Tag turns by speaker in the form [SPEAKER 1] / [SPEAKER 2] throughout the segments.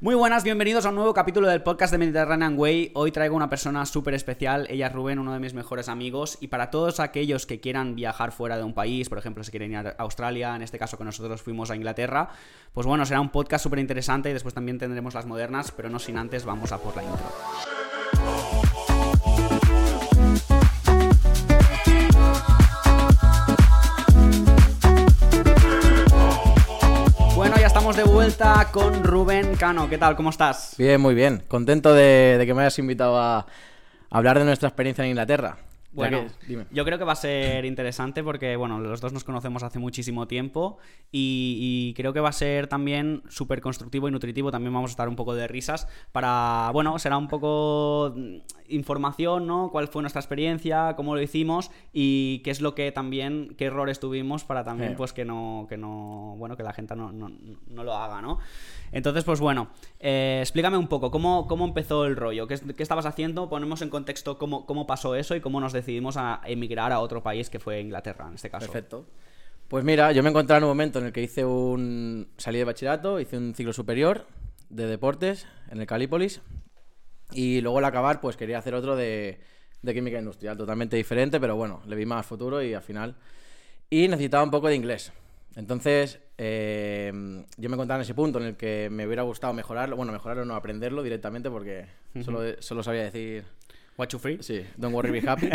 [SPEAKER 1] Muy buenas, bienvenidos a un nuevo capítulo del podcast de Mediterranean Way. Hoy traigo una persona súper especial, ella es Rubén, uno de mis mejores amigos, y para todos aquellos que quieran viajar fuera de un país, por ejemplo, si quieren ir a Australia, en este caso que nosotros fuimos a Inglaterra, pues bueno, será un podcast súper interesante y después también tendremos las modernas, pero no sin antes vamos a por la intro. Bueno, ya estamos de vuelta con Rubén Cano. ¿Qué tal? ¿Cómo estás?
[SPEAKER 2] Bien, muy bien. Contento de, de que me hayas invitado a, a hablar de nuestra experiencia en Inglaterra. Ya
[SPEAKER 1] Bueno,
[SPEAKER 2] que- dime.
[SPEAKER 1] yo creo que va a ser interesante porque, bueno, los dos nos conocemos hace muchísimo tiempo y, y creo que va a ser también súper constructivo y nutritivo. También vamos a estar un poco de risas para, bueno, será un poco mm, información, ¿no? ¿Cuál fue nuestra experiencia? ¿Cómo lo hicimos? Y qué es lo que también, qué errores tuvimos para también,
[SPEAKER 2] Sí.
[SPEAKER 1] pues, que no, que no, bueno, que la gente no, no- no lo haga, ¿no? Entonces, pues bueno, eh, explícame un poco, ¿cómo, cómo empezó el rollo? ¿Qué, es- qué estabas haciendo? Ponemos en contexto cómo, cómo pasó eso y cómo nos decidimos a emigrar a otro país que fue Inglaterra, en este caso.
[SPEAKER 2] Perfecto. Pues mira, yo me encontraba en un momento en el que hice un... Salí de bachillerato, hice un ciclo superior de deportes en el Calípolis y luego al acabar pues quería hacer otro de, de química industrial, totalmente diferente, pero bueno, le vi más futuro y al final... Y necesitaba un poco de inglés. Entonces, eh, yo me encontraba en ese punto en el que me hubiera gustado mejorarlo, bueno, mejorarlo no, aprenderlo directamente porque solo, solo sabía decir
[SPEAKER 1] What you free?
[SPEAKER 2] Sí, Don't Worry Be Happy.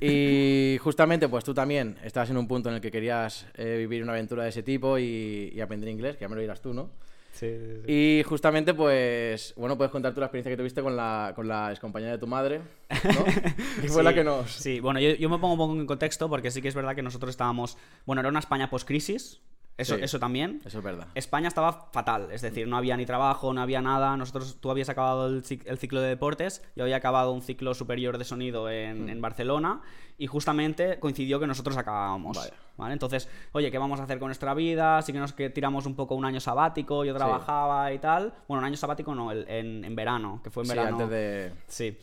[SPEAKER 2] y justamente, pues tú también estabas en un punto en el que querías eh, vivir una aventura de ese tipo y, y aprender inglés, que ya me lo dirás tú, ¿no? Y justamente, pues, bueno, puedes contar tú la experiencia que tuviste con la, con la excompañera de tu madre, ¿no? Que fue la
[SPEAKER 1] Sí,
[SPEAKER 2] que nos...
[SPEAKER 1] Sí, bueno, yo, yo me pongo un poco en contexto porque sí que es verdad que nosotros estábamos. Bueno, era una España post-crisis, eso,
[SPEAKER 2] Sí.
[SPEAKER 1] eso también.
[SPEAKER 2] Eso es verdad.
[SPEAKER 1] España estaba fatal, es decir, no había ni trabajo, no había nada. Nosotros, tú habías acabado el, cic- el ciclo de deportes, yo había acabado un ciclo superior de sonido en,
[SPEAKER 2] Hmm.
[SPEAKER 1] en Barcelona y justamente coincidió que nosotros acabábamos.
[SPEAKER 2] Vaya.
[SPEAKER 1] ¿vale? Entonces, oye, ¿qué vamos a hacer con nuestra vida? Así que nos que tiramos un poco un año sabático, yo trabajaba y tal. Bueno, un año sabático no, el- en, en verano, que fue en
[SPEAKER 2] Sí,
[SPEAKER 1] verano.
[SPEAKER 2] antes de...
[SPEAKER 1] Sí.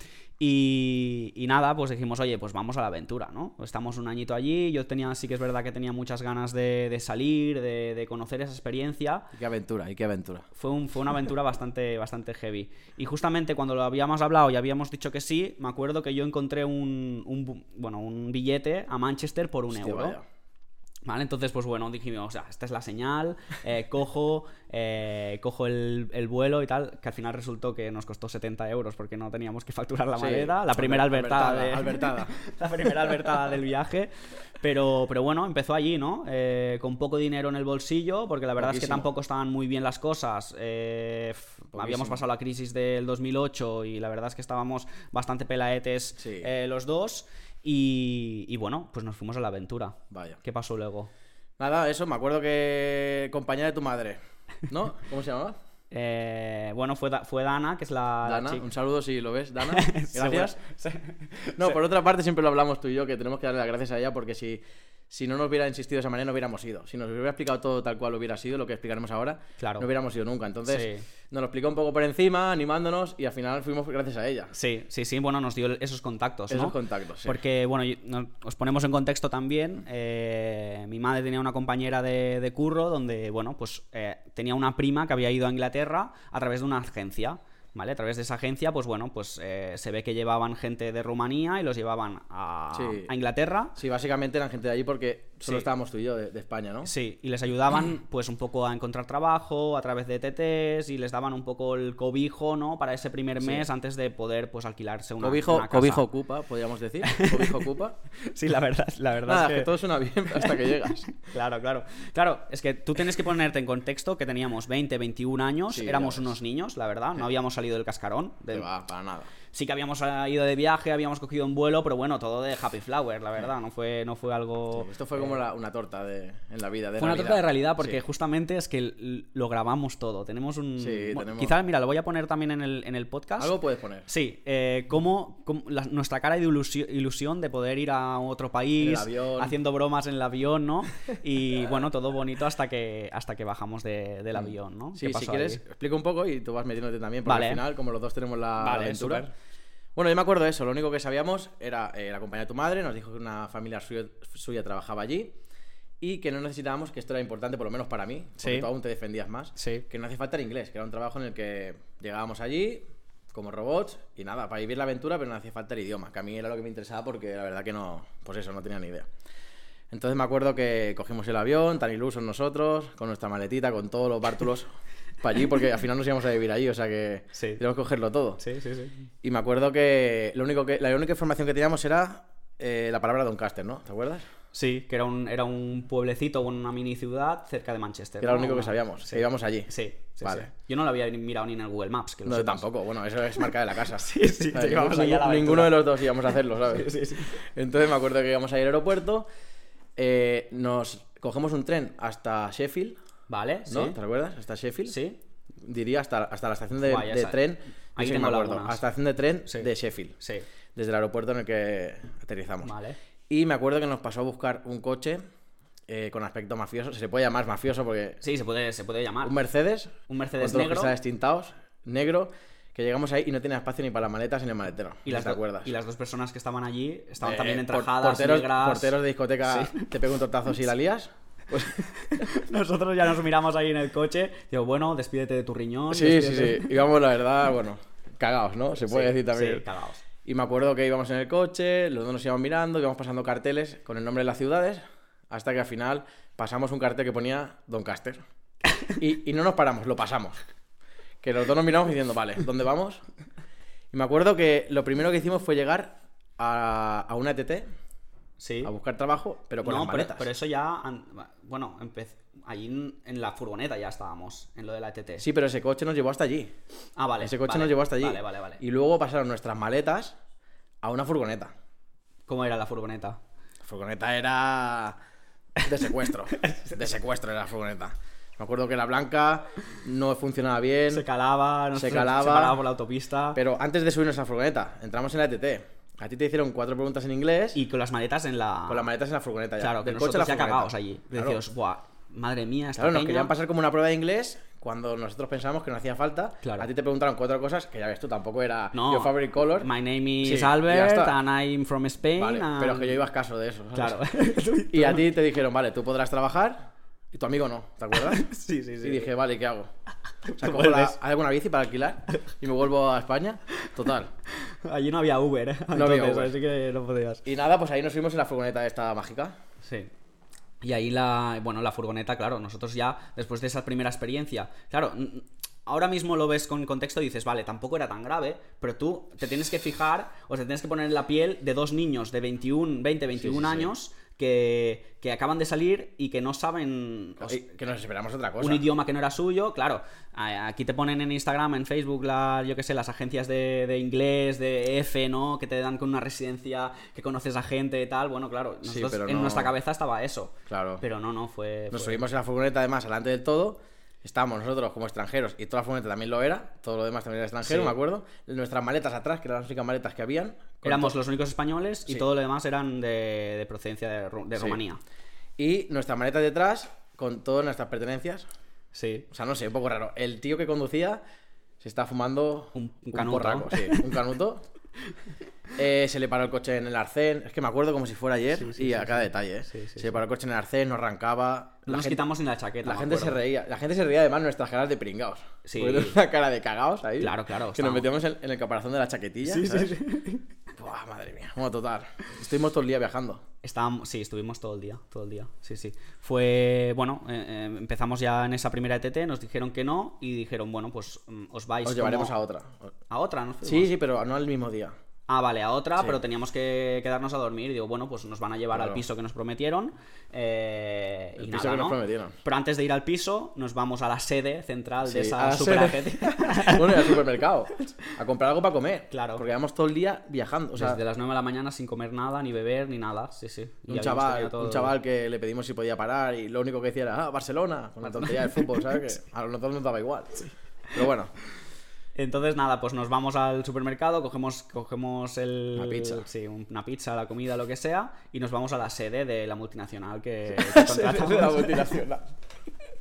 [SPEAKER 1] Y, y nada, pues dijimos, oye, pues vamos a la aventura, ¿no? Estamos un añito allí, yo tenía, sí que es verdad que tenía muchas ganas de, de salir, de, de conocer esa experiencia.
[SPEAKER 2] Y qué aventura, y qué aventura.
[SPEAKER 1] Fue, un- fue una aventura bastante, bastante heavy. Y justamente cuando lo habíamos hablado y habíamos dicho que sí, me acuerdo que yo encontré un, un bu- bueno, un billete a Manchester por un
[SPEAKER 2] Hostia,
[SPEAKER 1] euro.
[SPEAKER 2] vaya.
[SPEAKER 1] Vale, entonces, pues bueno, dijimos, o sea, esta es la señal, eh, cojo, eh, cojo el, el vuelo y tal, que al final resultó que nos costó 70 euros porque no teníamos que facturar la
[SPEAKER 2] Sí,
[SPEAKER 1] madera, la primera
[SPEAKER 2] alber-
[SPEAKER 1] albertada.
[SPEAKER 2] albertada,
[SPEAKER 1] de-
[SPEAKER 2] albertada.
[SPEAKER 1] la primera albertada del viaje. Pero, pero bueno, empezó allí, ¿no? Eh, con poco dinero en el bolsillo, porque la verdad es que
[SPEAKER 2] Poquísimo.
[SPEAKER 1] tampoco estaban muy bien las cosas. Eh, f- habíamos
[SPEAKER 2] Poquísimo.
[SPEAKER 1] pasado la crisis del 2008 y la verdad es que estábamos bastante pelaetes
[SPEAKER 2] Sí.
[SPEAKER 1] eh, los dos. Y, y bueno, pues nos fuimos a la aventura.
[SPEAKER 2] Vaya.
[SPEAKER 1] ¿Qué pasó luego?
[SPEAKER 2] Nada, eso, me acuerdo que... Compañera de tu madre, ¿no? ¿Cómo se llamaba?
[SPEAKER 1] Eh, bueno, fue, Da- fue Dana, que es la, la
[SPEAKER 2] Dana,
[SPEAKER 1] chica.
[SPEAKER 2] un saludo si lo ves, Dana. Gracias.
[SPEAKER 1] Seguro.
[SPEAKER 2] No, por otra parte, siempre lo hablamos tú y yo, que tenemos que darle las gracias a ella porque si, si no nos hubiera insistido de esa manera, no hubiéramos ido. Si nos hubiera explicado todo tal cual hubiera sido, lo que explicaremos ahora,
[SPEAKER 1] Claro.
[SPEAKER 2] no hubiéramos ido nunca. Entonces,
[SPEAKER 1] Sí.
[SPEAKER 2] nos lo explicó un poco por encima, animándonos y al final fuimos gracias a ella.
[SPEAKER 1] Sí, sí, sí, bueno, nos dio el- esos contactos, ¿no?
[SPEAKER 2] Esos contactos, sí.
[SPEAKER 1] Porque, bueno, y- no- os ponemos en contexto también, eh, mi madre tenía una compañera de, de curro donde, bueno, pues eh, tenía una prima que había ido a Inglaterra a través de una agencia, ¿vale? A través de esa agencia, pues bueno, pues eh, se ve que llevaban gente de Rumanía y los llevaban a,
[SPEAKER 2] Sí.
[SPEAKER 1] a Inglaterra.
[SPEAKER 2] Sí, básicamente eran gente de allí porque solo
[SPEAKER 1] Sí.
[SPEAKER 2] estábamos tú y yo de, de España, ¿no?
[SPEAKER 1] Sí, y les ayudaban pues un poco a encontrar trabajo a través de TTs y les daban un poco el cobijo, ¿no? Para ese primer mes antes de poder pues alquilarse una,
[SPEAKER 2] Cobijo,
[SPEAKER 1] una casa.
[SPEAKER 2] cobijo ocupa, podríamos decir. Cobijo ocupa.
[SPEAKER 1] Sí, la verdad, la verdad
[SPEAKER 2] Nada,
[SPEAKER 1] es
[SPEAKER 2] que...
[SPEAKER 1] que...
[SPEAKER 2] todo suena bien hasta que llegas.
[SPEAKER 1] Claro, claro. Claro, es que tú tienes que ponerte en contexto que teníamos 20, 21 años,
[SPEAKER 2] Sí, ya
[SPEAKER 1] éramos
[SPEAKER 2] ves.
[SPEAKER 1] unos niños, la verdad, no habíamos salido del cascarón.
[SPEAKER 2] Que
[SPEAKER 1] del-
[SPEAKER 2] va, para nada.
[SPEAKER 1] Sí que habíamos eh, ido de viaje, habíamos cogido un vuelo, pero bueno, todo de Happy Flower, la verdad, no fue, no fue algo...
[SPEAKER 2] Esto fue como la- una torta de, en la vida. De
[SPEAKER 1] Eh, Fue una
[SPEAKER 2] realidad.
[SPEAKER 1] torta de realidad porque
[SPEAKER 2] Sí.
[SPEAKER 1] justamente es que l- lo grabamos todo. Tenemos un.
[SPEAKER 2] Sí,
[SPEAKER 1] bueno,
[SPEAKER 2] tenemos-
[SPEAKER 1] Quizá, mira, lo voy a poner también en el, en el podcast.
[SPEAKER 2] Algo puedes poner.
[SPEAKER 1] Sí, eh, como, nuestra cara de ilusio- ilusión de poder ir a otro país,
[SPEAKER 2] avión.
[SPEAKER 1] haciendo bromas en el avión, ¿no? Y bueno, todo bonito hasta que hasta que bajamos de- del avión, ¿no?
[SPEAKER 2] Mm. Sí,
[SPEAKER 1] ¿Qué
[SPEAKER 2] si
[SPEAKER 1] pasó
[SPEAKER 2] quieres,
[SPEAKER 1] ahí?
[SPEAKER 2] explica un poco y tú vas metiéndote también, porque
[SPEAKER 1] Vale.
[SPEAKER 2] al final, como los dos tenemos la, la
[SPEAKER 1] Vale,
[SPEAKER 2] aventura.
[SPEAKER 1] súper.
[SPEAKER 2] Bueno, yo me acuerdo de eso, lo único que sabíamos era eh, la compañía de tu madre, nos dijo que una familia suya, suya trabajaba allí y que no necesitábamos, que esto era importante por lo menos para mí, porque
[SPEAKER 1] Sí.
[SPEAKER 2] tú aún te defendías más,
[SPEAKER 1] Sí.
[SPEAKER 2] que no hace falta el inglés, que era un trabajo en el que llegábamos allí como robots y nada, para vivir la aventura, pero no hacía falta el idioma, que a mí era lo que me interesaba porque la verdad que no, pues eso, no tenía ni idea. Entonces me acuerdo que cogimos el avión, tan ilusos nosotros, con nuestra maletita, con todos los bártulos para allí, porque al final nos íbamos a vivir allí, o sea que
[SPEAKER 1] Sí.
[SPEAKER 2] tenemos que cogerlo todo.
[SPEAKER 1] Sí, sí, sí.
[SPEAKER 2] Y me acuerdo que, lo único que la única información que teníamos era eh, la palabra Doncaster, ¿no? ¿Te acuerdas?
[SPEAKER 1] Sí, que era un, era un pueblecito o una mini ciudad cerca de Manchester.
[SPEAKER 2] Que era lo
[SPEAKER 1] ¿no?
[SPEAKER 2] único que
[SPEAKER 1] Una-
[SPEAKER 2] sabíamos,
[SPEAKER 1] Sí,
[SPEAKER 2] que íbamos allí.
[SPEAKER 1] sí, sí,
[SPEAKER 2] Vale.
[SPEAKER 1] sí. Yo no lo había ni mirado ni en el Google Maps. Que lo
[SPEAKER 2] No, yo
[SPEAKER 1] sepas.
[SPEAKER 2] tampoco. Bueno, eso es marca de la casa.
[SPEAKER 1] Sí, sí,
[SPEAKER 2] Vale,
[SPEAKER 1] íbamos
[SPEAKER 2] ninguno-
[SPEAKER 1] ahí a la aventura.
[SPEAKER 2] ninguno de los dos íbamos a hacerlo, ¿sabes?
[SPEAKER 1] Sí, sí, sí.
[SPEAKER 2] Entonces me acuerdo que íbamos a ir al aeropuerto, eh, nos cogemos un tren hasta Sheffield,
[SPEAKER 1] Vale, sí.
[SPEAKER 2] ¿no? ¿Te acuerdas? Hasta Sheffield.
[SPEAKER 1] Sí,
[SPEAKER 2] Diría hasta, hasta la estación de,
[SPEAKER 1] Guay,
[SPEAKER 2] de
[SPEAKER 1] esa-
[SPEAKER 2] tren.
[SPEAKER 1] ahí
[SPEAKER 2] sí
[SPEAKER 1] tengo
[SPEAKER 2] me acuerdo.
[SPEAKER 1] lagunas.
[SPEAKER 2] Hasta la estación de tren
[SPEAKER 1] Sí.
[SPEAKER 2] de Sheffield.
[SPEAKER 1] sí.
[SPEAKER 2] Desde el aeropuerto en el que aterrizamos.
[SPEAKER 1] Vale.
[SPEAKER 2] Y me acuerdo que nos pasó a buscar un coche eh, con aspecto mafioso. Se le puede llamar mafioso porque
[SPEAKER 1] Sí, se puede, se puede llamar.
[SPEAKER 2] un Mercedes.
[SPEAKER 1] Un Mercedes
[SPEAKER 2] con todos
[SPEAKER 1] negro.
[SPEAKER 2] Los cristales tintados, negro. Que llegamos ahí y no tenía espacio ni para las maletas ni en el maletero.
[SPEAKER 1] y,
[SPEAKER 2] si
[SPEAKER 1] las
[SPEAKER 2] te
[SPEAKER 1] do-
[SPEAKER 2] acuerdas.
[SPEAKER 1] y las dos personas que estaban allí estaban
[SPEAKER 2] Eh,
[SPEAKER 1] también en
[SPEAKER 2] por-
[SPEAKER 1] trajadas
[SPEAKER 2] porteros,
[SPEAKER 1] negras.
[SPEAKER 2] porteros de discoteca te pega un tortazo si la lías. Pues,
[SPEAKER 1] Nosotros ya nos miramos ahí en el coche. Digo, bueno, despídete de tu riñón.
[SPEAKER 2] sí, sí, sí. Íbamos, la verdad, bueno, cagados, ¿no? Se puede decir también.
[SPEAKER 1] Sí, cagaos.
[SPEAKER 2] Y me acuerdo que íbamos en el coche, los dos nos íbamos mirando, íbamos pasando carteles con el nombre de las ciudades, hasta que al final pasamos un cartel que ponía Doncaster. Y, y no nos paramos, lo pasamos. Que los dos nos miramos diciendo, vale, ¿dónde vamos? Y me acuerdo que lo primero que hicimos fue llegar a, a una ETT
[SPEAKER 1] Sí.
[SPEAKER 2] a buscar trabajo, pero con las
[SPEAKER 1] no, pero,
[SPEAKER 2] maletas.
[SPEAKER 1] pero eso ya. an- Bueno, empecé. Allí en, en la furgoneta ya estábamos, en lo de la ETT.
[SPEAKER 2] Sí, pero ese coche nos llevó hasta allí.
[SPEAKER 1] Ah, vale.
[SPEAKER 2] ese coche
[SPEAKER 1] vale,
[SPEAKER 2] nos llevó hasta allí.
[SPEAKER 1] Vale, vale, vale.
[SPEAKER 2] Y luego pasaron nuestras maletas a una furgoneta.
[SPEAKER 1] ¿Cómo era la furgoneta?
[SPEAKER 2] La furgoneta era de secuestro. De secuestro era la furgoneta. Me acuerdo que la blanca no funcionaba bien.
[SPEAKER 1] Se calaba, nos
[SPEAKER 2] Se calaba.
[SPEAKER 1] paraba por la autopista.
[SPEAKER 2] Pero antes de subirnos a la furgoneta, entramos en la ETT. A ti te hicieron cuatro preguntas en inglés y
[SPEAKER 1] Y con las maletas en la.
[SPEAKER 2] con las maletas en la furgoneta ya.
[SPEAKER 1] Claro, que
[SPEAKER 2] Eh, Del coche a
[SPEAKER 1] nosotros ya
[SPEAKER 2] la furgoneta.
[SPEAKER 1] cagados allí.
[SPEAKER 2] Claro.
[SPEAKER 1] Decíos, guau, madre mía, esta
[SPEAKER 2] Claro, nos
[SPEAKER 1] peña".
[SPEAKER 2] querían pasar como una prueba de inglés cuando nosotros pensábamos que no hacía falta.
[SPEAKER 1] Claro.
[SPEAKER 2] A ti te preguntaron cuatro cosas que ya ves tú, tampoco era
[SPEAKER 1] No.
[SPEAKER 2] your favorite color.
[SPEAKER 1] My name
[SPEAKER 2] Sí,
[SPEAKER 1] is
[SPEAKER 2] y ya
[SPEAKER 1] Albert
[SPEAKER 2] está.
[SPEAKER 1] and I'm from Spain.
[SPEAKER 2] Vale,
[SPEAKER 1] and-
[SPEAKER 2] pero que yo iba escaso de eso. ¿sabes?
[SPEAKER 1] Claro.
[SPEAKER 2] Y a ti te dijeron, vale, tú podrás trabajar y tu amigo no, ¿te acuerdas?
[SPEAKER 1] sí, sí, sí.
[SPEAKER 2] Y dije, vale, ¿qué hago? O sea,
[SPEAKER 1] Te
[SPEAKER 2] cojo la-
[SPEAKER 1] vuelves.
[SPEAKER 2] ¿Hay alguna bici para alquilar? Y me vuelvo a España. Total.
[SPEAKER 1] Allí no había Uber, ¿eh?
[SPEAKER 2] No había
[SPEAKER 1] Entonces,
[SPEAKER 2] Uber.
[SPEAKER 1] así que no podías.
[SPEAKER 2] Y nada, pues ahí nos fuimos en la furgoneta esta mágica.
[SPEAKER 1] Sí. Y ahí la, bueno, la furgoneta, claro, nosotros ya, después de esa primera experiencia, claro, n- ahora mismo lo ves con contexto y dices, vale, tampoco era tan grave, pero tú te tienes que fijar, o te tienes que poner en la piel de dos niños de 21, 20, 21
[SPEAKER 2] sí.
[SPEAKER 1] años que, que acaban de salir y que no saben... eh, o sea,
[SPEAKER 2] Y que nos esperamos otra cosa.
[SPEAKER 1] un idioma que no era suyo, claro. a- Aquí te ponen en Instagram, en Facebook, la, yo qué sé, las agencias de, de inglés, de F, ¿no? Que te dan con una residencia, que conoces a gente y tal. Bueno, claro,
[SPEAKER 2] Sí,
[SPEAKER 1] nosotros-
[SPEAKER 2] pero
[SPEAKER 1] en
[SPEAKER 2] no-
[SPEAKER 1] nuestra cabeza estaba eso.
[SPEAKER 2] Claro.
[SPEAKER 1] Pero pues. no, no, fue.
[SPEAKER 2] Nos
[SPEAKER 1] fue-
[SPEAKER 2] subimos en la furgoneta, además, delante del todo. Estábamos nosotros como extranjeros y toda la furgoneta también lo era. Todo lo demás también era extranjero,
[SPEAKER 1] Sí.
[SPEAKER 2] me acuerdo. Nuestras maletas atrás, que eran las únicas maletas que habían. con
[SPEAKER 1] Éramos
[SPEAKER 2] todo-
[SPEAKER 1] los únicos españoles y
[SPEAKER 2] Sí.
[SPEAKER 1] todo lo demás eran de, de procedencia de, Ru- de
[SPEAKER 2] Sí.
[SPEAKER 1] Rumanía.
[SPEAKER 2] Y nuestras maletas detrás, con todas nuestras pertenencias.
[SPEAKER 1] Sí.
[SPEAKER 2] O sea, no sé, un poco raro. El tío que conducía se está fumando
[SPEAKER 1] Un- un canuto.
[SPEAKER 2] porraco, sí, un canuto. Eh, se le paró el coche en el arcén. Es que me acuerdo como si fuera ayer
[SPEAKER 1] Sí, sí,
[SPEAKER 2] y
[SPEAKER 1] sí,
[SPEAKER 2] a
[SPEAKER 1] sí.
[SPEAKER 2] cada detalle. ¿eh?
[SPEAKER 1] Sí, sí,
[SPEAKER 2] se
[SPEAKER 1] sí.
[SPEAKER 2] le paró el coche en el arcén, nos arrancaba.
[SPEAKER 1] No
[SPEAKER 2] la
[SPEAKER 1] nos
[SPEAKER 2] gente,
[SPEAKER 1] quitamos ni la chaqueta.
[SPEAKER 2] la
[SPEAKER 1] me
[SPEAKER 2] gente se
[SPEAKER 1] acuerdo.
[SPEAKER 2] reía. La gente se reía además nuestras caras de pringaos.
[SPEAKER 1] Sí.
[SPEAKER 2] Porque tenemos Una cara de cagaos ahí.
[SPEAKER 1] Claro, claro,
[SPEAKER 2] Que
[SPEAKER 1] estábamos.
[SPEAKER 2] nos metíamos en, en el caparazón de la chaquetilla.
[SPEAKER 1] Sí, sí,
[SPEAKER 2] ¿sabes?
[SPEAKER 1] sí.
[SPEAKER 2] Buah, madre mía. Bueno, total. Estuvimos todo el día viajando.
[SPEAKER 1] Estábamos, sí, estuvimos todo el día, todo el día, sí, sí. Fue, bueno, eh, eh, empezamos ya en esa primera ETT, nos dijeron que no y dijeron, bueno, pues mm, os vais
[SPEAKER 2] Os llevaremos
[SPEAKER 1] como-
[SPEAKER 2] a otra.
[SPEAKER 1] a otra, ¿no?
[SPEAKER 2] Sí, sí, pero no al mismo día.
[SPEAKER 1] Ah, vale, a otra,
[SPEAKER 2] Sí.
[SPEAKER 1] pero teníamos que quedarnos a dormir. Y digo, bueno, pues nos van a llevar
[SPEAKER 2] Claro.
[SPEAKER 1] al piso que nos prometieron. eh, y
[SPEAKER 2] El piso
[SPEAKER 1] nada,
[SPEAKER 2] que nos
[SPEAKER 1] ¿no?
[SPEAKER 2] prometieron.
[SPEAKER 1] Pero antes de ir al piso, nos vamos a la sede central de
[SPEAKER 2] Sí,
[SPEAKER 1] esa
[SPEAKER 2] a
[SPEAKER 1] super E
[SPEAKER 2] ser- bueno, y al supermercado. A comprar algo para comer.
[SPEAKER 1] Claro.
[SPEAKER 2] Porque llevamos todo el día viajando. O sea,
[SPEAKER 1] Desde las 9 de la mañana sin comer nada, ni beber, ni nada. Sí, sí. Y
[SPEAKER 2] un
[SPEAKER 1] habíamos
[SPEAKER 2] chaval,
[SPEAKER 1] tenido todo-
[SPEAKER 2] un chaval que le pedimos si podía parar y lo único que decía era, ah, Barcelona, con la tontería del fútbol, ¿sabes? Que a nosotros nos daba igual. Pero bueno,
[SPEAKER 1] Entonces, nada, pues nos vamos al supermercado, cogemos, cogemos el...
[SPEAKER 2] Una pizza.
[SPEAKER 1] Sí, un- una pizza, la comida, lo que sea, y nos vamos a la sede de la multinacional que, que contratamos.
[SPEAKER 2] la multinacional.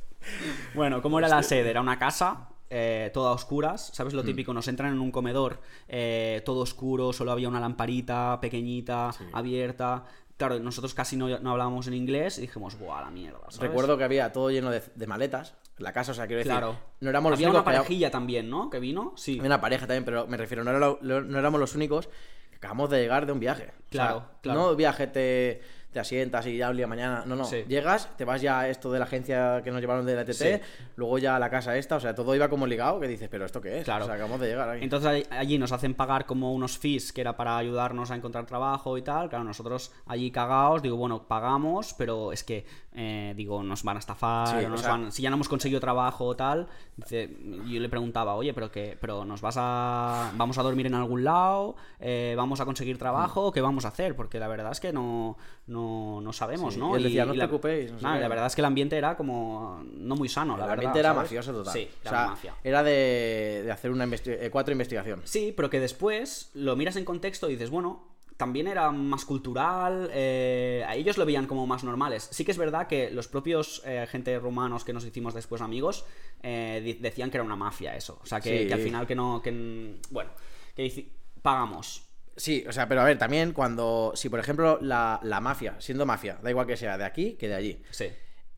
[SPEAKER 1] Bueno, ¿cómo era la sede? Era una casa. eh, toda a oscuras, ¿sabes
[SPEAKER 2] Hmm.
[SPEAKER 1] lo típico? Nos entran en un comedor eh, todo oscuro, solo había una lamparita pequeñita, abierta, Claro, nosotros casi no, no hablábamos en inglés y dijimos, ¡buah, la mierda! ¿sabes?
[SPEAKER 2] Recuerdo que había todo lleno de, de maletas en la casa, o sea, quiero decir,
[SPEAKER 1] Claro.
[SPEAKER 2] no éramos los
[SPEAKER 1] Había
[SPEAKER 2] únicos
[SPEAKER 1] una
[SPEAKER 2] que había-
[SPEAKER 1] parejilla también, ¿no? Que vino. Sí.
[SPEAKER 2] había una pareja también, pero me refiero, no, era lo- lo- no éramos los únicos que acabamos de llegar de un viaje. O sea,
[SPEAKER 1] Claro, claro.
[SPEAKER 2] No viaje, te, te asientas y ya un día mañana, no, no.
[SPEAKER 1] Sí.
[SPEAKER 2] Llegas, te vas ya a esto de la agencia que nos llevaron de la TT,
[SPEAKER 1] Sí.
[SPEAKER 2] luego ya a la casa esta, o sea, todo iba como ligado, que dices, pero ¿esto qué es?
[SPEAKER 1] Claro.
[SPEAKER 2] O sea, acabamos de llegar aquí.
[SPEAKER 1] Entonces ahí- allí nos hacen pagar como unos fees que era para ayudarnos a encontrar trabajo y tal. Claro, nosotros allí cagados, digo, bueno, pagamos, pero es que, eh, digo, nos van a estafar,
[SPEAKER 2] Sí,
[SPEAKER 1] o
[SPEAKER 2] o
[SPEAKER 1] nos
[SPEAKER 2] sea-
[SPEAKER 1] van- si ya no hemos conseguido trabajo o tal. dice- yo le preguntaba, oye, pero que, pero nos vas a, vamos a dormir en algún lado, Eh, vamos a conseguir
[SPEAKER 2] Mm.
[SPEAKER 1] trabajo, ¿qué vamos a hacer? Porque la verdad es que no, no, no sabemos,
[SPEAKER 2] Sí,
[SPEAKER 1] ¿no?
[SPEAKER 2] y él decía, "No os
[SPEAKER 1] la-
[SPEAKER 2] preocupéis, no sé
[SPEAKER 1] nada,
[SPEAKER 2] qué".
[SPEAKER 1] la verdad es que el ambiente era como no muy sano, la
[SPEAKER 2] el
[SPEAKER 1] verdad,
[SPEAKER 2] ambiente era
[SPEAKER 1] ¿sabes?
[SPEAKER 2] mafioso total.
[SPEAKER 1] Sí,
[SPEAKER 2] o
[SPEAKER 1] era
[SPEAKER 2] sea,
[SPEAKER 1] mafia.
[SPEAKER 2] era de, de hacer una investi- eh, cuatro investigaciones.
[SPEAKER 1] Sí, pero que después lo miras en contexto y dices, bueno, también era más cultural, eh, a ellos lo veían como más normales. Sí que es verdad que los propios eh, gente rumanos que nos hicimos después amigos eh, di- decían que era una mafia eso. O sea, que,
[SPEAKER 2] Sí.
[SPEAKER 1] que al final que no, que... n- Bueno, que dici- pagamos.
[SPEAKER 2] Sí, o sea, pero a ver, también cuando, si por ejemplo la, la mafia, siendo mafia, da igual que sea de aquí que de allí,
[SPEAKER 1] Sí,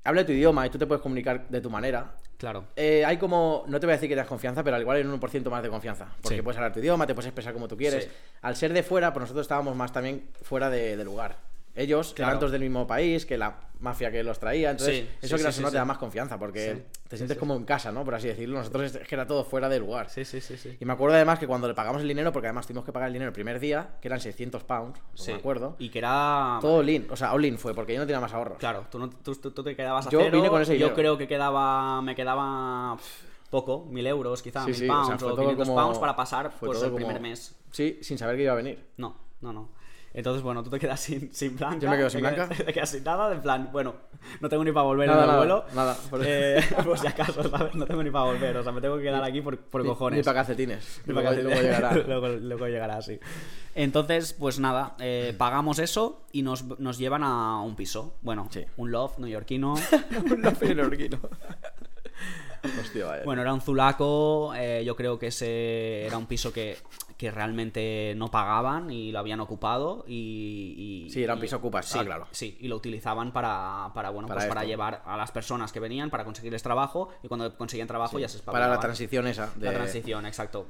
[SPEAKER 2] habla tu idioma y tú te puedes comunicar de tu manera,
[SPEAKER 1] claro.
[SPEAKER 2] eh, hay como, no te voy a decir que te das confianza, pero al igual hay un 1% más de confianza, porque
[SPEAKER 1] Sí.
[SPEAKER 2] puedes hablar tu idioma, te puedes expresar como tú quieres.
[SPEAKER 1] Sí.
[SPEAKER 2] Al ser de fuera, pues nosotros estábamos más también fuera de, de lugar. Ellos,
[SPEAKER 1] Claro.
[SPEAKER 2] eran todos del mismo país, que la mafia que los traía, entonces
[SPEAKER 1] Sí, sí,
[SPEAKER 2] eso que no
[SPEAKER 1] sí, sí,
[SPEAKER 2] te da
[SPEAKER 1] sí.
[SPEAKER 2] más confianza, porque
[SPEAKER 1] Sí,
[SPEAKER 2] te sientes como en casa, ¿no? Por así decirlo. Nosotros es que era todo fuera de lugar.
[SPEAKER 1] Sí, sí, sí, sí.
[SPEAKER 2] Y me acuerdo además que cuando le pagamos el dinero, porque además tuvimos que pagar el dinero el primer día, que eran 600 pounds, pues
[SPEAKER 1] Sí.
[SPEAKER 2] me acuerdo. Pues
[SPEAKER 1] Y que era...
[SPEAKER 2] Todo all in, o sea, all in fue, porque yo no tenía más ahorros.
[SPEAKER 1] Claro, tú, no- tú- tú- tú te quedabas a
[SPEAKER 2] Yo
[SPEAKER 1] cero.
[SPEAKER 2] vine con ese
[SPEAKER 1] yo
[SPEAKER 2] dinero.
[SPEAKER 1] creo que quedaba, me quedaba pff, poco, mil euros quizá,
[SPEAKER 2] Sí,
[SPEAKER 1] mil
[SPEAKER 2] sí, o sea,
[SPEAKER 1] pounds
[SPEAKER 2] fue
[SPEAKER 1] o
[SPEAKER 2] todo
[SPEAKER 1] 500
[SPEAKER 2] como-
[SPEAKER 1] pounds para pasar
[SPEAKER 2] fue
[SPEAKER 1] pues,
[SPEAKER 2] todo
[SPEAKER 1] el primer
[SPEAKER 2] como-
[SPEAKER 1] mes.
[SPEAKER 2] Sí, sin saber que iba a venir.
[SPEAKER 1] No, no, no. Entonces, bueno, tú te quedas sin, sin blanca.
[SPEAKER 2] Yo me quedo sin
[SPEAKER 1] te quedas-
[SPEAKER 2] blanca.
[SPEAKER 1] Te quedas sin nada, en plan, bueno, no tengo ni para volver
[SPEAKER 2] Nada,
[SPEAKER 1] en el
[SPEAKER 2] nada,
[SPEAKER 1] vuelo.
[SPEAKER 2] nada, por-
[SPEAKER 1] Eh, por si acaso, ¿sabes? No tengo ni para volver, o sea, me tengo que quedar aquí por, por
[SPEAKER 2] Ni-
[SPEAKER 1] cojones.
[SPEAKER 2] Ni para calcetines.
[SPEAKER 1] Ni
[SPEAKER 2] Luego-
[SPEAKER 1] pa' que-
[SPEAKER 2] luego llegará.
[SPEAKER 1] luego, luego llegará, sí. Entonces, pues nada, eh, pagamos eso y nos, nos llevan a un piso. Bueno,
[SPEAKER 2] Sí.
[SPEAKER 1] un loft neoyorquino.
[SPEAKER 2] Un lofe neoyorquino. Hostia, vaya.
[SPEAKER 1] Bueno, era un zulaco, eh, yo creo que ese era un piso que, que realmente no pagaban y lo habían ocupado y... y-
[SPEAKER 2] Sí, era un
[SPEAKER 1] y-
[SPEAKER 2] piso ocupa,
[SPEAKER 1] sí,
[SPEAKER 2] ah, claro.
[SPEAKER 1] Sí, y lo utilizaban para, para bueno,
[SPEAKER 2] Para
[SPEAKER 1] pues para
[SPEAKER 2] esto.
[SPEAKER 1] llevar a las personas que venían, para conseguirles trabajo y cuando conseguían trabajo ya se
[SPEAKER 2] para
[SPEAKER 1] espabilaban.
[SPEAKER 2] la transición esa. De...
[SPEAKER 1] La transición, exacto.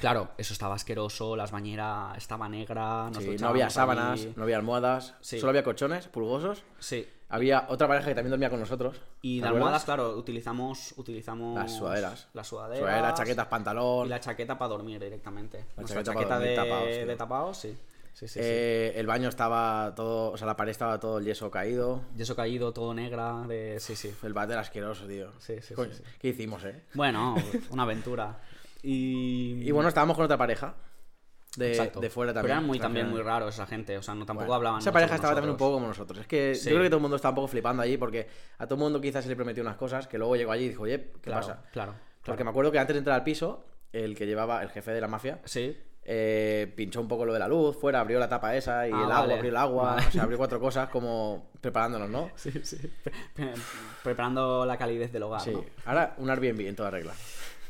[SPEAKER 1] Claro, eso estaba asqueroso, las bañeras estaba negra, nos
[SPEAKER 2] Sí, no
[SPEAKER 1] duchábamos
[SPEAKER 2] había
[SPEAKER 1] allí.
[SPEAKER 2] sábanas, no había almohadas,
[SPEAKER 1] Sí.
[SPEAKER 2] solo había colchones pulgosos.
[SPEAKER 1] Sí.
[SPEAKER 2] Había otra pareja que también dormía con nosotros.
[SPEAKER 1] Y
[SPEAKER 2] ¿te
[SPEAKER 1] de
[SPEAKER 2] acuerdas?
[SPEAKER 1] almohadas, claro, utilizamos, utilizamos
[SPEAKER 2] Las sudaderas.
[SPEAKER 1] Las sudaderas.
[SPEAKER 2] Sudaderas, chaquetas, pantalón.
[SPEAKER 1] Y la chaqueta para dormir directamente.
[SPEAKER 2] La
[SPEAKER 1] Nuestra
[SPEAKER 2] chaqueta
[SPEAKER 1] chaqueta,
[SPEAKER 2] pa' dormir,
[SPEAKER 1] de,
[SPEAKER 2] tapaos,
[SPEAKER 1] de
[SPEAKER 2] tío.
[SPEAKER 1] tapaos, sí. Sí, sí,
[SPEAKER 2] Eh, El baño estaba todo, o sea, la pared estaba todo el yeso caído.
[SPEAKER 1] sí. Yeso caído, todo negra, de... Sí, sí.
[SPEAKER 2] El váter asqueroso, tío.
[SPEAKER 1] Sí, sí,
[SPEAKER 2] Coño,
[SPEAKER 1] sí, sí.
[SPEAKER 2] ¿Qué hicimos, eh?
[SPEAKER 1] Bueno, una aventura. Y...
[SPEAKER 2] Y bueno, estábamos con otra pareja. De,
[SPEAKER 1] Exacto.
[SPEAKER 2] de fuera también.
[SPEAKER 1] Pero eran muy,
[SPEAKER 2] o sea,
[SPEAKER 1] también
[SPEAKER 2] que-
[SPEAKER 1] muy raros esa gente, o sea, no tampoco
[SPEAKER 2] Bueno,
[SPEAKER 1] hablaban
[SPEAKER 2] Esa
[SPEAKER 1] mucho
[SPEAKER 2] pareja
[SPEAKER 1] con
[SPEAKER 2] estaba también un
[SPEAKER 1] nosotros.
[SPEAKER 2] poco como nosotros. Es que
[SPEAKER 1] Sí.
[SPEAKER 2] yo creo que todo el mundo estaba un poco flipando allí porque a todo el mundo quizás se le prometió unas cosas que luego llegó allí y dijo, oye, ¿qué
[SPEAKER 1] Claro,
[SPEAKER 2] pasa?
[SPEAKER 1] claro, claro.
[SPEAKER 2] Porque me acuerdo que antes de entrar al piso, el que llevaba, el jefe de la mafia,
[SPEAKER 1] Sí,
[SPEAKER 2] eh, pinchó un poco lo de la luz, fuera, abrió la tapa esa y
[SPEAKER 1] Ah,
[SPEAKER 2] el agua,
[SPEAKER 1] vale.
[SPEAKER 2] abrió el agua,
[SPEAKER 1] Vale.
[SPEAKER 2] o sea, abrió cuatro cosas como preparándonos, ¿no?
[SPEAKER 1] sí, sí. Pre- pre- Preparando la calidez del hogar,
[SPEAKER 2] Sí.
[SPEAKER 1] ¿no?
[SPEAKER 2] Ahora un Airbnb en toda regla.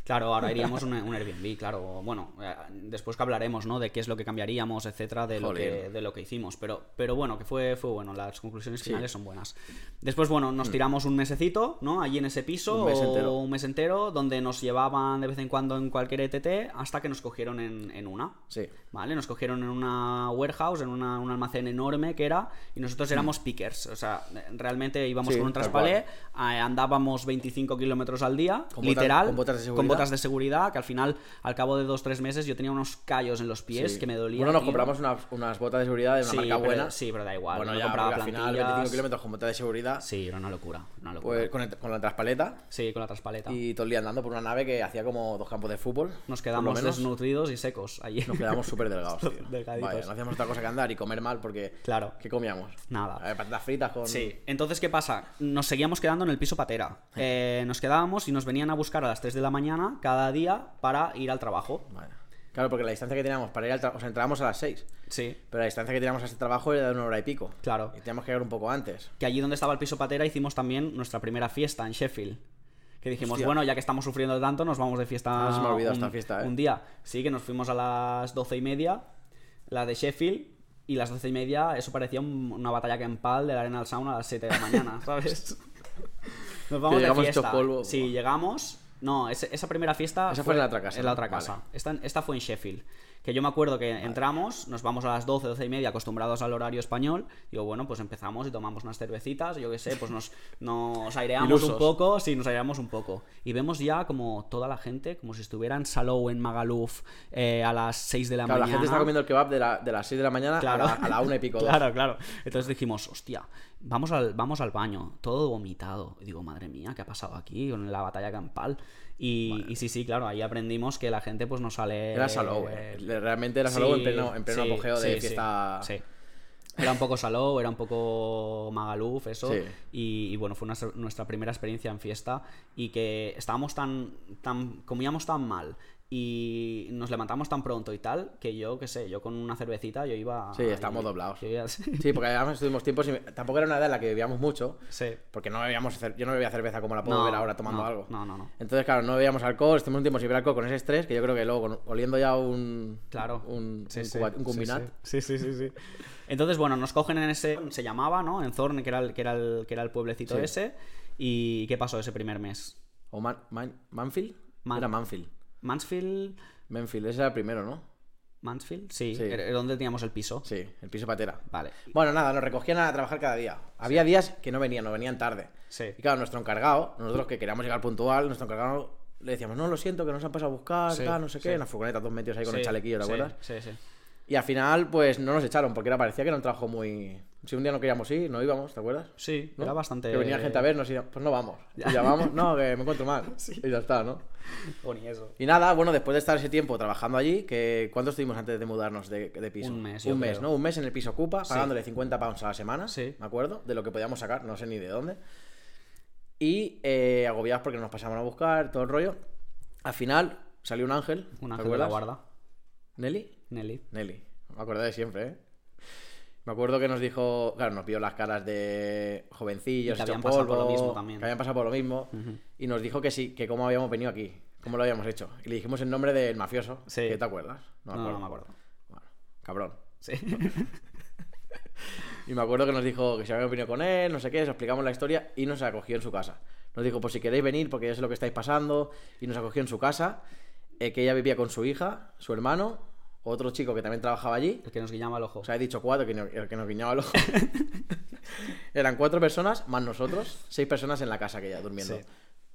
[SPEAKER 1] Claro, ahora iríamos un, un Airbnb, claro. Bueno, eh, después que hablaremos, ¿no? De qué es lo que cambiaríamos, etcétera, de lo,
[SPEAKER 2] Joder.
[SPEAKER 1] que, de lo que hicimos. Pero, pero bueno, que fue, fue bueno. Las conclusiones
[SPEAKER 2] Sí. Mm.
[SPEAKER 1] finales son buenas. Después, bueno, nos tiramos un mesecito, ¿no? Allí en ese piso.
[SPEAKER 2] Un mes
[SPEAKER 1] o
[SPEAKER 2] entero.
[SPEAKER 1] Un mes entero, donde nos llevaban de vez en cuando en cualquier ETT, hasta que nos cogieron en, en una.
[SPEAKER 2] Sí.
[SPEAKER 1] ¿Vale? Nos cogieron en una warehouse, en una- un almacén enorme que era, y nosotros éramos pickers. O sea, realmente íbamos
[SPEAKER 2] Mm. Sí,
[SPEAKER 1] con un
[SPEAKER 2] tal
[SPEAKER 1] traspalé, eh, andábamos 25 kilómetros al día,
[SPEAKER 2] Con botas-
[SPEAKER 1] literal,
[SPEAKER 2] con botas de seguridad.
[SPEAKER 1] botas de seguridad, que al final, al cabo de dos tres meses, yo tenía unos callos en los pies
[SPEAKER 2] Sí.
[SPEAKER 1] que me dolían.
[SPEAKER 2] Bueno, nos
[SPEAKER 1] tío.
[SPEAKER 2] compramos unas, unas botas de seguridad de una
[SPEAKER 1] Sí,
[SPEAKER 2] marca
[SPEAKER 1] pero-
[SPEAKER 2] buena.
[SPEAKER 1] sí, pero da igual,
[SPEAKER 2] Bueno,
[SPEAKER 1] no
[SPEAKER 2] ya,
[SPEAKER 1] compraba
[SPEAKER 2] porque al final
[SPEAKER 1] plantillas.
[SPEAKER 2] 25 kilómetros con botas de seguridad.
[SPEAKER 1] Sí, era una locura. Una locura.
[SPEAKER 2] Pues con, el- con la traspaleta
[SPEAKER 1] Sí, con la traspaleta.
[SPEAKER 2] y todo el día andando por una nave que hacía como dos campos de fútbol.
[SPEAKER 1] Nos
[SPEAKER 2] por
[SPEAKER 1] quedamos
[SPEAKER 2] lo menos.
[SPEAKER 1] desnutridos y secos allí.
[SPEAKER 2] Nos quedamos súper delgados, tío.
[SPEAKER 1] Delgaditos.
[SPEAKER 2] Vaya, no hacíamos otra cosa que andar y comer mal porque.
[SPEAKER 1] Claro.
[SPEAKER 2] ¿Qué comíamos?
[SPEAKER 1] Nada.
[SPEAKER 2] A ver, patatas fritas con.
[SPEAKER 1] Sí, entonces, ¿qué pasa? Nos seguíamos quedando en el piso patera. Eh, nos quedábamos y nos venían a buscar a las 3 de la mañana cada día para ir al trabajo.
[SPEAKER 2] Vale. Claro, porque la distancia que teníamos para ir al trabajo. O sea, entrábamos a las 6.
[SPEAKER 1] Sí.
[SPEAKER 2] Pero la distancia que teníamos a ese trabajo era de una hora y pico.
[SPEAKER 1] Claro.
[SPEAKER 2] Y teníamos que llegar un poco antes.
[SPEAKER 1] Que allí donde estaba el piso patera hicimos también nuestra primera fiesta en Sheffield. Que dijimos,
[SPEAKER 2] Hostia.
[SPEAKER 1] bueno, ya que estamos sufriendo tanto, nos vamos de fiesta,
[SPEAKER 2] Ah, se me ha olvidado
[SPEAKER 1] un,
[SPEAKER 2] esta fiesta, ¿eh?
[SPEAKER 1] un día. Sí, que nos fuimos a las doce y media, la de Sheffield, y las doce y media eso parecía un- una batalla campal de la arena al sauna a las 7 de la mañana, ¿sabes? Nos vamos de
[SPEAKER 2] llegamos
[SPEAKER 1] fiesta.
[SPEAKER 2] hechos polvo.
[SPEAKER 1] Sí, llegamos. No, ese- esa primera fiesta.
[SPEAKER 2] Esa fue en la otra casa,
[SPEAKER 1] en la otra
[SPEAKER 2] vale.
[SPEAKER 1] casa. Esta, esta fue en Sheffield. Que yo me acuerdo que entramos, nos vamos a las 12, 12 y media, acostumbrados al horario español. Digo, bueno, pues empezamos y tomamos unas cervecitas, yo qué sé, pues nos, nos aireamos un
[SPEAKER 2] Ilusos.
[SPEAKER 1] poco, sí, nos aireamos un poco. Y vemos ya como toda la gente, como si estuviera en Salou, en Magaluf, eh, a las 6 de la
[SPEAKER 2] Claro, la
[SPEAKER 1] mañana.
[SPEAKER 2] gente está comiendo el kebab de, la- de las 6 de la mañana
[SPEAKER 1] Claro.
[SPEAKER 2] a, la, a la una y pico. dos.
[SPEAKER 1] Claro, claro. Entonces dijimos, hostia, vamos al, vamos al baño, todo vomitado. Y digo, madre mía, ¿qué ha pasado aquí con la batalla campal? Y, y sí, sí, claro, ahí aprendimos que la gente pues no sale...
[SPEAKER 2] Era Salou, eh. Le- Realmente era Salou en pleno, en pleno
[SPEAKER 1] sí,
[SPEAKER 2] apogeo de
[SPEAKER 1] sí, sí,
[SPEAKER 2] fiesta.
[SPEAKER 1] Sí. Era un poco Salou, era un poco Magaluf, eso.
[SPEAKER 2] Sí.
[SPEAKER 1] Y, y bueno, fue una- nuestra primera experiencia en fiesta y que estábamos tan, tan. comíamos tan mal y nos levantamos tan pronto y tal que yo, qué sé, yo con una cervecita yo iba.
[SPEAKER 2] Sí, estábamos
[SPEAKER 1] yo-
[SPEAKER 2] doblados.
[SPEAKER 1] yo iba-
[SPEAKER 2] Sí, porque además estuvimos tiempo sin... Tampoco era una edad en la que bebíamos mucho,
[SPEAKER 1] sí.
[SPEAKER 2] porque no bebíamos... cer- Yo no bebía cerveza como la puedo beber ahora tomando
[SPEAKER 1] no,
[SPEAKER 2] algo.
[SPEAKER 1] No, no, no.
[SPEAKER 2] Entonces, claro, no bebíamos alcohol, estuvimos un tiempo sin beber alcohol con ese estrés, que yo creo que luego, con- oliendo ya un...
[SPEAKER 1] Claro.
[SPEAKER 2] Un,
[SPEAKER 1] Sí,
[SPEAKER 2] un,
[SPEAKER 1] sí,
[SPEAKER 2] cuba- un
[SPEAKER 1] sí,
[SPEAKER 2] combinat.
[SPEAKER 1] Sí, sí, sí, sí. Entonces, bueno, nos cogen en ese. Se llamaba, ¿no? En Zorn, que era el, que era el, que era el pueblecito
[SPEAKER 2] Sí.
[SPEAKER 1] ese. ¿Y qué pasó ese primer mes?
[SPEAKER 2] ¿O Man- Man- Manfield?
[SPEAKER 1] Man-
[SPEAKER 2] Era Manfield.
[SPEAKER 1] Mansfield.
[SPEAKER 2] Manfield, ese era el primero, ¿no?
[SPEAKER 1] Mansfield, sí,
[SPEAKER 2] Sí.
[SPEAKER 1] era- era donde teníamos el piso.
[SPEAKER 2] Sí, el piso patera.
[SPEAKER 1] Vale.
[SPEAKER 2] Bueno, nada, nos recogían a trabajar cada día. Había días que no venían, no venían tarde.
[SPEAKER 1] Sí.
[SPEAKER 2] Y claro, nuestro encargado, nosotros que queríamos llegar puntual, nuestro encargado le decíamos, no, lo siento, que nos han pasado a buscar,
[SPEAKER 1] Sí,
[SPEAKER 2] tal, no sé qué.
[SPEAKER 1] sí.
[SPEAKER 2] En la furgoneta, dos metidos ahí con el
[SPEAKER 1] Sí,
[SPEAKER 2] chalequillo, ¿te
[SPEAKER 1] sí,
[SPEAKER 2] acuerdas?
[SPEAKER 1] Sí, sí.
[SPEAKER 2] Y al final, pues no nos echaron, porque era, parecía que era un trabajo muy. Si un día no queríamos ir, no íbamos, ¿te acuerdas?
[SPEAKER 1] Sí,
[SPEAKER 2] ¿No?
[SPEAKER 1] era bastante.
[SPEAKER 2] Que venía gente a vernos y decía, pues no vamos. Y llamamos, no, que me encuentro mal. Y ya está, ¿no?
[SPEAKER 1] O ni eso.
[SPEAKER 2] Y nada, bueno, después de estar ese tiempo trabajando allí, que ¿cuánto estuvimos antes de mudarnos de, de piso?
[SPEAKER 1] Un mes, yo
[SPEAKER 2] Un mes,
[SPEAKER 1] creo.
[SPEAKER 2] ¿no? Un mes en el piso Ocupa, pagándole 50 pounds a la semana,
[SPEAKER 1] Sí.
[SPEAKER 2] me acuerdo, de lo que podíamos sacar, no sé ni de dónde. Y eh, agobiados porque nos pasaban a buscar, todo el rollo. Al final salió un ángel.
[SPEAKER 1] Un
[SPEAKER 2] ¿te
[SPEAKER 1] ángel de la
[SPEAKER 2] acuerdas?
[SPEAKER 1] guarda.
[SPEAKER 2] ¿Nelly?
[SPEAKER 1] Nelly.
[SPEAKER 2] Nelly, me acuerdo de siempre, ¿eh? Me acuerdo que nos dijo, claro, nos vio las caras de
[SPEAKER 1] Y que
[SPEAKER 2] jovencillos, hechos
[SPEAKER 1] habían pasado por lo
[SPEAKER 2] polvo,
[SPEAKER 1] mismo también.
[SPEAKER 2] que habían pasado por lo mismo, y nos dijo que sí, que cómo habíamos venido aquí, cómo lo habíamos hecho. Y le dijimos el nombre del mafioso,
[SPEAKER 1] Sí.
[SPEAKER 2] que te acuerdas.
[SPEAKER 1] No, no, no me acuerdo.
[SPEAKER 2] Bueno, cabrón.
[SPEAKER 1] Sí.
[SPEAKER 2] Y me acuerdo que nos dijo que se había venido con él, no sé qué, os explicamos la historia y nos acogió en su casa. Nos dijo, pues si queréis venir, porque yo sé lo que estáis pasando, y nos acogió en su casa, eh, que ella vivía con su hija, su hermano, otro chico que también trabajaba allí,
[SPEAKER 1] El que nos guiñaba el ojo.
[SPEAKER 2] O sea, he dicho cuatro, que, no- el que nos guiñaba el ojo. Eran cuatro personas, más nosotros, seis personas en la casa que ya durmiendo.
[SPEAKER 1] Sí.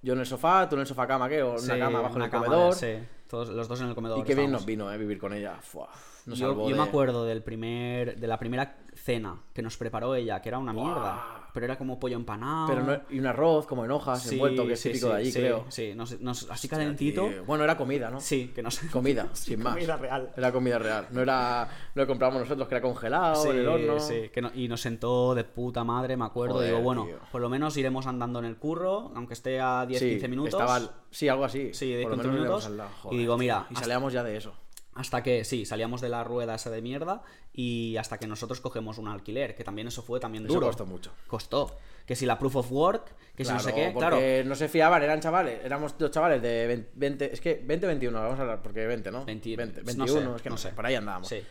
[SPEAKER 2] Yo en el sofá, tú en el sofá cama, ¿qué? O en una
[SPEAKER 1] Sí,
[SPEAKER 2] cama abajo en
[SPEAKER 1] una
[SPEAKER 2] el
[SPEAKER 1] cama,
[SPEAKER 2] comedor.
[SPEAKER 1] Sí, todos, los dos en el comedor.
[SPEAKER 2] y qué bien
[SPEAKER 1] estábamos.
[SPEAKER 2] nos vino, ¿eh? Vivir con ella. Fua, nos
[SPEAKER 1] yo
[SPEAKER 2] salvó
[SPEAKER 1] yo
[SPEAKER 2] de-
[SPEAKER 1] me acuerdo del primer, de la primera cena que nos preparó ella, que era una mierda. Pero era como pollo empanado.
[SPEAKER 2] Pero no- y un arroz, como en hojas,
[SPEAKER 1] Sí,
[SPEAKER 2] envuelto, que es
[SPEAKER 1] sí,
[SPEAKER 2] típico
[SPEAKER 1] sí,
[SPEAKER 2] de allí,
[SPEAKER 1] sí,
[SPEAKER 2] creo.
[SPEAKER 1] Sí, nos- nos- así
[SPEAKER 2] Hostia,
[SPEAKER 1] calentito.
[SPEAKER 2] tío. Bueno, era comida, ¿no?
[SPEAKER 1] Sí, que nos.
[SPEAKER 2] Comida, sin más.
[SPEAKER 1] comida real.
[SPEAKER 2] Era comida real. No era lo que compramos nosotros, que era congelado,
[SPEAKER 1] Sí,
[SPEAKER 2] en el horno.
[SPEAKER 1] sí, que no- y nos sentó de puta madre, me acuerdo.
[SPEAKER 2] Joder,
[SPEAKER 1] Digo, bueno,
[SPEAKER 2] tío.
[SPEAKER 1] por lo menos iremos andando en el curro, aunque esté a 10,
[SPEAKER 2] Sí,
[SPEAKER 1] 15 minutos.
[SPEAKER 2] Estaba, al- sí, algo así.
[SPEAKER 1] Sí, de
[SPEAKER 2] Por lo
[SPEAKER 1] 15
[SPEAKER 2] menos
[SPEAKER 1] minutos.
[SPEAKER 2] íbamos al lado,
[SPEAKER 1] Y
[SPEAKER 2] joder,
[SPEAKER 1] digo,
[SPEAKER 2] tío.
[SPEAKER 1] mira,
[SPEAKER 2] Y
[SPEAKER 1] hasta-
[SPEAKER 2] salíamos ya de eso.
[SPEAKER 1] Hasta que, sí, salíamos de la rueda esa de mierda y hasta que nosotros cogemos un alquiler, que también eso fue también
[SPEAKER 2] Eso
[SPEAKER 1] duro.
[SPEAKER 2] costó mucho.
[SPEAKER 1] Costó. Que si la proof of work, que si no sé qué,
[SPEAKER 2] porque
[SPEAKER 1] claro.
[SPEAKER 2] no se fiaban, eran chavales, éramos dos chavales de 20, 20 es que 20, 21, vamos a hablar, porque 20, ¿no?
[SPEAKER 1] 20,
[SPEAKER 2] 20,
[SPEAKER 1] no
[SPEAKER 2] 21,
[SPEAKER 1] sé,
[SPEAKER 2] es que
[SPEAKER 1] no
[SPEAKER 2] no sé,
[SPEAKER 1] sé.
[SPEAKER 2] por ahí andábamos.
[SPEAKER 1] Sí,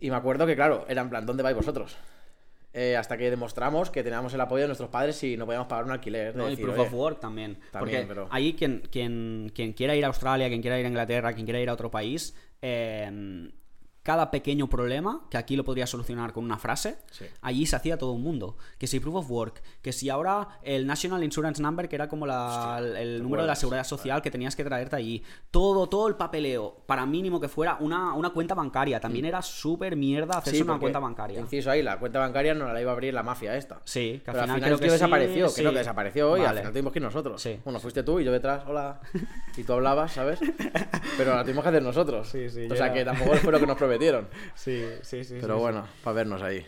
[SPEAKER 2] Y me acuerdo que, claro, era en plan, ¿dónde vais vosotros? Eh, hasta que demostramos que teníamos el apoyo de nuestros padres si no podíamos pagar un alquiler. de
[SPEAKER 1] ¿no? y
[SPEAKER 2] decir,
[SPEAKER 1] proof
[SPEAKER 2] "Oye,
[SPEAKER 1] of work también. porque
[SPEAKER 2] pero-
[SPEAKER 1] ahí quien, quien, quien quiera ir a Australia, quien quiera ir a Inglaterra, quien quiera ir a otro país, eh, cada pequeño problema, que aquí lo podría solucionar con una frase,
[SPEAKER 2] Sí.
[SPEAKER 1] allí se hacía todo el mundo. Que si proof of work, que si ahora el National Insurance Number, que era como la- el, el número de la
[SPEAKER 2] acuerdas?
[SPEAKER 1] seguridad social que tenías que traerte allí, todo, todo el papeleo, para mínimo que fuera una, una cuenta bancaria, también era súper mierda hacerse
[SPEAKER 2] Mm. Sí,
[SPEAKER 1] una
[SPEAKER 2] porque,
[SPEAKER 1] cuenta bancaria.
[SPEAKER 2] Inciso ahí, la cuenta bancaria no la iba a abrir la mafia esta.
[SPEAKER 1] Sí, que al
[SPEAKER 2] Pero
[SPEAKER 1] final creo
[SPEAKER 2] es que,
[SPEAKER 1] que sí,
[SPEAKER 2] desapareció,
[SPEAKER 1] sí.
[SPEAKER 2] creo que desapareció y al
[SPEAKER 1] Vale.
[SPEAKER 2] final tuvimos que ir nosotros.
[SPEAKER 1] Sí.
[SPEAKER 2] Bueno, fuiste tú y yo detrás, hola. Y tú hablabas, ¿sabes? Pero la tuvimos que hacer nosotros.
[SPEAKER 1] Sí, sí,
[SPEAKER 2] o
[SPEAKER 1] yo
[SPEAKER 2] sea
[SPEAKER 1] era-
[SPEAKER 2] que tampoco fue lo que nos prometieron.
[SPEAKER 1] Sí, sí, sí.
[SPEAKER 2] Pero bueno, para vernos ahí.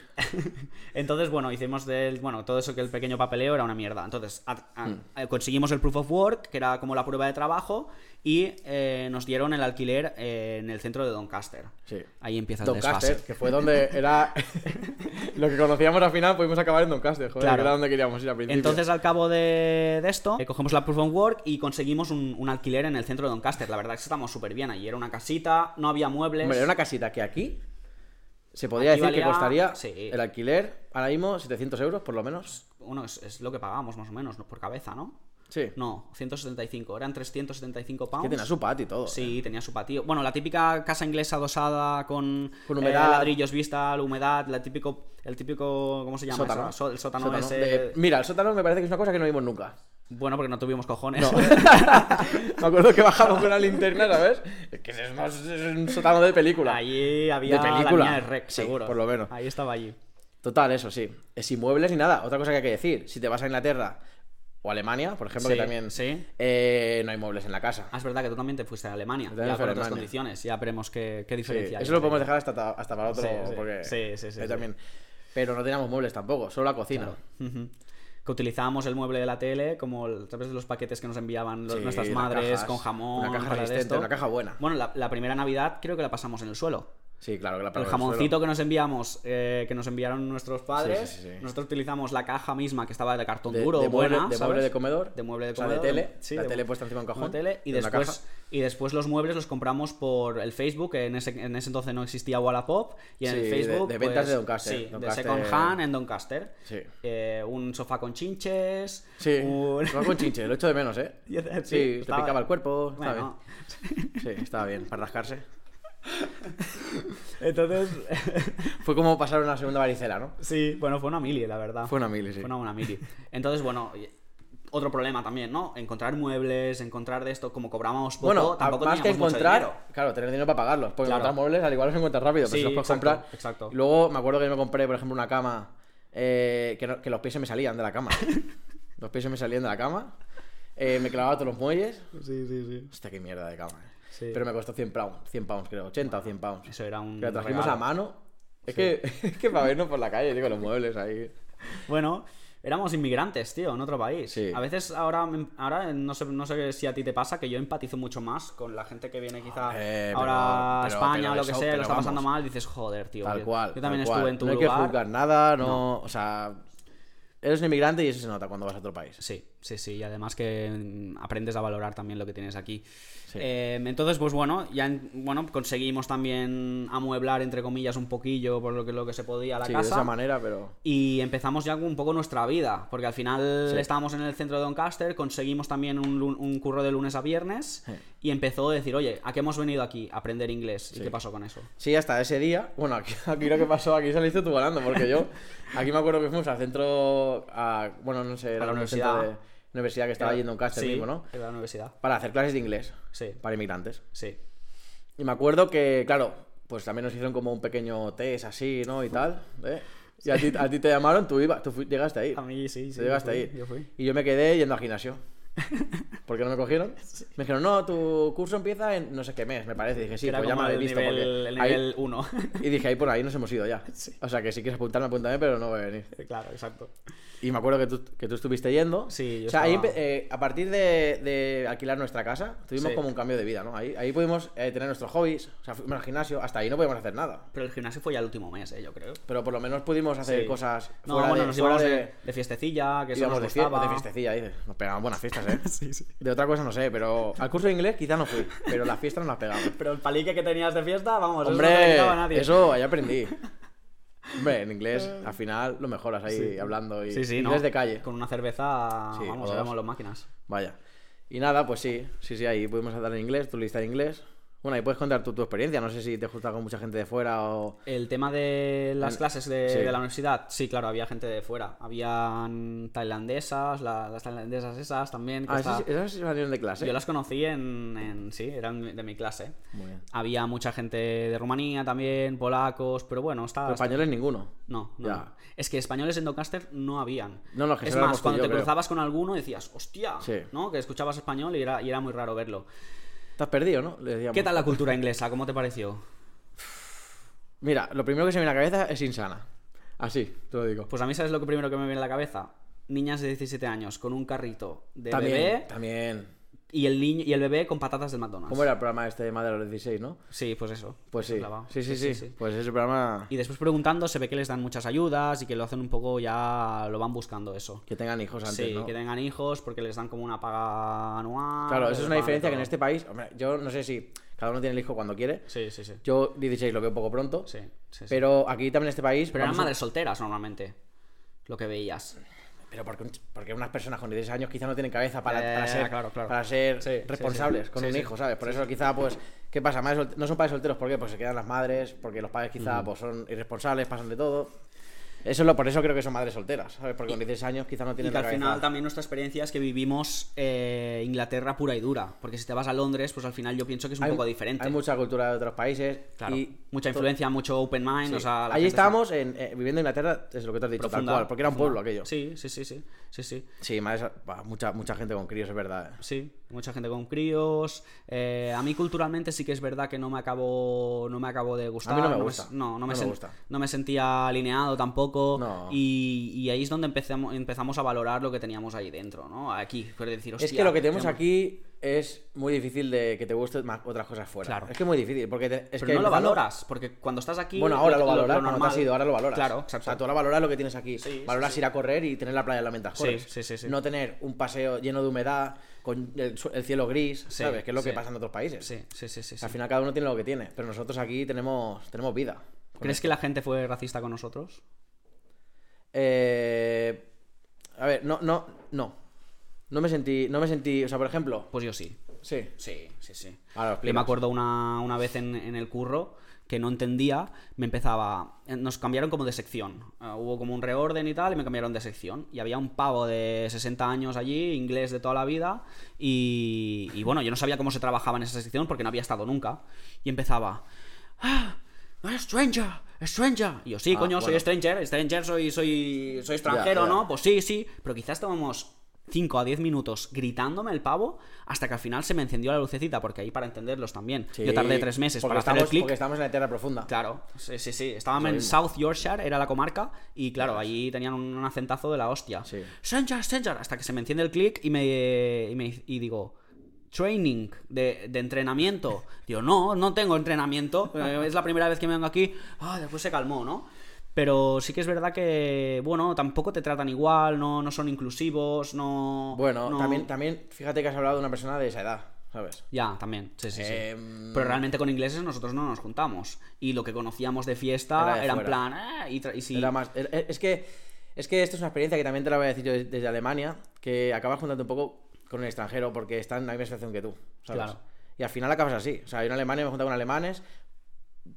[SPEAKER 1] Entonces, bueno, hicimos del, bueno, todo eso que el pequeño papeleo era una mierda. Entonces, a- a-
[SPEAKER 2] Hmm.
[SPEAKER 1] eh, conseguimos el proof of work, que era como la prueba de trabajo, y eh, nos dieron el alquiler eh, en el centro de Doncaster.
[SPEAKER 2] Sí.
[SPEAKER 1] Ahí empieza el desfase.
[SPEAKER 2] Doncaster, que fue donde era lo que conocíamos al final, pudimos acabar en Doncaster, joder,
[SPEAKER 1] Claro.
[SPEAKER 2] que era donde queríamos ir al principio.
[SPEAKER 1] Entonces, al cabo de, de esto, eh, cogemos la Proof of Work y conseguimos un, un alquiler en el centro de Doncaster. La verdad es que estábamos súper bien allí. Era una casita, no había muebles.
[SPEAKER 2] Hombre, era una casita que aquí Se podría
[SPEAKER 1] Aquí
[SPEAKER 2] decir que
[SPEAKER 1] valía-
[SPEAKER 2] costaría
[SPEAKER 1] sí.
[SPEAKER 2] el alquiler ahora mismo 700 euros, por lo menos.
[SPEAKER 1] Bueno, es, es lo que pagábamos más o menos, ¿no? por cabeza, ¿no?
[SPEAKER 2] Sí.
[SPEAKER 1] No, 175. Eran 375 pounds.
[SPEAKER 2] Que tenía su patio y todo. eh.
[SPEAKER 1] Sí, tenía su patio. Bueno, la típica casa inglesa adosada con, eh,
[SPEAKER 2] Con humedad.
[SPEAKER 1] ladrillos vista, la humedad, la típico, el típico, ¿cómo se llama?
[SPEAKER 2] Sótano.
[SPEAKER 1] eso? So- el sótano,
[SPEAKER 2] Sótano.
[SPEAKER 1] ese-
[SPEAKER 2] De- Mira, el sótano me parece que es una cosa que no vimos nunca.
[SPEAKER 1] Bueno, porque no tuvimos cojones.
[SPEAKER 2] me acuerdo que bajamos con la linterna, ¿sabes? Es que es, una- es un sótano de película.
[SPEAKER 1] Allí había
[SPEAKER 2] De
[SPEAKER 1] la
[SPEAKER 2] película.
[SPEAKER 1] niña de Rec,
[SPEAKER 2] Sí,
[SPEAKER 1] seguro.
[SPEAKER 2] por lo menos.
[SPEAKER 1] Ahí estaba allí.
[SPEAKER 2] Total, eso sí. Es inmuebles ni nada. Otra cosa que hay que decir. Si te vas a Inglaterra o Alemania, por ejemplo,
[SPEAKER 1] Sí,
[SPEAKER 2] que también.
[SPEAKER 1] sí.
[SPEAKER 2] eh, no hay muebles en la casa.
[SPEAKER 1] Ah, es verdad que tú también te fuiste a Alemania.
[SPEAKER 2] también
[SPEAKER 1] Ya
[SPEAKER 2] fui a
[SPEAKER 1] con otras
[SPEAKER 2] Alemania.
[SPEAKER 1] condiciones. Ya veremos qué, qué
[SPEAKER 2] Sí,
[SPEAKER 1] diferencia hay.
[SPEAKER 2] Eh, eso lo
[SPEAKER 1] entre
[SPEAKER 2] podemos dejar hasta, ta- hasta para otro.
[SPEAKER 1] Sí, sí.
[SPEAKER 2] Porque
[SPEAKER 1] Sí, sí, sí,
[SPEAKER 2] yo
[SPEAKER 1] sí.
[SPEAKER 2] también. Pero no teníamos muebles tampoco, solo la cocina.
[SPEAKER 1] Ujú. Que utilizábamos el mueble de la tele, como el- a través de los paquetes que nos enviaban los-
[SPEAKER 2] Sí,
[SPEAKER 1] nuestras
[SPEAKER 2] las
[SPEAKER 1] madres
[SPEAKER 2] cajas.
[SPEAKER 1] con jamón.
[SPEAKER 2] Una caja
[SPEAKER 1] para de
[SPEAKER 2] resistente,
[SPEAKER 1] esto.
[SPEAKER 2] una caja buena.
[SPEAKER 1] Bueno, la, la primera Navidad creo que la pasamos en el suelo.
[SPEAKER 2] Sí, claro, que la
[SPEAKER 1] El
[SPEAKER 2] paramos en
[SPEAKER 1] jamoncito
[SPEAKER 2] suelo.
[SPEAKER 1] que nos enviamos, eh, que nos enviaron nuestros padres,
[SPEAKER 2] sí, sí.
[SPEAKER 1] nosotros utilizamos la caja misma que estaba de cartón
[SPEAKER 2] De-
[SPEAKER 1] duro,
[SPEAKER 2] de mueble-
[SPEAKER 1] buena,
[SPEAKER 2] de
[SPEAKER 1] ¿sabes?
[SPEAKER 2] mueble de comedor,
[SPEAKER 1] de mueble de
[SPEAKER 2] o sea, de
[SPEAKER 1] comedor,
[SPEAKER 2] tele, la tele
[SPEAKER 1] mu-
[SPEAKER 2] puesta encima de un
[SPEAKER 1] de
[SPEAKER 2] cajón,
[SPEAKER 1] tele, y
[SPEAKER 2] de una
[SPEAKER 1] después
[SPEAKER 2] caja.
[SPEAKER 1] y después los muebles los compramos por el Facebook, que en ese, en ese entonces no existía Wallapop y en
[SPEAKER 2] Sí,
[SPEAKER 1] el
[SPEAKER 2] de-
[SPEAKER 1] Facebook
[SPEAKER 2] de ventas
[SPEAKER 1] pues,
[SPEAKER 2] de Doncaster,
[SPEAKER 1] sí,
[SPEAKER 2] Doncaster-
[SPEAKER 1] de second hand en Doncaster,
[SPEAKER 2] Sí.
[SPEAKER 1] Eh, un sofá con chinches,
[SPEAKER 2] Sí,
[SPEAKER 1] un-
[SPEAKER 2] no con chinche, lo echo de menos, ¿eh?
[SPEAKER 1] Ya te- sí,
[SPEAKER 2] Sí, te
[SPEAKER 1] estaba-
[SPEAKER 2] picaba el cuerpo, estaba
[SPEAKER 1] Bueno,
[SPEAKER 2] bien. Sí, estaba bien, para rascarse.
[SPEAKER 1] entonces
[SPEAKER 2] Fue como pasar una segunda varicela, ¿no?
[SPEAKER 1] sí, bueno fue una mili la verdad,
[SPEAKER 2] Fue una mili, sí.
[SPEAKER 1] Fue una buena mili. Entonces, bueno, y- otro problema también, ¿no? Encontrar muebles, encontrar de esto, como cobrábamos poco,
[SPEAKER 2] Bueno, a-
[SPEAKER 1] Pues tampoco
[SPEAKER 2] más que
[SPEAKER 1] teníamos mucho
[SPEAKER 2] encontrar,
[SPEAKER 1] dinero.
[SPEAKER 2] claro, tener dinero para pagarlos. Porque
[SPEAKER 1] Claro.
[SPEAKER 2] encontrar muebles al igual los encuentras rápido, pero
[SPEAKER 1] Sí,
[SPEAKER 2] si los puedes
[SPEAKER 1] exacto,
[SPEAKER 2] comprar.
[SPEAKER 1] exacto.
[SPEAKER 2] Y luego me acuerdo que yo me compré, por ejemplo, una cama eh, que, no- que los pies se me salían de la cama. los pies se me salían de la cama. eh, me clavaba todos los muelles.
[SPEAKER 1] Sí, sí, sí.
[SPEAKER 2] Hostia, qué mierda de cama. eh.
[SPEAKER 1] Sí.
[SPEAKER 2] Pero me costó 100 pounds, 100 pounds creo, 80 o 100 pounds.
[SPEAKER 1] Eso era un
[SPEAKER 2] Que la trajimos
[SPEAKER 1] regalo.
[SPEAKER 2] a mano. Es, que, es que para vernos por la calle, digo, los muebles ahí.
[SPEAKER 1] Bueno, éramos inmigrantes, tío, en otro país.
[SPEAKER 2] Sí.
[SPEAKER 1] A veces ahora, me- ahora no, sé, no sé si a ti te pasa, que yo empatizo mucho más con la gente que viene quizá
[SPEAKER 2] Eh, pero-
[SPEAKER 1] ahora a
[SPEAKER 2] pero-
[SPEAKER 1] España
[SPEAKER 2] pero
[SPEAKER 1] o lo que
[SPEAKER 2] eso-
[SPEAKER 1] sea,
[SPEAKER 2] pero
[SPEAKER 1] lo está pasando
[SPEAKER 2] vamos.
[SPEAKER 1] mal, dices, joder, tío.
[SPEAKER 2] Tal
[SPEAKER 1] yo,
[SPEAKER 2] cual.
[SPEAKER 1] yo también
[SPEAKER 2] tal cual.
[SPEAKER 1] estuve en tu
[SPEAKER 2] No hay
[SPEAKER 1] lugar.
[SPEAKER 2] que juzgar nada, no, O sea, eres un inmigrante y eso se nota cuando vas a otro país.
[SPEAKER 1] Sí, sí, sí. Y además que mm, aprendes a valorar también lo que tienes aquí. Eh, entonces, pues bueno, ya en- bueno, conseguimos también amueblar, entre comillas, un poquillo por lo que, lo que se podía la
[SPEAKER 2] Sí, de
[SPEAKER 1] casa.
[SPEAKER 2] esa manera, pero.
[SPEAKER 1] Y empezamos ya un poco nuestra vida, porque al final
[SPEAKER 2] Sí.
[SPEAKER 1] estábamos en el centro de Doncaster, conseguimos también un, lu- un curro de lunes a viernes
[SPEAKER 2] Sí.
[SPEAKER 1] y empezó a decir, oye, ¿a qué hemos venido aquí? A aprender inglés. ¿Y
[SPEAKER 2] Sí.
[SPEAKER 1] qué pasó con eso?
[SPEAKER 2] Sí, hasta ese día. Bueno, aquí, aquí lo que pasó, aquí saliste tú ganando, porque yo. Aquí me acuerdo que fuimos al centro. a- bueno, no sé,
[SPEAKER 1] A la
[SPEAKER 2] un
[SPEAKER 1] universidad.
[SPEAKER 2] centro de universidad que estaba yendo a un casting
[SPEAKER 1] Sí,
[SPEAKER 2] mismo, ¿no?
[SPEAKER 1] en la universidad.
[SPEAKER 2] Para hacer clases de inglés
[SPEAKER 1] Sí,
[SPEAKER 2] para inmigrantes.
[SPEAKER 1] sí.
[SPEAKER 2] Y me acuerdo que, claro, pues también nos hicieron como un pequeño test así, ¿no? Y tal. ¿eh? Y a ti, a ti te llamaron, tú, ibas, tú fui- llegaste ahí.
[SPEAKER 1] A mí sí, sí.
[SPEAKER 2] Tú llegaste
[SPEAKER 1] yo fui,
[SPEAKER 2] ahí.
[SPEAKER 1] Yo fui.
[SPEAKER 2] Y yo me quedé yendo al gimnasio. ¿Por qué no me cogieron? Me dijeron, no, tu curso empieza en no sé qué mes, me parece. Y dije, sí,
[SPEAKER 1] Que era
[SPEAKER 2] pues ya
[SPEAKER 1] como
[SPEAKER 2] me habéis
[SPEAKER 1] el
[SPEAKER 2] visto.
[SPEAKER 1] nivel,
[SPEAKER 2] porque
[SPEAKER 1] el
[SPEAKER 2] ahí-
[SPEAKER 1] nivel 1.
[SPEAKER 2] Y dije, ahí por ahí nos hemos ido ya.
[SPEAKER 1] Sí.
[SPEAKER 2] O sea, que si quieres apuntarme, apúntame, pero no voy a venir.
[SPEAKER 1] claro, exacto.
[SPEAKER 2] Y me acuerdo que tú, que tú estuviste yendo.
[SPEAKER 1] Sí, yo
[SPEAKER 2] O sea, ahí
[SPEAKER 1] estaba-
[SPEAKER 2] empe- eh, a partir de, de alquilar nuestra casa, tuvimos
[SPEAKER 1] Sí.
[SPEAKER 2] como un cambio de vida, ¿no? Ahí, ahí pudimos eh, tener nuestros hobbies, o sea, fuimos al gimnasio, hasta ahí no podíamos hacer nada.
[SPEAKER 1] Pero el gimnasio fue ya el último mes, eh, yo creo.
[SPEAKER 2] Pero por lo menos pudimos hacer
[SPEAKER 1] Sí.
[SPEAKER 2] cosas
[SPEAKER 1] No,
[SPEAKER 2] fuera
[SPEAKER 1] bueno,
[SPEAKER 2] de...
[SPEAKER 1] nos
[SPEAKER 2] fuera
[SPEAKER 1] íbamos de,
[SPEAKER 2] de-
[SPEAKER 1] de fiestecilla, que eso
[SPEAKER 2] íbamos
[SPEAKER 1] nos
[SPEAKER 2] de, fie-
[SPEAKER 1] gustaba.
[SPEAKER 2] de fiestecilla, dices. Nos pegaban buenas fiestas, ¿eh?
[SPEAKER 1] Sí, sí.
[SPEAKER 2] De otra cosa no sé, pero al curso de inglés quizá no fui, pero las fiestas nos las pegamos.
[SPEAKER 1] Pero el palique que tenías de fiesta, vamos, eso Pues no te lo
[SPEAKER 2] Hombre,
[SPEAKER 1] quitaba nadie.
[SPEAKER 2] eso ahí aprendí. Hombre, en inglés al final lo mejoras ahí hablando y
[SPEAKER 1] Sí, sí,
[SPEAKER 2] inglés
[SPEAKER 1] ¿no?
[SPEAKER 2] de calle.
[SPEAKER 1] Con una cerveza,
[SPEAKER 2] Sí,
[SPEAKER 1] vamos,
[SPEAKER 2] o
[SPEAKER 1] éramos
[SPEAKER 2] dos.
[SPEAKER 1] las máquinas.
[SPEAKER 2] Vaya. Y nada, pues sí, sí, sí, ahí pudimos hablar en inglés, tu lista en inglés. Bueno, ahí puedes contar tu, tu experiencia, no sé si te gusta con mucha gente de fuera o...
[SPEAKER 1] El tema de las
[SPEAKER 2] En-
[SPEAKER 1] clases de,
[SPEAKER 2] sí.
[SPEAKER 1] de la universidad, sí, claro, había gente de fuera. Habían tailandesas, la- las tailandesas esas también. que
[SPEAKER 2] Ah,
[SPEAKER 1] esta-
[SPEAKER 2] esas, esas salieron de clase.
[SPEAKER 1] Yo las conocí en, en- Sí, eran de mi clase.
[SPEAKER 2] Muy bien.
[SPEAKER 1] Había mucha gente de Rumanía también, polacos, pero bueno,
[SPEAKER 2] Pero
[SPEAKER 1] estaba...
[SPEAKER 2] españoles ninguno.
[SPEAKER 1] No, no,
[SPEAKER 2] Ya.
[SPEAKER 1] no. Es que españoles en Doncaster no habían.
[SPEAKER 2] No, no, que
[SPEAKER 1] es
[SPEAKER 2] solo éramos
[SPEAKER 1] más,
[SPEAKER 2] tú y
[SPEAKER 1] cuando
[SPEAKER 2] yo,
[SPEAKER 1] te
[SPEAKER 2] creo.
[SPEAKER 1] cruzabas con alguno decías, hostia,
[SPEAKER 2] Sí.
[SPEAKER 1] ¿no? Que escuchabas español y era, y era muy raro verlo.
[SPEAKER 2] Te has perdido, ¿no? Le decíamos.
[SPEAKER 1] ¿Qué tal la cultura inglesa? ¿Cómo te pareció?
[SPEAKER 2] Mira, lo primero que se me viene a la cabeza es insana. Así, te lo digo.
[SPEAKER 1] Pues a mí, ¿sabes lo que primero que me viene a la cabeza? Niñas de 17 años con un carrito de
[SPEAKER 2] también,
[SPEAKER 1] bebé
[SPEAKER 2] también.
[SPEAKER 1] y el niño y el bebé con patatas del McDonald's.
[SPEAKER 2] ¿Cómo era el programa este de Madre a los 16, no?
[SPEAKER 1] Sí, pues eso.
[SPEAKER 2] Pues sí.
[SPEAKER 1] clavado.
[SPEAKER 2] Sí sí
[SPEAKER 1] Sí,
[SPEAKER 2] sí,
[SPEAKER 1] sí, sí.
[SPEAKER 2] Pues ese programa
[SPEAKER 1] Y después preguntando se ve que les dan muchas ayudas y que lo hacen un poco ya lo van buscando eso.
[SPEAKER 2] que tengan hijos antes,
[SPEAKER 1] sí,
[SPEAKER 2] ¿no?
[SPEAKER 1] que tengan hijos porque les dan como una paga anual.
[SPEAKER 2] Claro, eso es una
[SPEAKER 1] les
[SPEAKER 2] diferencia
[SPEAKER 1] pagan
[SPEAKER 2] que en
[SPEAKER 1] de
[SPEAKER 2] este país, hombre, yo no sé si cada uno tiene el hijo cuando quiere.
[SPEAKER 1] todo. Sí, sí, sí.
[SPEAKER 2] Yo 16 lo veo un poco pronto,
[SPEAKER 1] Sí, sí, sí.
[SPEAKER 2] pero aquí también en este país
[SPEAKER 1] Pero eran
[SPEAKER 2] vamos a-
[SPEAKER 1] madres solteras normalmente. Lo que veías.
[SPEAKER 2] Pero porque, un- porque unas personas con 16 años quizá no tienen cabeza para,
[SPEAKER 1] Eh,
[SPEAKER 2] para ser,
[SPEAKER 1] claro, claro.
[SPEAKER 2] para ser
[SPEAKER 1] Sí, sí,
[SPEAKER 2] responsables
[SPEAKER 1] sí.
[SPEAKER 2] con
[SPEAKER 1] Sí,
[SPEAKER 2] un
[SPEAKER 1] sí.
[SPEAKER 2] hijo, ¿sabes? Por eso quizá, pues, ¿qué pasa? Madres solte- no son padres solteros, ¿por qué? Pues se quedan las madres, porque los padres quizá pues, son irresponsables, pasan de todo. Eso es lo, por eso creo que son madres solteras, ¿sabes? Porque con 16 años quizá no
[SPEAKER 1] Y
[SPEAKER 2] tienen
[SPEAKER 1] que al
[SPEAKER 2] la cabeza.
[SPEAKER 1] final también nuestra experiencia es que vivimos eh, Inglaterra pura y dura. Porque si te vas a Londres, pues al final yo pienso que es un
[SPEAKER 2] Hay-
[SPEAKER 1] poco diferente.
[SPEAKER 2] Hay mucha cultura de otros países.
[SPEAKER 1] Claro.
[SPEAKER 2] y
[SPEAKER 1] Mucha
[SPEAKER 2] to-
[SPEAKER 1] influencia, mucho open mind.
[SPEAKER 2] sí.
[SPEAKER 1] O sea, la
[SPEAKER 2] Allí
[SPEAKER 1] gente está
[SPEAKER 2] estábamos en- eh, viviendo en Inglaterra, es lo que te has dicho,
[SPEAKER 1] profunda,
[SPEAKER 2] tal cual, porque era un
[SPEAKER 1] profunda.
[SPEAKER 2] pueblo aquello. Sí,
[SPEAKER 1] Sí, sí, sí, sí. Sí, sí.
[SPEAKER 2] madres, bah, mucha, mucha gente con críos, es verdad. ¿eh?
[SPEAKER 1] Sí, mucha gente con críos. eh, a mí culturalmente sí que es verdad que no me acabo, no me acabo de gustar.
[SPEAKER 2] A mí no me
[SPEAKER 1] s-
[SPEAKER 2] gusta,
[SPEAKER 1] No, no,
[SPEAKER 2] no
[SPEAKER 1] me,
[SPEAKER 2] me
[SPEAKER 1] sen-
[SPEAKER 2] gusta.
[SPEAKER 1] no me sentía alineado tampoco.
[SPEAKER 2] No.
[SPEAKER 1] Y, y ahí es donde empezamos, empezamos a valorar lo que teníamos ahí dentro, ¿no? Aquí, quiero decir,
[SPEAKER 2] Es que
[SPEAKER 1] hostia,
[SPEAKER 2] lo que tenemos
[SPEAKER 1] tenemos-
[SPEAKER 2] aquí es muy difícil de que te gusten más otras cosas fuera.
[SPEAKER 1] Claro.
[SPEAKER 2] Es que es muy difícil, porque te- es
[SPEAKER 1] Pero
[SPEAKER 2] que
[SPEAKER 1] no lo
[SPEAKER 2] empezando-
[SPEAKER 1] valoras, porque cuando estás aquí.
[SPEAKER 2] Bueno, ahora lo,
[SPEAKER 1] normal
[SPEAKER 2] valoras, cuando te has ido, ahora lo valoras.
[SPEAKER 1] Claro,
[SPEAKER 2] o
[SPEAKER 1] exacto.
[SPEAKER 2] sea, tú ahora valoras lo que tienes aquí.
[SPEAKER 1] Sí, sí,
[SPEAKER 2] valoras
[SPEAKER 1] sí.
[SPEAKER 2] ir a correr y tener la playa en la menta.
[SPEAKER 1] Sí, sí, sí, sí.
[SPEAKER 2] No tener un paseo lleno de humedad, con el, su- el cielo gris,
[SPEAKER 1] Sí,
[SPEAKER 2] ¿sabes? Que es lo que
[SPEAKER 1] sí.
[SPEAKER 2] pasa en otros países.
[SPEAKER 1] Sí, sí, sí. sí, sí.
[SPEAKER 2] Al final cada uno tiene lo que tiene, pero nosotros aquí tenemos, tenemos vida.
[SPEAKER 1] ¿Crees que la gente fue racista con nosotros?
[SPEAKER 2] Eh, a ver, no, no, no. No me sentí, no me sentí, o sea, por ejemplo,
[SPEAKER 1] Pues yo sí.
[SPEAKER 2] sí.
[SPEAKER 1] Sí, sí, sí.
[SPEAKER 2] Ahora lo
[SPEAKER 1] Yo me
[SPEAKER 2] explicas.
[SPEAKER 1] acuerdo una, una vez en, en el curro que no entendía, me empezaba. eh, Nos cambiaron como de sección. Ah, hubo como un reorden y tal, y me cambiaron de sección. Y había un pavo de 60 años allí, inglés de toda la vida, y, y bueno, yo no sabía cómo se trabajaba en esa sección porque no había estado nunca. Y empezaba. ¡Ah! ¡Stranger! ¡Stranger! Y yo, sí,
[SPEAKER 2] Ah,
[SPEAKER 1] coño, soy
[SPEAKER 2] bueno.
[SPEAKER 1] stranger, stranger, soy, soy, soy extranjero,
[SPEAKER 2] Ya, ya.
[SPEAKER 1] ¿no? Pues sí, sí, pero quizás estábamos 5 a 10 minutos gritándome el pavo hasta que al final se me encendió la lucecita, porque ahí para entenderlos también. Yo tardé tres meses
[SPEAKER 2] porque
[SPEAKER 1] para hacer
[SPEAKER 2] estamos,
[SPEAKER 1] el click.
[SPEAKER 2] Porque estamos en la tierra profunda.
[SPEAKER 1] Claro, sí, sí, sí. Estábamos en
[SPEAKER 2] mismo.
[SPEAKER 1] South Yorkshire, era la comarca, y claro, allí tenían un, un acentazo de la hostia.
[SPEAKER 2] Sí.
[SPEAKER 1] Stranger, stranger, hasta que se me enciende el click y me, y me- y digo, training, de, de entrenamiento. Digo, no, no tengo entrenamiento, eh, es la primera vez que me vengo aquí. Ah, después se calmó, ¿no? Pero sí que es verdad que, bueno, tampoco te tratan igual, no, no son inclusivos, no...
[SPEAKER 2] Bueno,
[SPEAKER 1] no-
[SPEAKER 2] también, también, fíjate que has hablado de una persona de esa edad, ¿sabes?
[SPEAKER 1] Ya, también, sí, sí, sí.
[SPEAKER 2] Em,
[SPEAKER 1] Pero realmente con ingleses nosotros no nos juntamos. Y lo que conocíamos de fiesta
[SPEAKER 2] Era
[SPEAKER 1] era,
[SPEAKER 2] de
[SPEAKER 1] en
[SPEAKER 2] fuera.
[SPEAKER 1] plan... "Ah", y, tra- y si...
[SPEAKER 2] Era más- er- er- es que es que esto es una experiencia que también te la voy a decir yo des- desde Alemania, que acabas juntando un poco con un extranjero porque está en la misma situación que tú, ¿sabes?
[SPEAKER 1] Claro.
[SPEAKER 2] Y al final acabas así. O sea, yo en Alemania me he juntado con alemanes,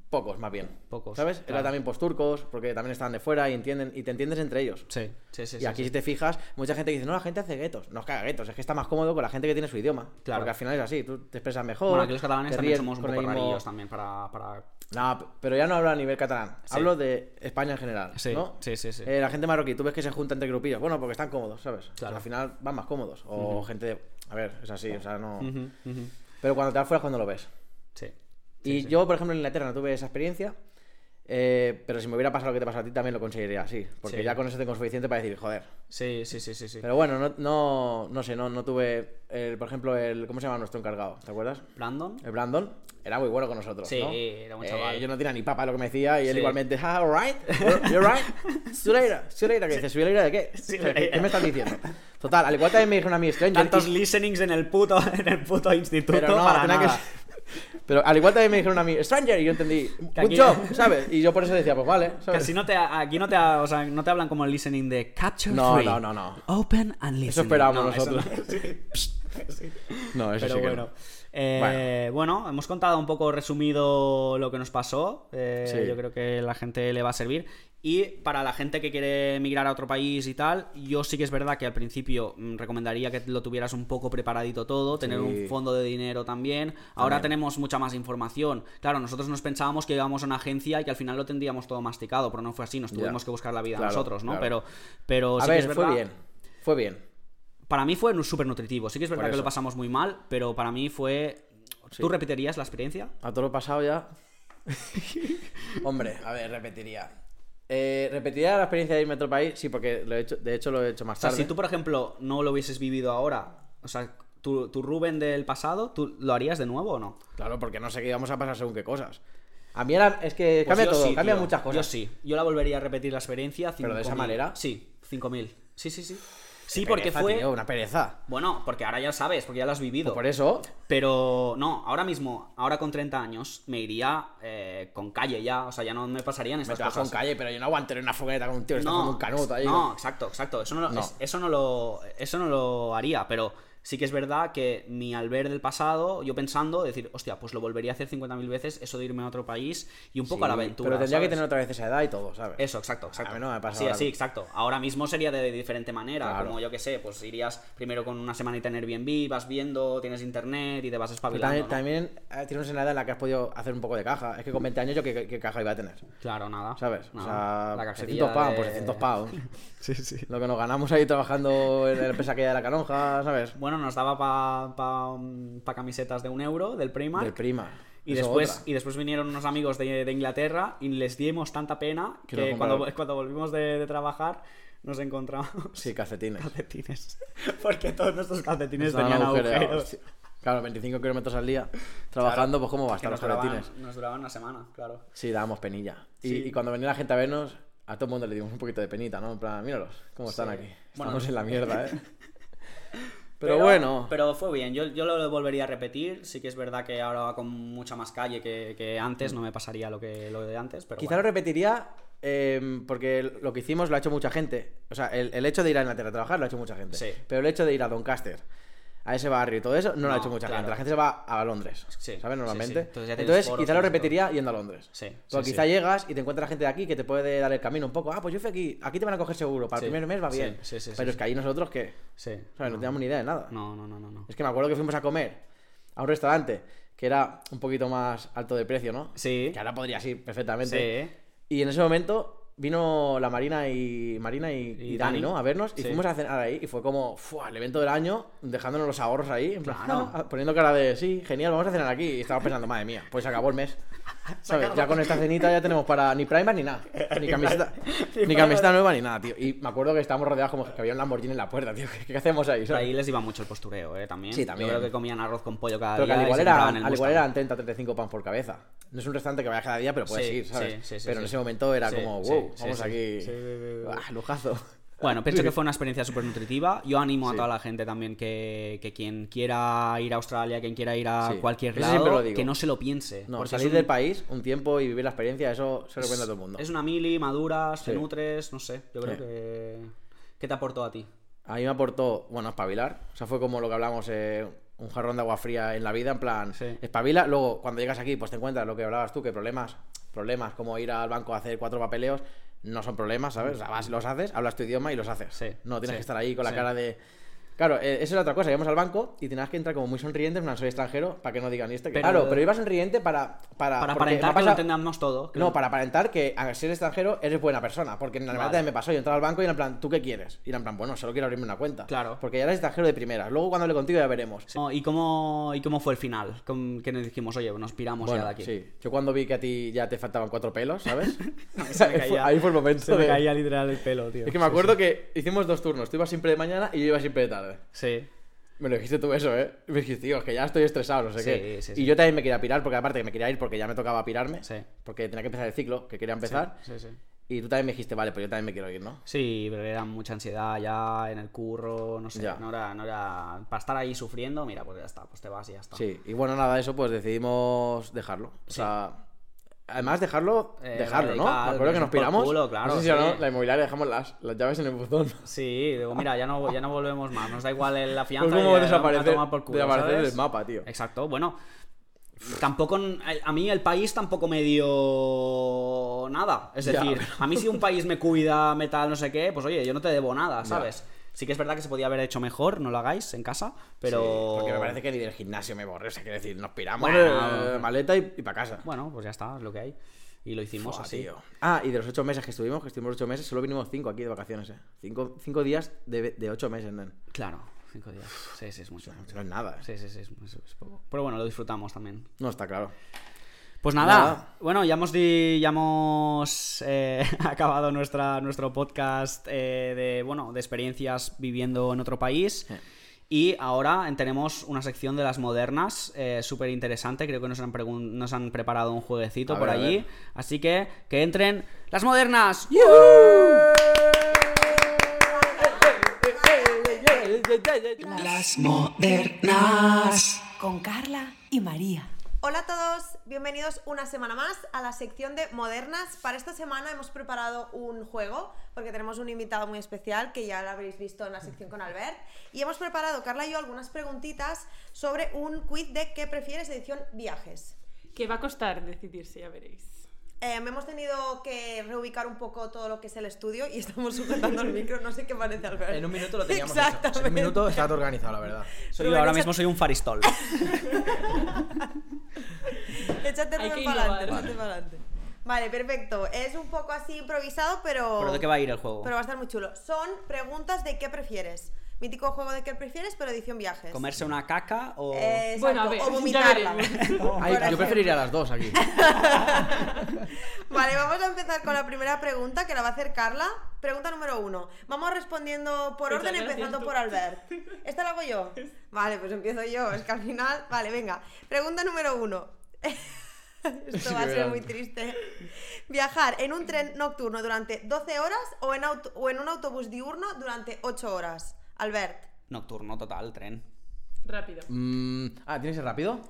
[SPEAKER 2] pocos más bien.
[SPEAKER 1] Pocos,
[SPEAKER 2] ¿Sabes?
[SPEAKER 1] claro.
[SPEAKER 2] Era también pues turcos, porque también estaban de fuera y entienden y te entiendes entre ellos.
[SPEAKER 1] Sí, sí, sí.
[SPEAKER 2] Y
[SPEAKER 1] sí,
[SPEAKER 2] aquí
[SPEAKER 1] sí.
[SPEAKER 2] si te fijas, mucha gente dice, no, la gente hace guetos. No es que haga guetos, es que está más cómodo con la gente que tiene su idioma.
[SPEAKER 1] Claro.
[SPEAKER 2] Porque al final es así, tú te expresas mejor.
[SPEAKER 1] Bueno, aquí los catalanes
[SPEAKER 2] te
[SPEAKER 1] también
[SPEAKER 2] ríes
[SPEAKER 1] somos un
[SPEAKER 2] con
[SPEAKER 1] poco
[SPEAKER 2] el mismo-
[SPEAKER 1] rarillos también para... para...
[SPEAKER 2] no, p- pero ya no hablo a nivel catalán.
[SPEAKER 1] Sí.
[SPEAKER 2] Hablo de España en general.
[SPEAKER 1] Sí,
[SPEAKER 2] ¿no?
[SPEAKER 1] sí, sí, sí.
[SPEAKER 2] Eh, la gente marroquí, tú ves que se junta entre grupillos. Bueno, porque están cómodos, ¿sabes? O sea,
[SPEAKER 1] Claro.
[SPEAKER 2] al final van más cómodos. O gente de. A ver, es así, o sea, no. Pero cuando te vas fuera es cuando lo ves.
[SPEAKER 1] Sí.
[SPEAKER 2] y yo, por ejemplo, en Inglaterra no tuve esa experiencia. eh, pero si me hubiera pasado lo que te pasó a ti, también lo conseguiría así. Porque
[SPEAKER 1] Sí.
[SPEAKER 2] ya con eso tengo suficiente para decir, joder.
[SPEAKER 1] Sí, sí, sí, sí. sí.
[SPEAKER 2] Pero bueno, no, no, no sé, no, no tuve. el- por ejemplo, el. ¿Cómo se llama nuestro encargado? ¿Te acuerdas?
[SPEAKER 1] Brandon...
[SPEAKER 2] El Brandon era muy bueno con nosotros.
[SPEAKER 1] Sí,
[SPEAKER 2] ¿no?
[SPEAKER 1] era un
[SPEAKER 2] Eh,
[SPEAKER 1] chaval.
[SPEAKER 2] yo no tenía ni papa lo que me decía y él
[SPEAKER 1] Sí.
[SPEAKER 2] igualmente, ah, alright, you're- you're right. See you later, see you later. Que dices, ¿see you later de qué?
[SPEAKER 1] See you
[SPEAKER 2] O sea, ¿qué-
[SPEAKER 1] later.
[SPEAKER 2] ¿Qué me estás diciendo? Total, al igual también me dijeron a mí Stranger.
[SPEAKER 1] Tantos
[SPEAKER 2] y-
[SPEAKER 1] listenings en el puto, en el puto instituto
[SPEAKER 2] pero no,
[SPEAKER 1] para
[SPEAKER 2] tenía que-
[SPEAKER 1] nada.
[SPEAKER 2] Pero al igual también me dijeron a mí Stranger y yo entendí, good
[SPEAKER 1] aquí-
[SPEAKER 2] job, ¿sabes? Y yo por eso decía, pues vale,
[SPEAKER 1] Que
[SPEAKER 2] ¿sabes?
[SPEAKER 1] si no te, aquí no te, o sea, no te hablan como el listening de capture
[SPEAKER 2] No,
[SPEAKER 1] free,
[SPEAKER 2] no, no, no.
[SPEAKER 1] Open and listening.
[SPEAKER 2] Eso esperábamos
[SPEAKER 1] No, eso
[SPEAKER 2] nosotros.
[SPEAKER 1] no.
[SPEAKER 2] No, eso
[SPEAKER 1] Pero
[SPEAKER 2] sí que
[SPEAKER 1] bueno.
[SPEAKER 2] no.
[SPEAKER 1] Eh, bueno. hemos contado un poco resumido lo que nos pasó. Eh,
[SPEAKER 2] Sí.
[SPEAKER 1] Yo creo que la gente le va a servir. Y para la gente que quiere emigrar a otro país y tal, yo sí que es verdad que al principio mm, recomendaría que lo tuvieras un poco preparadito todo, tener
[SPEAKER 2] Sí.
[SPEAKER 1] un fondo de dinero también. Ahora tenemos mucha más información. Claro, nosotros nos pensábamos que íbamos a una agencia y que al final lo tendríamos todo masticado, pero no fue así, nos
[SPEAKER 2] Ya.
[SPEAKER 1] tuvimos que buscar la vida
[SPEAKER 2] Claro,
[SPEAKER 1] nosotros, ¿no?
[SPEAKER 2] claro.
[SPEAKER 1] Pero, pero
[SPEAKER 2] A
[SPEAKER 1] sí que es
[SPEAKER 2] ver,
[SPEAKER 1] verdad
[SPEAKER 2] fue bien, fue bien.
[SPEAKER 1] para mí fue súper nutritivo. Sí que es verdad
[SPEAKER 2] Por
[SPEAKER 1] que lo
[SPEAKER 2] eso.
[SPEAKER 1] pasamos muy mal, pero para mí fue... ¿Tú repetirías la experiencia?
[SPEAKER 2] A todo lo pasado ya. Hombre, a ver, repetiría. Eh, ¿Repetiría la experiencia de irme a otro país? Sí, porque lo he hecho, de hecho lo he hecho más
[SPEAKER 1] O sea,
[SPEAKER 2] tarde.
[SPEAKER 1] si tú, por ejemplo, no lo hubieses vivido ahora, o sea, tu, tu Rubén del pasado, ¿tú lo harías de nuevo o no?
[SPEAKER 2] Claro, porque no sé qué íbamos a pasar según qué cosas. A mí era, es que cambia
[SPEAKER 1] Pues yo
[SPEAKER 2] todo,
[SPEAKER 1] sí,
[SPEAKER 2] cambia
[SPEAKER 1] tío.
[SPEAKER 2] muchas cosas.
[SPEAKER 1] Yo sí. Yo la volvería a repetir la experiencia.
[SPEAKER 2] ¿Pero de esa
[SPEAKER 1] 5.000.
[SPEAKER 2] manera?
[SPEAKER 1] Sí, 5.000. Sí, sí, sí.
[SPEAKER 2] Qué
[SPEAKER 1] Sí, porque
[SPEAKER 2] pereza,
[SPEAKER 1] fue.
[SPEAKER 2] tío, una pereza.
[SPEAKER 1] Bueno, porque ahora ya sabes, porque ya lo has vivido.
[SPEAKER 2] Por eso,
[SPEAKER 1] Pero no, ahora mismo, ahora con 30 años, me iría eh, con calle ya. O sea, ya no me pasarían
[SPEAKER 2] me
[SPEAKER 1] estas
[SPEAKER 2] trajo
[SPEAKER 1] cosas.
[SPEAKER 2] en calle, pero yo no aguanto en una fogueta con un tío que está
[SPEAKER 1] pues No,
[SPEAKER 2] con un canuto ahí.
[SPEAKER 1] no, exacto, exacto. Eso no, lo-
[SPEAKER 2] No.
[SPEAKER 1] es- eso no lo, eso no lo haría, pero sí que es verdad que mi al ver del pasado, yo pensando, decir, hostia, pues lo volvería a hacer 50.000 veces, eso de irme a otro país y un poco a la
[SPEAKER 2] Sí,
[SPEAKER 1] aventura.
[SPEAKER 2] Pero tendría que
[SPEAKER 1] ¿sabes?
[SPEAKER 2] tener otra vez esa edad y todo, ¿sabes?
[SPEAKER 1] Eso, exacto, exacto.
[SPEAKER 2] A mí no me pasa
[SPEAKER 1] sí,
[SPEAKER 2] ahora
[SPEAKER 1] sí,
[SPEAKER 2] mismo.
[SPEAKER 1] exacto. Ahora mismo sería de diferente manera,
[SPEAKER 2] Claro.
[SPEAKER 1] como yo que sé, pues irías primero con una semanita en Airbnb, vas viendo, tienes internet y te vas
[SPEAKER 2] Pero
[SPEAKER 1] espabilando.
[SPEAKER 2] también,
[SPEAKER 1] ¿no?
[SPEAKER 2] también, eh, tienes una edad en la que has podido hacer un poco de caja. Es que con 20 años yo qué, qué- qué caja iba a tener,
[SPEAKER 1] Claro, nada.
[SPEAKER 2] ¿sabes? O
[SPEAKER 1] Nada.
[SPEAKER 2] sea,
[SPEAKER 1] La
[SPEAKER 2] 600
[SPEAKER 1] cajetilla
[SPEAKER 2] pavos,
[SPEAKER 1] de-
[SPEAKER 2] por 600 pavos. sí, sí. Lo que nos ganamos ahí trabajando en la empresa aquella de la canonja, ¿sabes?
[SPEAKER 1] Bueno, nos daba para pa, mm, pa camisetas de un euro del Primark.
[SPEAKER 2] Del prima.
[SPEAKER 1] Y
[SPEAKER 2] Eso
[SPEAKER 1] después,
[SPEAKER 2] otra.
[SPEAKER 1] y después vinieron unos amigos de, de Inglaterra y les dimos tanta pena
[SPEAKER 2] Que lo
[SPEAKER 1] que cuando,
[SPEAKER 2] compraron.
[SPEAKER 1] cuando volvimos de, de trabajar nos encontramos
[SPEAKER 2] Sí, calcetines.
[SPEAKER 1] calcetines. Porque todos nuestros calcetines
[SPEAKER 2] Estaban
[SPEAKER 1] tenían
[SPEAKER 2] agujereados.
[SPEAKER 1] agujeros.
[SPEAKER 2] Sí. Claro, 25 kilómetros al día trabajando, pues cómo va a
[SPEAKER 1] Que
[SPEAKER 2] estar
[SPEAKER 1] nos
[SPEAKER 2] los
[SPEAKER 1] duraban,
[SPEAKER 2] calcetines.
[SPEAKER 1] nos duraban una semana, claro.
[SPEAKER 2] Sí, dábamos penilla. Y,
[SPEAKER 1] Sí.
[SPEAKER 2] y cuando venía la gente a vernos, a todo el mundo le dimos un poquito de penita, ¿no? En plan, míralos, cómo están
[SPEAKER 1] Sí.
[SPEAKER 2] aquí.
[SPEAKER 1] Bueno.
[SPEAKER 2] Estamos en la mierda, ¿eh? Pero, bueno.
[SPEAKER 1] Pero fue bien, yo, yo lo volvería a repetir. Sí que es verdad que ahora va con mucha más calle que, que antes, no me pasaría lo, que, lo de antes, pero
[SPEAKER 2] Quizá
[SPEAKER 1] bueno.
[SPEAKER 2] lo repetiría eh, porque lo que hicimos lo ha hecho mucha gente. O sea, el, el hecho de ir a Inglaterra a trabajar lo ha hecho mucha gente.
[SPEAKER 1] Sí.
[SPEAKER 2] Pero el hecho de ir a Doncaster, a ese barrio y todo eso, no, lo ha
[SPEAKER 1] No,
[SPEAKER 2] hecho mucha
[SPEAKER 1] claro.
[SPEAKER 2] gente. La gente se va a Londres,
[SPEAKER 1] Sí,
[SPEAKER 2] ¿sabes?
[SPEAKER 1] sí,
[SPEAKER 2] Normalmente.
[SPEAKER 1] sí. Entonces
[SPEAKER 2] Entonces,
[SPEAKER 1] ya tienes foros,
[SPEAKER 2] quizá lo
[SPEAKER 1] tienes
[SPEAKER 2] repetiría yendo a Londres.
[SPEAKER 1] Sí, sí,
[SPEAKER 2] Porque
[SPEAKER 1] sí.
[SPEAKER 2] quizá llegas y te encuentras gente de aquí que te puede dar el camino un poco. Ah, pues yo fui aquí. Aquí te van a coger seguro. Para
[SPEAKER 1] Sí,
[SPEAKER 2] el primer mes va
[SPEAKER 1] sí,
[SPEAKER 2] bien.
[SPEAKER 1] sí, sí, sí,
[SPEAKER 2] Pero es
[SPEAKER 1] sí.
[SPEAKER 2] que ahí nosotros que,
[SPEAKER 1] Sí.
[SPEAKER 2] ¿sabes? No, teníamos ni idea de nada.
[SPEAKER 1] No, no, no, no. no.
[SPEAKER 2] Es que me acuerdo que fuimos a comer a un restaurante que era un poquito más alto de precio, ¿no?
[SPEAKER 1] Sí.
[SPEAKER 2] Que ahora podrías ir perfectamente.
[SPEAKER 1] Sí.
[SPEAKER 2] Y en ese momento vino la Marina y Marina y,
[SPEAKER 1] Y
[SPEAKER 2] y Dani,
[SPEAKER 1] Dani.
[SPEAKER 2] ¿no? A vernos y
[SPEAKER 1] Sí.
[SPEAKER 2] fuimos a cenar ahí y fue como ¡fua! el evento del año, dejándonos los ahorros ahí, en plan,
[SPEAKER 1] Claro.
[SPEAKER 2] "Ah", poniendo cara de sí, genial, vamos a cenar aquí. Y estaba pensando, madre mía, pues se acabó el mes. ¿Sabes? Ya con esta cenita ya tenemos para ni primer ni nada. Ni camiseta, ni camiseta nueva ni nada, tío. Y me acuerdo que estábamos rodeados como que había un Lamborghini en la puerta, tío. ¿Qué, qué hacemos ahí?
[SPEAKER 1] Pero
[SPEAKER 2] sabes?
[SPEAKER 1] ahí les iba mucho el postureo, ¿eh? También.
[SPEAKER 2] Sí, también.
[SPEAKER 1] Yo creo que comían arroz con pollo cada
[SPEAKER 2] Pero que
[SPEAKER 1] día.
[SPEAKER 2] al
[SPEAKER 1] y
[SPEAKER 2] igual,
[SPEAKER 1] se
[SPEAKER 2] era,
[SPEAKER 1] compraban el
[SPEAKER 2] al igual
[SPEAKER 1] Mustang.
[SPEAKER 2] eran 30, 35 pounds por cabeza. No es un restaurante que vayas cada día, pero puedes
[SPEAKER 1] Sí,
[SPEAKER 2] ir, ¿sabes?
[SPEAKER 1] sí, sí, sí,
[SPEAKER 2] pero en
[SPEAKER 1] sí.
[SPEAKER 2] ese momento era
[SPEAKER 1] Sí,
[SPEAKER 2] como,
[SPEAKER 1] sí,
[SPEAKER 2] wow,
[SPEAKER 1] sí,
[SPEAKER 2] vamos
[SPEAKER 1] sí,
[SPEAKER 2] aquí.
[SPEAKER 1] sí, sí, sí, sí.
[SPEAKER 2] Buah, lujazo.
[SPEAKER 1] Bueno, pienso que fue una experiencia súper nutritiva. Yo animo
[SPEAKER 2] Sí.
[SPEAKER 1] a toda la gente también que, que quien quiera ir a Australia, quien quiera ir a
[SPEAKER 2] Sí.
[SPEAKER 1] cualquier
[SPEAKER 2] Eso
[SPEAKER 1] lado,
[SPEAKER 2] siempre lo digo.
[SPEAKER 1] que no se lo piense.
[SPEAKER 2] No,
[SPEAKER 1] porque
[SPEAKER 2] salir
[SPEAKER 1] es un-
[SPEAKER 2] del país un tiempo y vivir la experiencia, eso se lo cuenta a todo el mundo.
[SPEAKER 1] Es una mili, maduras,
[SPEAKER 2] Sí.
[SPEAKER 1] se nutres, no sé. Yo creo
[SPEAKER 2] Sí.
[SPEAKER 1] que. ¿Qué te aportó a ti?
[SPEAKER 2] A mí me aportó, bueno, espabilar. O sea, fue como lo que hablamos, eh, un jarrón de agua fría en la vida, en plan,
[SPEAKER 1] Sí.
[SPEAKER 2] espabila. Luego, cuando llegas aquí, pues te encuentras lo que hablabas tú, que problemas, problemas como ir al banco a hacer cuatro papeleos, no son problemas, ¿sabes? O sea, vas, los haces, hablas tu idioma y los haces.
[SPEAKER 1] Mm. Sí,
[SPEAKER 2] No tienes
[SPEAKER 1] sí,
[SPEAKER 2] que estar ahí con la
[SPEAKER 1] sí.
[SPEAKER 2] cara de. Claro, eh, eso era otra cosa. Íbamos al banco y tenías que entrar como muy sonriente, en plan, soy extranjero, para que no digan "¿Y este. que-".
[SPEAKER 1] Pero-
[SPEAKER 2] Claro, pero ibas sonriente para.
[SPEAKER 1] Para
[SPEAKER 2] Para, Ah, porque me
[SPEAKER 1] aparentar
[SPEAKER 2] ha
[SPEAKER 1] que lo
[SPEAKER 2] pasado-
[SPEAKER 1] entendamos todo. que
[SPEAKER 2] no,
[SPEAKER 1] lo-
[SPEAKER 2] para aparentar que al ser extranjero eres buena persona. Porque en la
[SPEAKER 1] Vale.
[SPEAKER 2] verdad me pasó, yo entraba al banco y era en plan, ¿tú qué quieres? Y era en plan, bueno, solo quiero abrirme una cuenta.
[SPEAKER 1] Claro.
[SPEAKER 2] Porque ya eres extranjero de primera. Luego cuando hable contigo ya veremos.
[SPEAKER 1] No, ¿y, cómo, ¿Y cómo fue el final? Con- Que nos dijimos, oye, nos piramos
[SPEAKER 2] Bueno,
[SPEAKER 1] ya de aquí.
[SPEAKER 2] sí. Yo cuando vi que a ti ya te faltaban cuatro pelos, ¿sabes?
[SPEAKER 1] Se me
[SPEAKER 2] Ahí fue-
[SPEAKER 1] caía-
[SPEAKER 2] ahí fue el momento.
[SPEAKER 1] Se me
[SPEAKER 2] de-
[SPEAKER 1] caía literal el pelo, tío.
[SPEAKER 2] Es que me acuerdo que hicimos dos turnos. Tú ibas siempre de mañana y yo iba siempre de tarde.
[SPEAKER 1] Sí.
[SPEAKER 2] Me lo dijiste tú eso, ¿eh? Y Me dijiste, tío, es que ya estoy estresado, no sé
[SPEAKER 1] Sí,
[SPEAKER 2] qué.
[SPEAKER 1] sí,
[SPEAKER 2] y
[SPEAKER 1] sí.
[SPEAKER 2] yo también me quería pirar, porque aparte que me quería ir porque ya me tocaba pirarme.
[SPEAKER 1] Sí.
[SPEAKER 2] Porque tenía que empezar el ciclo, que quería empezar.
[SPEAKER 1] Sí, sí. sí.
[SPEAKER 2] Y tú también me dijiste, vale, pues yo también me quiero ir, ¿no?
[SPEAKER 1] Sí, pero era mucha ansiedad ya en el curro, no sé,
[SPEAKER 2] Ya.
[SPEAKER 1] no era, no era para estar ahí sufriendo, mira, pues ya está, pues te vas y ya está.
[SPEAKER 2] Sí, y bueno, nada, eso pues decidimos dejarlo. O sea, además dejarlo,
[SPEAKER 1] Eh,
[SPEAKER 2] dejarlo, ¿no?
[SPEAKER 1] radical,
[SPEAKER 2] Me acuerdo que
[SPEAKER 1] es
[SPEAKER 2] nos
[SPEAKER 1] por
[SPEAKER 2] piramos.
[SPEAKER 1] culo, claro,
[SPEAKER 2] no sé si o
[SPEAKER 1] sí.
[SPEAKER 2] no, la inmobiliaria dejamos las, las llaves en el buzón.
[SPEAKER 1] Sí, digo, mira, ya no, ya no volvemos más, nos da igual el- la fianza
[SPEAKER 2] Pues
[SPEAKER 1] y
[SPEAKER 2] como
[SPEAKER 1] a- a
[SPEAKER 2] desaparecer,
[SPEAKER 1] tomar por culo,
[SPEAKER 2] desaparecer
[SPEAKER 1] ¿sabes?
[SPEAKER 2] del mapa, tío.
[SPEAKER 1] Exacto, bueno, tampoco, a mí el país tampoco me dio nada, es
[SPEAKER 2] Ya.
[SPEAKER 1] decir, a mí si un país me cuida, me tal, no sé qué, pues oye, yo no te debo nada, ¿sabes? Sí que es verdad que se podía haber hecho mejor, no lo hagáis en casa, pero...
[SPEAKER 2] Sí, porque me parece que ni del gimnasio me borré, o sea, quiero decir, nos piramos
[SPEAKER 1] Bueno.
[SPEAKER 2] eh, maleta y, para casa.
[SPEAKER 1] Bueno, pues ya está, es lo que hay. Y lo hicimos
[SPEAKER 2] Buah,
[SPEAKER 1] así.
[SPEAKER 2] tío. Ah, y de los ocho meses que estuvimos, que estuvimos ocho meses, solo vinimos cinco aquí de vacaciones, eh. Cinco, cinco días de, de ocho meses, nen.
[SPEAKER 1] Claro, cinco días. Sí, sí, es mucho.
[SPEAKER 2] No es nada, eh.
[SPEAKER 1] Sí, sí, sí, es, es- es poco. Pero bueno, lo disfrutamos también.
[SPEAKER 2] No está claro.
[SPEAKER 1] Pues nada,
[SPEAKER 2] Nada.
[SPEAKER 1] bueno, ya hemos, di- ya hemos eh, acabado nuestra, nuestro podcast eh, de, bueno, de experiencias viviendo en otro país. Y ahora tenemos una sección de las modernas, eh, súper interesante. Creo que nos han, pregun- nos han preparado un jueguecito
[SPEAKER 2] A
[SPEAKER 1] por
[SPEAKER 2] ver, a
[SPEAKER 1] allí.
[SPEAKER 2] ver.
[SPEAKER 1] Así que que entren las modernas.
[SPEAKER 3] Las modernas.
[SPEAKER 4] Con Carla y María.
[SPEAKER 5] Hola a todos, bienvenidos una semana más a la sección de Modernas. Para esta semana hemos preparado un juego porque tenemos un invitado muy especial que ya lo habréis visto en la sección con Albert. Y hemos preparado, Carla y yo, algunas preguntitas sobre un quiz de qué prefieres edición viajes.
[SPEAKER 6] Que va a costar decidirse, ya veréis.
[SPEAKER 5] Eh, hemos tenido que reubicar un poco todo lo que es el estudio y estamos sujetando el micro, no sé qué parece Albert.
[SPEAKER 2] En un minuto lo teníamos
[SPEAKER 5] Exactamente.
[SPEAKER 2] hecho. En un minuto está todo organizado, la verdad.
[SPEAKER 1] Soy yo
[SPEAKER 5] Rubén,
[SPEAKER 1] ahora
[SPEAKER 5] echa-
[SPEAKER 1] mismo soy un faristol.
[SPEAKER 5] Échate
[SPEAKER 6] Hay que
[SPEAKER 5] para adelante,
[SPEAKER 6] innovar.
[SPEAKER 5] échate para adelante. Vale, perfecto. Es un poco así improvisado, pero...
[SPEAKER 1] ¿Pero de qué va a ir el juego?
[SPEAKER 5] Pero va a estar muy chulo. Son preguntas de qué prefieres. Mítico juego de qué prefieres, pero edición viajes.
[SPEAKER 1] ¿Comerse una caca o...?
[SPEAKER 5] Eh, exacto,
[SPEAKER 6] Bueno, a ver,
[SPEAKER 5] o
[SPEAKER 6] ya
[SPEAKER 5] vomitarla.
[SPEAKER 6] veremos.
[SPEAKER 2] Ay,
[SPEAKER 5] Por
[SPEAKER 2] yo
[SPEAKER 5] ejemplo.
[SPEAKER 2] preferiría las dos aquí.
[SPEAKER 5] Vale, vamos a empezar con la primera pregunta que la va a hacer Carla. Pregunta número uno. Vamos respondiendo por
[SPEAKER 6] Pues
[SPEAKER 5] orden,
[SPEAKER 6] la gracia
[SPEAKER 5] empezando
[SPEAKER 6] es tú.
[SPEAKER 5] por Albert. ¿Esta la hago yo? Vale, pues empiezo yo. Es que al final. Vale, venga. Pregunta número uno.
[SPEAKER 2] Sí,
[SPEAKER 5] Esto va a
[SPEAKER 2] que
[SPEAKER 5] ser
[SPEAKER 2] verás.
[SPEAKER 5] muy triste. ¿Viajar en un tren nocturno durante 12 horas o en, auto- o en un autobús diurno durante 8 horas? Albert.
[SPEAKER 1] Nocturno total, tren.
[SPEAKER 6] Rápido.
[SPEAKER 2] Mm, ah, ¿tienes el rápido?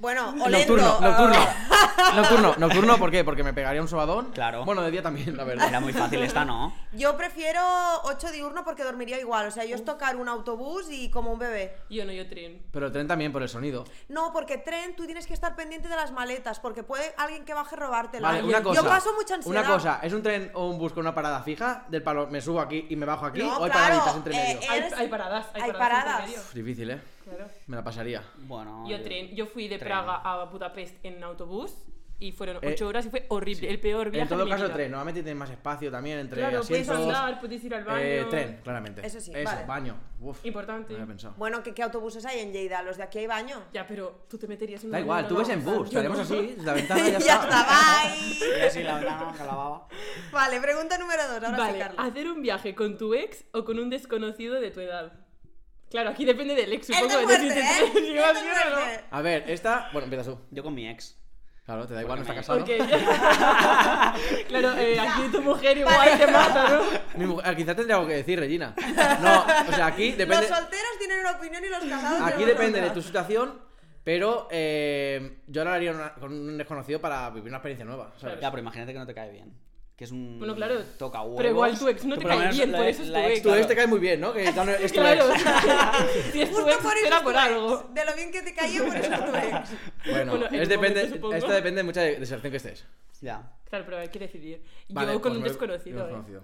[SPEAKER 5] Bueno, o lento.
[SPEAKER 2] Nocturno, nocturno.
[SPEAKER 5] Ah.
[SPEAKER 2] nocturno, nocturno, ¿por qué? Porque me pegaría un sobadón.
[SPEAKER 1] Claro.
[SPEAKER 2] Bueno, de día también, la verdad.
[SPEAKER 1] Era muy fácil esta, ¿no?
[SPEAKER 5] Yo prefiero 8 diurno porque dormiría igual. O sea, yo es tocar un autobús y como un bebé.
[SPEAKER 6] Yo no, yo tren.
[SPEAKER 2] Pero el tren también por el sonido.
[SPEAKER 5] No, porque tren tú tienes que estar pendiente de las maletas, porque puede alguien que baje robártela.
[SPEAKER 2] Vale, una
[SPEAKER 5] yo
[SPEAKER 2] cosa.
[SPEAKER 5] paso mucha ansiedad.
[SPEAKER 2] Una cosa, ¿es un tren o un bus con una parada fija? Del palo, me subo aquí y me bajo aquí.
[SPEAKER 5] No,
[SPEAKER 2] o hay
[SPEAKER 5] claro,
[SPEAKER 2] paraditas entre
[SPEAKER 5] eh,
[SPEAKER 2] medio.
[SPEAKER 5] eh,
[SPEAKER 6] Hay,
[SPEAKER 5] Eres-
[SPEAKER 6] hay paradas, hay,
[SPEAKER 5] hay paradas.
[SPEAKER 6] entre medio.
[SPEAKER 2] Uf, difícil, ¿eh?
[SPEAKER 6] Claro.
[SPEAKER 2] Me la pasaría.
[SPEAKER 1] Bueno...
[SPEAKER 6] Yo tren. Yo fui de
[SPEAKER 1] tren.
[SPEAKER 6] Praga a Budapest en autobús y fueron
[SPEAKER 2] Eh,
[SPEAKER 6] 8 horas y fue horrible. El peor viaje
[SPEAKER 2] En todo
[SPEAKER 6] de mi
[SPEAKER 2] caso,
[SPEAKER 6] vida.
[SPEAKER 2] tren. Normalmente tienes más espacio también entre
[SPEAKER 6] Claro, puedes
[SPEAKER 2] asientos.
[SPEAKER 6] andar, puedes ir al baño.
[SPEAKER 2] Eh, tren, claramente.
[SPEAKER 5] Eso sí,
[SPEAKER 2] Eso,
[SPEAKER 5] vale.
[SPEAKER 2] baño. Uf,
[SPEAKER 6] Importante.
[SPEAKER 2] No lo había pensado.
[SPEAKER 5] Bueno, ¿qué, ¿qué autobuses hay en Lleida? ¿Los de aquí hay baño?
[SPEAKER 6] Ya, pero tú te meterías en un
[SPEAKER 2] Da igual,
[SPEAKER 6] avión,
[SPEAKER 2] tú
[SPEAKER 6] no,
[SPEAKER 2] ves en
[SPEAKER 6] no, no.
[SPEAKER 2] bus, estaremos así, la ventana ya
[SPEAKER 5] ya
[SPEAKER 2] está.
[SPEAKER 5] está, bye.
[SPEAKER 1] Sí, sí, la ventana que la baba.
[SPEAKER 5] Vale, pregunta número dos, ahora sí,
[SPEAKER 6] Vale, ah,
[SPEAKER 5] Carla.
[SPEAKER 6] hacer un viaje con tu ex o con un desconocido de tu edad. Claro, aquí depende del ex,
[SPEAKER 5] Esto
[SPEAKER 6] supongo.
[SPEAKER 5] es
[SPEAKER 6] de
[SPEAKER 5] fuerte,
[SPEAKER 6] si te-
[SPEAKER 5] ¿eh?
[SPEAKER 6] si vas
[SPEAKER 5] Esto es
[SPEAKER 6] bien o no.
[SPEAKER 5] fuerte.
[SPEAKER 2] A ver, esta. Bueno, empieza tú.
[SPEAKER 1] Yo con mi ex.
[SPEAKER 2] Claro, te da igual, no está
[SPEAKER 1] Porque
[SPEAKER 2] casado.
[SPEAKER 6] Ok. claro, eh, aquí tu mujer igual te mata, ¿no?
[SPEAKER 2] Mi mujer- ah, quizás tendría algo que decir, Regina. No, o sea, aquí depende.
[SPEAKER 5] Los solteros tienen una opinión y los casados
[SPEAKER 2] Aquí
[SPEAKER 5] tenemos
[SPEAKER 2] depende de
[SPEAKER 5] otra.
[SPEAKER 2] tu situación, pero eh, yo ahora haría una- con un desconocido para vivir una experiencia nueva, ¿sabes?
[SPEAKER 1] Ya, pero imagínate que no te cae bien. Que es un...
[SPEAKER 6] Bueno, claro.
[SPEAKER 1] Toca huevos.
[SPEAKER 6] Pero igual tu ex no
[SPEAKER 1] Tú
[SPEAKER 6] te
[SPEAKER 1] por lo
[SPEAKER 6] cae
[SPEAKER 1] menos
[SPEAKER 6] bien,
[SPEAKER 1] la
[SPEAKER 6] por
[SPEAKER 1] ex-
[SPEAKER 6] eso es tu
[SPEAKER 1] la
[SPEAKER 6] ex.
[SPEAKER 2] Tu
[SPEAKER 1] claro.
[SPEAKER 2] ex te cae este muy bien, ¿no? Que ya no es tu
[SPEAKER 6] Claro,
[SPEAKER 2] ex.
[SPEAKER 6] si es tu
[SPEAKER 5] Justo
[SPEAKER 6] ex,
[SPEAKER 5] por eso es
[SPEAKER 6] será
[SPEAKER 5] tu
[SPEAKER 6] por
[SPEAKER 5] ex.
[SPEAKER 6] algo.
[SPEAKER 5] De lo bien que te cayó, por eso es tu ex.
[SPEAKER 2] Bueno,
[SPEAKER 6] Bueno, en
[SPEAKER 2] es
[SPEAKER 6] tu
[SPEAKER 2] depende,
[SPEAKER 6] momento, supongo.
[SPEAKER 2] esta depende mucho de, de la situación que estés.
[SPEAKER 1] Ya.
[SPEAKER 6] Claro, pero hay que decidir.
[SPEAKER 2] Vale,
[SPEAKER 6] Yo con
[SPEAKER 2] pues
[SPEAKER 6] un
[SPEAKER 2] me-
[SPEAKER 6] desconocido.
[SPEAKER 2] yo Pues
[SPEAKER 6] eh.
[SPEAKER 2] desconocido.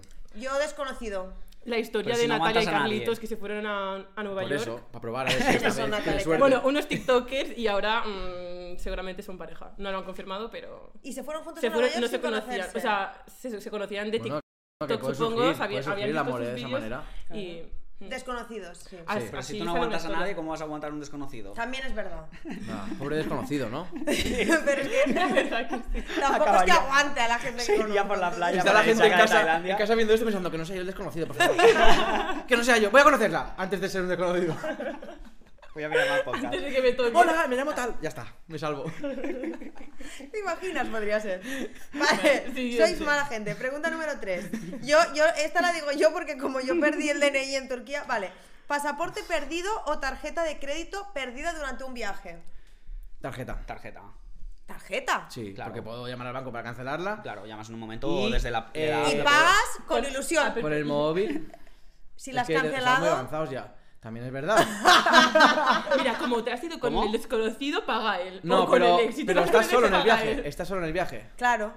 [SPEAKER 5] Yo desconocido.
[SPEAKER 6] La historia
[SPEAKER 1] Pero
[SPEAKER 6] de
[SPEAKER 1] si no
[SPEAKER 6] Natalia y
[SPEAKER 1] matas a nadie.
[SPEAKER 6] Carlitos que se fueron a, a Nueva
[SPEAKER 2] Por
[SPEAKER 6] York.
[SPEAKER 2] eso, para probar a ver si esta vez
[SPEAKER 5] Eso, Natalia.
[SPEAKER 2] tienes suerte.
[SPEAKER 6] Bueno, unos TikTokers y ahora mm, seguramente son pareja. No lo han confirmado, pero.
[SPEAKER 5] Y se fueron juntos
[SPEAKER 6] Se
[SPEAKER 5] a Pues Nueva
[SPEAKER 6] fueron,
[SPEAKER 5] York
[SPEAKER 6] no se
[SPEAKER 5] sin
[SPEAKER 6] conocían.
[SPEAKER 5] conocerse.
[SPEAKER 6] O sea, se, se conocían de
[SPEAKER 2] Bueno,
[SPEAKER 6] TikTok,
[SPEAKER 2] que puede
[SPEAKER 6] supongo.
[SPEAKER 2] surgir, puede
[SPEAKER 6] habían-
[SPEAKER 2] surgir
[SPEAKER 6] habían
[SPEAKER 2] el
[SPEAKER 6] visto
[SPEAKER 2] amor
[SPEAKER 6] sus
[SPEAKER 2] de esa
[SPEAKER 6] vídeos
[SPEAKER 2] manera.
[SPEAKER 6] Y.
[SPEAKER 5] Desconocidos, sí.
[SPEAKER 6] as-
[SPEAKER 2] Sí. Pero
[SPEAKER 1] Pero si
[SPEAKER 6] así
[SPEAKER 1] tú no
[SPEAKER 6] sale una
[SPEAKER 1] aguantas a
[SPEAKER 6] historia.
[SPEAKER 1] nadie, ¿cómo vas a aguantar a un desconocido?
[SPEAKER 5] También es verdad.
[SPEAKER 2] Nah, pobre desconocido, ¿no?
[SPEAKER 5] Pero es que tampoco es que
[SPEAKER 1] Acabaría-
[SPEAKER 5] aguante a la gente que
[SPEAKER 1] Iría
[SPEAKER 5] conozco.
[SPEAKER 1] por la playa.
[SPEAKER 2] Está
[SPEAKER 1] para
[SPEAKER 2] la gente en
[SPEAKER 1] Osaka de
[SPEAKER 2] casa,
[SPEAKER 1] Tailandia.
[SPEAKER 2] en casa viendo esto pensando que no sea yo el desconocido, por favor. que no sea yo. Voy a conocerla antes de ser un desconocido.
[SPEAKER 1] Voy a mirar más podcast.
[SPEAKER 6] Antes de que me toque.
[SPEAKER 2] Hola, me llamo tal. Ya está, me salvo.
[SPEAKER 5] ¿Te imaginas? Podría ser. Vale,
[SPEAKER 6] siguiente.
[SPEAKER 5] sois mala gente. Pregunta número 3. Yo, yo, esta la digo yo porque como yo perdí el DNI en Turquía, vale. ¿Pasaporte perdido o tarjeta de crédito perdida durante un viaje?
[SPEAKER 2] Tarjeta.
[SPEAKER 1] Tarjeta.
[SPEAKER 5] ¿Tarjeta?
[SPEAKER 2] Sí,
[SPEAKER 1] Claro.
[SPEAKER 2] porque puedo llamar al banco para cancelarla.
[SPEAKER 1] Claro, llamas en un momento
[SPEAKER 2] Y,
[SPEAKER 1] desde la... de
[SPEAKER 2] Ah,
[SPEAKER 1] la-
[SPEAKER 5] Y
[SPEAKER 1] de la-
[SPEAKER 5] pagas con ilusión.
[SPEAKER 2] Por el móvil.
[SPEAKER 5] Si la has
[SPEAKER 2] Pues, ah, es que estamos muy
[SPEAKER 5] cancelado,
[SPEAKER 2] avanzados ya. También es verdad.
[SPEAKER 6] Mira, como te has ido con
[SPEAKER 1] ¿Cómo?
[SPEAKER 6] el desconocido, paga él. o
[SPEAKER 2] No,
[SPEAKER 6] con
[SPEAKER 2] pero,
[SPEAKER 6] el éxito.
[SPEAKER 2] pero estás solo en el
[SPEAKER 6] paga
[SPEAKER 2] viaje.
[SPEAKER 6] él.
[SPEAKER 2] Estás solo en el viaje.
[SPEAKER 5] claro.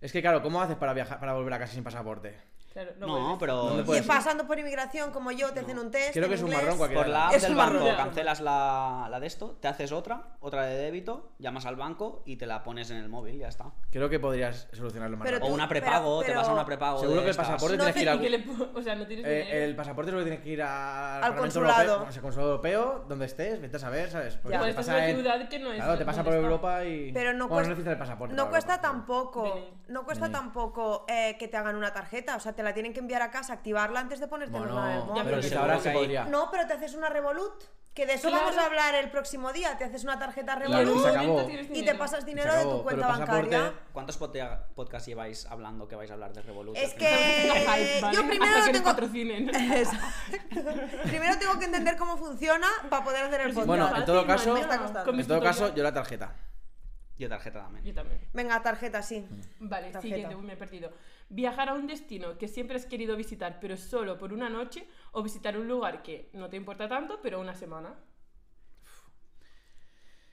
[SPEAKER 2] Es que claro, ¿cómo haces para viajar, para volver a casa sin pasaporte?
[SPEAKER 6] Claro, no,
[SPEAKER 1] No,
[SPEAKER 6] vuelves.
[SPEAKER 1] pero...
[SPEAKER 2] ¿Dónde
[SPEAKER 5] Y
[SPEAKER 2] Puede ser.
[SPEAKER 5] pasando por inmigración como yo, te hacen un test.
[SPEAKER 2] Creo
[SPEAKER 5] en
[SPEAKER 2] que es un
[SPEAKER 5] inglés.
[SPEAKER 2] marrón cualquiera.
[SPEAKER 1] Por la app
[SPEAKER 5] Es
[SPEAKER 1] del
[SPEAKER 5] un
[SPEAKER 1] banco
[SPEAKER 5] marrón.
[SPEAKER 1] cancelas la, la de esto, te haces otra, otra de débito, llamas al banco y te la pones en el móvil, ya está.
[SPEAKER 2] Creo que podrías solucionarlo más
[SPEAKER 5] Pero
[SPEAKER 1] O
[SPEAKER 2] rápido.
[SPEAKER 5] tú-
[SPEAKER 1] una prepago,
[SPEAKER 5] pero-
[SPEAKER 1] te vas a una
[SPEAKER 5] pero-
[SPEAKER 1] prepago.
[SPEAKER 2] Seguro
[SPEAKER 1] de
[SPEAKER 2] que el
[SPEAKER 1] estas.
[SPEAKER 2] pasaporte
[SPEAKER 5] No
[SPEAKER 2] tienes que ir
[SPEAKER 5] sé
[SPEAKER 2] a...
[SPEAKER 6] ¿Y qué le po- O sea, no tienes
[SPEAKER 2] Eh,
[SPEAKER 6] dinero.
[SPEAKER 2] el pasaporte solo tienes que ir al,
[SPEAKER 5] Al
[SPEAKER 2] Parlamento
[SPEAKER 5] consulado.
[SPEAKER 2] Europeo, al consulado europeo, donde estés, vete a saber, ¿sabes? Porque te
[SPEAKER 6] Ya. Pues
[SPEAKER 2] pasa
[SPEAKER 6] es una
[SPEAKER 2] en-
[SPEAKER 6] ciudad que no es
[SPEAKER 2] Claro, te pasa
[SPEAKER 6] donde
[SPEAKER 2] por
[SPEAKER 6] está.
[SPEAKER 2] Europa y...
[SPEAKER 5] Pero no
[SPEAKER 2] Bueno,
[SPEAKER 5] cuesta,
[SPEAKER 2] necesitas el pasaporte
[SPEAKER 5] no
[SPEAKER 2] para
[SPEAKER 5] cuesta
[SPEAKER 2] Europa, pero-
[SPEAKER 5] tampoco,
[SPEAKER 6] Vení.
[SPEAKER 5] no cuesta
[SPEAKER 2] Vení.
[SPEAKER 5] tampoco eh, que te hagan una tarjeta, o sea, te la tienen que enviar a casa, activarla antes de ponerte
[SPEAKER 2] Bueno,
[SPEAKER 5] en el móvil.
[SPEAKER 6] pero
[SPEAKER 2] pero
[SPEAKER 6] seguro
[SPEAKER 2] quizá ahora
[SPEAKER 1] que
[SPEAKER 2] se
[SPEAKER 1] hay-
[SPEAKER 2] podría.
[SPEAKER 5] No, pero te haces una Revolut. Que de eso
[SPEAKER 6] Claro.
[SPEAKER 5] vamos a hablar el próximo día. Te haces una tarjeta
[SPEAKER 2] Claro,
[SPEAKER 5] Revolut
[SPEAKER 2] y se acabó.
[SPEAKER 6] tienes
[SPEAKER 5] y te
[SPEAKER 6] dinero.
[SPEAKER 5] pasas
[SPEAKER 2] Se
[SPEAKER 5] dinero
[SPEAKER 2] acabó,
[SPEAKER 5] de tu
[SPEAKER 2] pero
[SPEAKER 5] cuenta
[SPEAKER 2] el pasaporte-
[SPEAKER 5] bancaria.
[SPEAKER 1] ¿Cuántos podca- podcasts lleváis hablando que vais a hablar de Revolut?
[SPEAKER 5] Es
[SPEAKER 1] Al
[SPEAKER 5] que-
[SPEAKER 1] final?
[SPEAKER 6] No hype,
[SPEAKER 5] Eh,
[SPEAKER 6] ¿vale?
[SPEAKER 5] yo primero
[SPEAKER 6] Hasta que
[SPEAKER 5] tengo-
[SPEAKER 6] nos patrocinen.
[SPEAKER 5] Primero tengo que entender cómo funciona para poder hacer el
[SPEAKER 6] Pero si es
[SPEAKER 5] podcast.
[SPEAKER 2] Bueno,
[SPEAKER 6] fácil,
[SPEAKER 2] en todo
[SPEAKER 6] Manuela.
[SPEAKER 2] caso-
[SPEAKER 5] Me está costando.
[SPEAKER 6] Con
[SPEAKER 2] En
[SPEAKER 6] mis
[SPEAKER 2] todo caso,
[SPEAKER 6] tutoriales.
[SPEAKER 2] yo la tarjeta.
[SPEAKER 1] Yo tarjeta también.
[SPEAKER 6] Yo también.
[SPEAKER 5] Venga, tarjeta, sí.
[SPEAKER 6] Vale,
[SPEAKER 5] Tarjeta.
[SPEAKER 6] siguiente, uy, me he perdido. Viajar a un destino que siempre has querido visitar, pero solo por una noche, o visitar un lugar que no te importa tanto, pero una semana.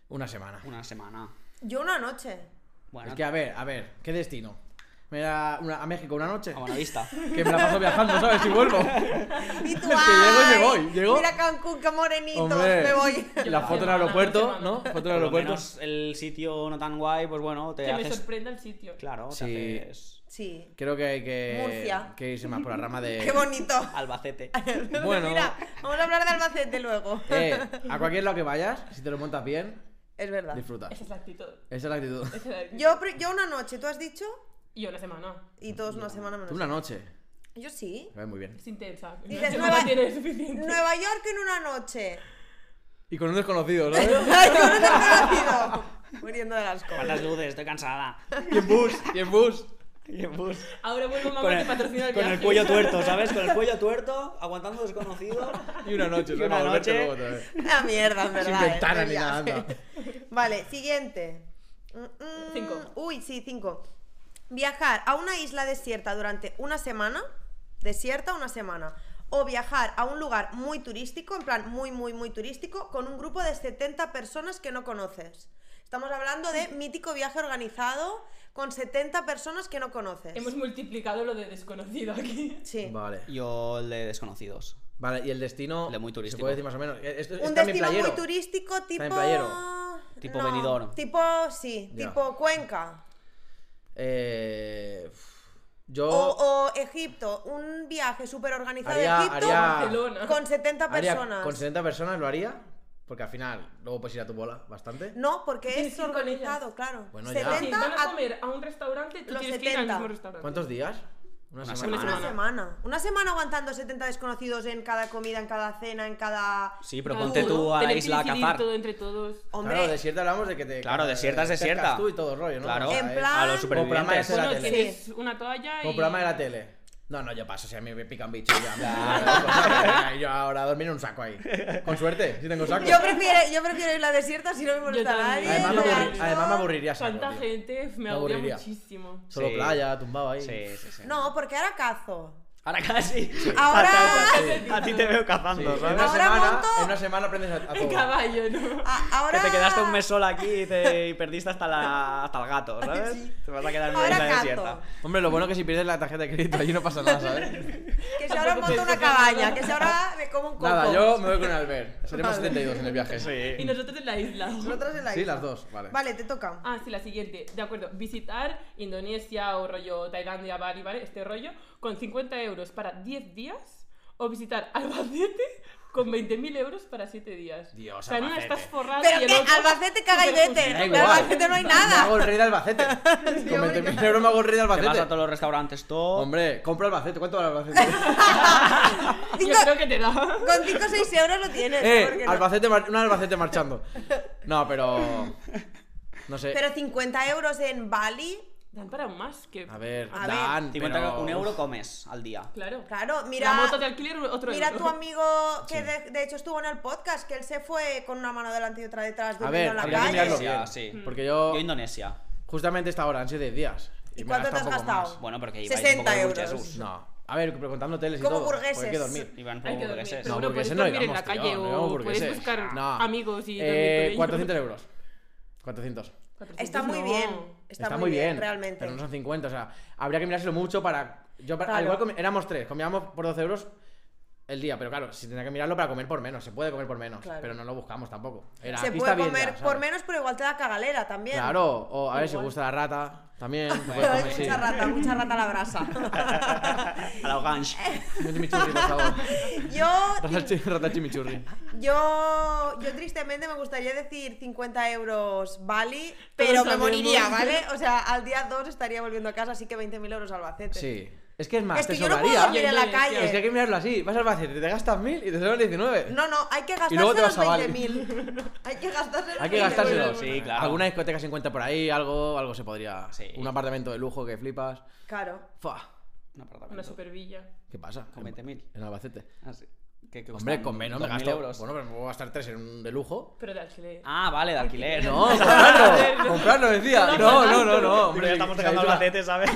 [SPEAKER 2] Una semana.
[SPEAKER 1] Una semana.
[SPEAKER 5] Yo una noche.
[SPEAKER 1] Bueno,
[SPEAKER 2] Es que, a ver, a ver, ¿qué destino? ¿Me da una- a México una noche?
[SPEAKER 1] a buena vista.
[SPEAKER 2] Que me la paso viajando, ¿sabes? Y vuelvo.
[SPEAKER 5] Y tú,
[SPEAKER 2] Es que llego y me
[SPEAKER 5] ¡ay!
[SPEAKER 2] voy, llego.
[SPEAKER 5] Mira Cancún, qué morenito,
[SPEAKER 2] Hombre,
[SPEAKER 5] me voy.
[SPEAKER 2] la foto en el aeropuerto, ¿no? Foto en el
[SPEAKER 1] Por lo
[SPEAKER 2] aeropuerto.
[SPEAKER 1] menos el sitio no tan guay, pues bueno, te
[SPEAKER 6] Que me
[SPEAKER 1] haces.
[SPEAKER 6] sorprenda el sitio.
[SPEAKER 1] Claro, te
[SPEAKER 2] Sí.
[SPEAKER 1] haces.
[SPEAKER 5] Sí,
[SPEAKER 2] Creo que hay que,
[SPEAKER 5] Murcia.
[SPEAKER 2] que irse más por la rama de...
[SPEAKER 5] qué bonito.
[SPEAKER 1] Albacete.
[SPEAKER 2] Eh, Bueno.
[SPEAKER 5] Mira, vamos a hablar de Albacete luego.
[SPEAKER 2] Eh, a cualquier lado que vayas, si te lo montas bien,
[SPEAKER 5] Es verdad.
[SPEAKER 2] disfruta.
[SPEAKER 6] Esa
[SPEAKER 2] Esa
[SPEAKER 6] es la actitud.
[SPEAKER 2] es la actitud.
[SPEAKER 6] Esa es la actitud.
[SPEAKER 5] Yo, pri- yo una noche, tú has dicho,
[SPEAKER 6] Y una semana.
[SPEAKER 5] y todos una semana menos.
[SPEAKER 2] Tú una noche.
[SPEAKER 5] Yo sí.
[SPEAKER 2] Me va muy bien.
[SPEAKER 6] Es intensa. Una
[SPEAKER 5] Dices,
[SPEAKER 6] semana
[SPEAKER 5] Nueva-
[SPEAKER 6] tiene suficiente.
[SPEAKER 5] Nueva York en una noche.
[SPEAKER 2] Y con un desconocido, ¿no?
[SPEAKER 5] Ay, yo no te he conocido. Muriendo de asco.
[SPEAKER 1] ¿Cuántas luces? Estoy cansada.
[SPEAKER 2] y en bus, y en bus.
[SPEAKER 1] Y en bus.
[SPEAKER 6] Ahora vuelvo mamá
[SPEAKER 1] Con
[SPEAKER 6] que patrocina
[SPEAKER 1] el,
[SPEAKER 6] el
[SPEAKER 1] con el
[SPEAKER 6] viaje.
[SPEAKER 1] cuello tuerto, ¿sabes? Con el cuello tuerto, aguantando desconocido.
[SPEAKER 2] Y una noche.
[SPEAKER 1] Y
[SPEAKER 2] ¿no?
[SPEAKER 1] una
[SPEAKER 2] Para volverte
[SPEAKER 1] noche.
[SPEAKER 2] luego otra vez.
[SPEAKER 5] Una mierda, en verdad.
[SPEAKER 2] Sin
[SPEAKER 5] eh,
[SPEAKER 2] ventana
[SPEAKER 5] de
[SPEAKER 2] ni nada,
[SPEAKER 5] viaje. Vale, siguiente. Mm, mm,
[SPEAKER 6] Cinco.
[SPEAKER 5] Uy, sí, cinco. Viajar a una isla desierta durante una semana. Desierta una semana. O viajar a un lugar muy turístico, en plan muy, muy, muy turístico, con un grupo de 70 personas que no conoces. Estamos hablando de mítico viaje organizado con 70 personas que no conoces.
[SPEAKER 6] Hemos multiplicado lo de desconocido aquí.
[SPEAKER 5] Sí.
[SPEAKER 2] Vale.
[SPEAKER 1] Yo el de desconocidos.
[SPEAKER 2] Vale, y el destino.
[SPEAKER 1] De muy turístico.
[SPEAKER 2] Se puede decir más o menos. Eh, Esto,
[SPEAKER 5] Un
[SPEAKER 2] es también
[SPEAKER 5] destino
[SPEAKER 2] playero.
[SPEAKER 5] muy turístico tipo...
[SPEAKER 2] en playero.
[SPEAKER 1] Tipo
[SPEAKER 5] no,
[SPEAKER 1] Benidorm.
[SPEAKER 5] Tipo, sí,
[SPEAKER 2] Ya.
[SPEAKER 5] tipo Cuenca.
[SPEAKER 2] Eh, uf, yo.
[SPEAKER 5] O, o Egipto, un viaje súper organizado
[SPEAKER 2] Haría-
[SPEAKER 5] a Egipto
[SPEAKER 2] haría-
[SPEAKER 6] Barcelona.
[SPEAKER 5] con 70
[SPEAKER 2] haría-
[SPEAKER 5] personas.
[SPEAKER 2] Con 70 personas lo haría. Porque al final, luego puedes ir a tu bola bastante.
[SPEAKER 5] No, porque
[SPEAKER 6] Tienes
[SPEAKER 5] es
[SPEAKER 6] que ir con
[SPEAKER 5] organizado,
[SPEAKER 6] ellas.
[SPEAKER 5] claro.
[SPEAKER 2] Bueno, ya.
[SPEAKER 6] Si
[SPEAKER 5] 70
[SPEAKER 6] van a
[SPEAKER 5] a
[SPEAKER 6] comer a un restaurante, tú
[SPEAKER 5] Los
[SPEAKER 6] tienes que ir al
[SPEAKER 5] 70.
[SPEAKER 6] mismo restaurante.
[SPEAKER 2] ¿Cuántos días? Una,
[SPEAKER 1] Una
[SPEAKER 2] semana.
[SPEAKER 5] una
[SPEAKER 6] semana.
[SPEAKER 5] semana. Una semana aguantando 70 desconocidos en cada comida, en cada cena, en cada...
[SPEAKER 1] Sí, pero
[SPEAKER 6] Cada
[SPEAKER 1] ponte
[SPEAKER 6] uno.
[SPEAKER 1] tú a la
[SPEAKER 6] Tener que
[SPEAKER 1] isla a
[SPEAKER 6] decidir
[SPEAKER 1] cazar.
[SPEAKER 6] todo entre todos.
[SPEAKER 5] Hombre,
[SPEAKER 2] Claro, desierta hablamos de que te.
[SPEAKER 1] Claro,
[SPEAKER 2] que te-
[SPEAKER 1] desierta es
[SPEAKER 2] te
[SPEAKER 1] desierta.
[SPEAKER 2] cascas tú y todo el rollo, ¿no?
[SPEAKER 1] Claro.
[SPEAKER 5] En
[SPEAKER 2] es-
[SPEAKER 5] plan-
[SPEAKER 1] A los
[SPEAKER 2] Como programa de
[SPEAKER 1] supervivientes.
[SPEAKER 2] ser la
[SPEAKER 6] Bueno,
[SPEAKER 2] tele.
[SPEAKER 6] tienes una toalla
[SPEAKER 2] Como
[SPEAKER 6] y...
[SPEAKER 2] programa de la tele. No, no, yo paso, si a mí me pican bichos ya. ya, Yo ahora a dormir en un saco ahí. Con suerte, si tengo saco.
[SPEAKER 5] yo prefiero, yo prefiero ir a la desierta si no me molesta
[SPEAKER 6] también.
[SPEAKER 5] nadie.
[SPEAKER 2] Además, me
[SPEAKER 5] no hay
[SPEAKER 2] aburri-
[SPEAKER 5] alcohol.
[SPEAKER 2] además me aburriría saco,
[SPEAKER 6] Tanta
[SPEAKER 2] tío.
[SPEAKER 6] gente me
[SPEAKER 2] Me
[SPEAKER 6] agobia
[SPEAKER 2] aburriría.
[SPEAKER 6] muchísimo.
[SPEAKER 2] Solo
[SPEAKER 1] Sí.
[SPEAKER 2] playa, tumbado ahí.
[SPEAKER 1] Sí, sí, sí.
[SPEAKER 5] No, porque ahora cazo.
[SPEAKER 1] Ahora casi.
[SPEAKER 5] Ahora-
[SPEAKER 1] A ti- A ti te veo
[SPEAKER 2] Sí,
[SPEAKER 1] cazando,
[SPEAKER 2] en,
[SPEAKER 1] ¿sabes?
[SPEAKER 2] una
[SPEAKER 5] Ahora
[SPEAKER 2] semana,
[SPEAKER 5] monto-
[SPEAKER 2] en una semana aprendes a, a todo.
[SPEAKER 6] En caballo, ¿no?
[SPEAKER 5] A-
[SPEAKER 1] Que
[SPEAKER 5] ahora...
[SPEAKER 1] te quedaste un mes sola aquí y, te- y perdiste hasta, la- hasta el gato, ¿sabes? Te vas a quedar en una
[SPEAKER 5] Ahora
[SPEAKER 1] isla
[SPEAKER 5] cazo.
[SPEAKER 1] desierta.
[SPEAKER 2] Hombre, lo bueno que si pierdes la tarjeta de crédito allí no pasa nada, ¿sabes?
[SPEAKER 5] Que si ahora
[SPEAKER 6] Tampoco
[SPEAKER 5] monto
[SPEAKER 6] te-
[SPEAKER 5] una cabaña, que si ahora me como un coco.
[SPEAKER 2] Nada, yo me voy con Albert. Seremos 72 en el viaje.
[SPEAKER 6] Y
[SPEAKER 1] Sí.
[SPEAKER 6] nosotros en la isla.
[SPEAKER 5] Nosotras en la
[SPEAKER 2] Sí,
[SPEAKER 5] isla.
[SPEAKER 2] las dos, vale.
[SPEAKER 5] Vale, te toca.
[SPEAKER 6] Ah, sí, la siguiente. De acuerdo. Visitar Indonesia o rollo Tailandia, Bali, ¿vale? Este rollo. Con 50 euros para 10 días. O visitar Albacete con 20.000 euros para 7 días.
[SPEAKER 2] Dios,
[SPEAKER 6] O sea, en una
[SPEAKER 2] Albacete.
[SPEAKER 6] estás forrada
[SPEAKER 5] Pero
[SPEAKER 6] y en
[SPEAKER 5] que
[SPEAKER 6] otra-
[SPEAKER 5] Albacete caga y vete.
[SPEAKER 2] Da
[SPEAKER 5] En
[SPEAKER 2] igual.
[SPEAKER 5] Albacete no hay
[SPEAKER 2] Me hago
[SPEAKER 5] nada.
[SPEAKER 2] el rey de Albacete. Con 20.000 euros me hago el rey de
[SPEAKER 1] Te vas a
[SPEAKER 2] Albacete.
[SPEAKER 1] todos los restaurantes top.
[SPEAKER 2] Hombre, compro Albacete. ¿Cuánto vale Albacete?
[SPEAKER 6] Yo creo que te da.
[SPEAKER 5] Con 5 o 6 euros lo tienes. ¿por
[SPEAKER 2] Eh,
[SPEAKER 5] qué no?
[SPEAKER 2] Albacete, mar- un Albacete marchando. No, pero. No sé.
[SPEAKER 5] Pero 50 euros en Bali,
[SPEAKER 6] Dan para más que.
[SPEAKER 2] A ver,
[SPEAKER 5] A ver,
[SPEAKER 2] Dan,
[SPEAKER 1] 50
[SPEAKER 2] pero-
[SPEAKER 1] un euro comes al día.
[SPEAKER 6] Claro.
[SPEAKER 5] claro,
[SPEAKER 6] La moto de
[SPEAKER 5] mira.
[SPEAKER 6] alquiler, otro
[SPEAKER 5] Mira
[SPEAKER 6] euro.
[SPEAKER 5] tu amigo que de, de hecho estuvo en el podcast, que él se fue con una mano delante y otra detrás
[SPEAKER 2] A
[SPEAKER 5] durmiendo
[SPEAKER 2] ver,
[SPEAKER 5] en la
[SPEAKER 2] habría que
[SPEAKER 5] calle.
[SPEAKER 2] mirarlo
[SPEAKER 1] Sí,
[SPEAKER 2] bien.
[SPEAKER 1] sí.
[SPEAKER 2] Porque yo,
[SPEAKER 1] Yo Indonesia.
[SPEAKER 2] justamente esta hora han sido 10 días.
[SPEAKER 5] ¿Y
[SPEAKER 2] me
[SPEAKER 5] cuánto
[SPEAKER 2] he
[SPEAKER 5] te has
[SPEAKER 2] un poco
[SPEAKER 5] gastado?
[SPEAKER 1] Bueno, porque
[SPEAKER 5] 60
[SPEAKER 1] 60
[SPEAKER 5] euros.
[SPEAKER 1] euros.
[SPEAKER 2] más. No. A ver, pero contando hoteles y
[SPEAKER 5] Como
[SPEAKER 2] todo. porque Hay que
[SPEAKER 5] burgueses.
[SPEAKER 2] dormir.
[SPEAKER 1] Iban
[SPEAKER 6] Hay
[SPEAKER 1] como
[SPEAKER 6] que dormir.
[SPEAKER 1] burgueses.
[SPEAKER 6] Pero bueno,
[SPEAKER 2] porque
[SPEAKER 6] puedes
[SPEAKER 2] ese
[SPEAKER 6] dormir en la
[SPEAKER 2] digamos,
[SPEAKER 6] calle
[SPEAKER 2] tío, no
[SPEAKER 6] o
[SPEAKER 2] digamos
[SPEAKER 6] puedes
[SPEAKER 2] burgueses.
[SPEAKER 6] buscar
[SPEAKER 2] No.
[SPEAKER 6] amigos y dormir con
[SPEAKER 2] Eh,
[SPEAKER 6] ellos.
[SPEAKER 2] 400 euros. 400.
[SPEAKER 6] 400
[SPEAKER 5] Está muy
[SPEAKER 6] no.
[SPEAKER 5] bien. Está, muy bien, realmente.
[SPEAKER 2] Pero no son 50, o sea, habría que mirárselo mucho para. Yo, para-
[SPEAKER 5] Claro.
[SPEAKER 2] Al igual comi- éramos tres, comíamos por 12 euros el día, pero claro, si tendría que mirarlo para comer por menos, se puede comer por menos,
[SPEAKER 5] Claro.
[SPEAKER 2] pero no lo buscamos tampoco. Era,
[SPEAKER 5] se
[SPEAKER 2] aquí
[SPEAKER 5] puede
[SPEAKER 2] está bien
[SPEAKER 5] comer
[SPEAKER 2] ya, ¿sabes?
[SPEAKER 5] por menos, pero igual te da cagalera también.
[SPEAKER 2] Claro, o a ver si
[SPEAKER 6] Igual.
[SPEAKER 2] gusta la rata también. se puede
[SPEAKER 5] Pero hay
[SPEAKER 2] comer, sí.
[SPEAKER 5] mucha rata, mucha rata a la brasa.
[SPEAKER 1] A la Ogange.
[SPEAKER 2] Un chimichurri, por favor.
[SPEAKER 5] yo
[SPEAKER 2] Rata chi- Rata chimichurri.
[SPEAKER 5] Yo, yo tristemente me gustaría decir 50 euros Bali, pero me
[SPEAKER 6] sabemos.
[SPEAKER 5] moriría, ¿vale? O sea, al día 2 estaría volviendo a casa, así que 20.000 euros Albacete.
[SPEAKER 2] Sí. Es que es más,
[SPEAKER 5] Es que
[SPEAKER 2] te
[SPEAKER 5] yo no puedo
[SPEAKER 2] sobraría.
[SPEAKER 5] dormir en la
[SPEAKER 6] Yo
[SPEAKER 5] calle.
[SPEAKER 6] dormir.
[SPEAKER 2] Es que hay que mirarlo así. Vas al Albacete, te gastas 1000 y te sobran 19.
[SPEAKER 5] No, no, hay que gastarse
[SPEAKER 2] luego
[SPEAKER 5] los
[SPEAKER 2] te vas a Bali.
[SPEAKER 5] 20.000. hay que gastarse los
[SPEAKER 2] Hay que
[SPEAKER 5] 20.000.
[SPEAKER 2] gastárselo.
[SPEAKER 1] Sí, claro.
[SPEAKER 2] Alguna discoteca se encuentra por ahí, algo, algo se podría.
[SPEAKER 1] Sí.
[SPEAKER 2] Un apartamento de lujo que flipas.
[SPEAKER 5] Claro.
[SPEAKER 2] Fua.
[SPEAKER 1] Un apartamento.
[SPEAKER 6] Una supervilla.
[SPEAKER 2] ¿Qué pasa?
[SPEAKER 1] Con 20.000.
[SPEAKER 2] En Albacete.
[SPEAKER 1] Ah, sí. Que- que
[SPEAKER 2] Hombre,
[SPEAKER 1] costan
[SPEAKER 2] con menos me
[SPEAKER 1] 2.000
[SPEAKER 2] gasto.
[SPEAKER 1] euros.
[SPEAKER 2] Bueno, pero me voy a gastar tres en un de lujo.
[SPEAKER 6] Pero de alquiler.
[SPEAKER 1] Ah, vale, de alquiler.
[SPEAKER 2] No, comprarlo, comprarlo, decía. No, no, no, no.
[SPEAKER 1] Hombre,
[SPEAKER 2] Hombre,
[SPEAKER 1] ya estamos
[SPEAKER 2] que hay
[SPEAKER 1] dejando
[SPEAKER 2] una-
[SPEAKER 1] la tete, ¿sabes?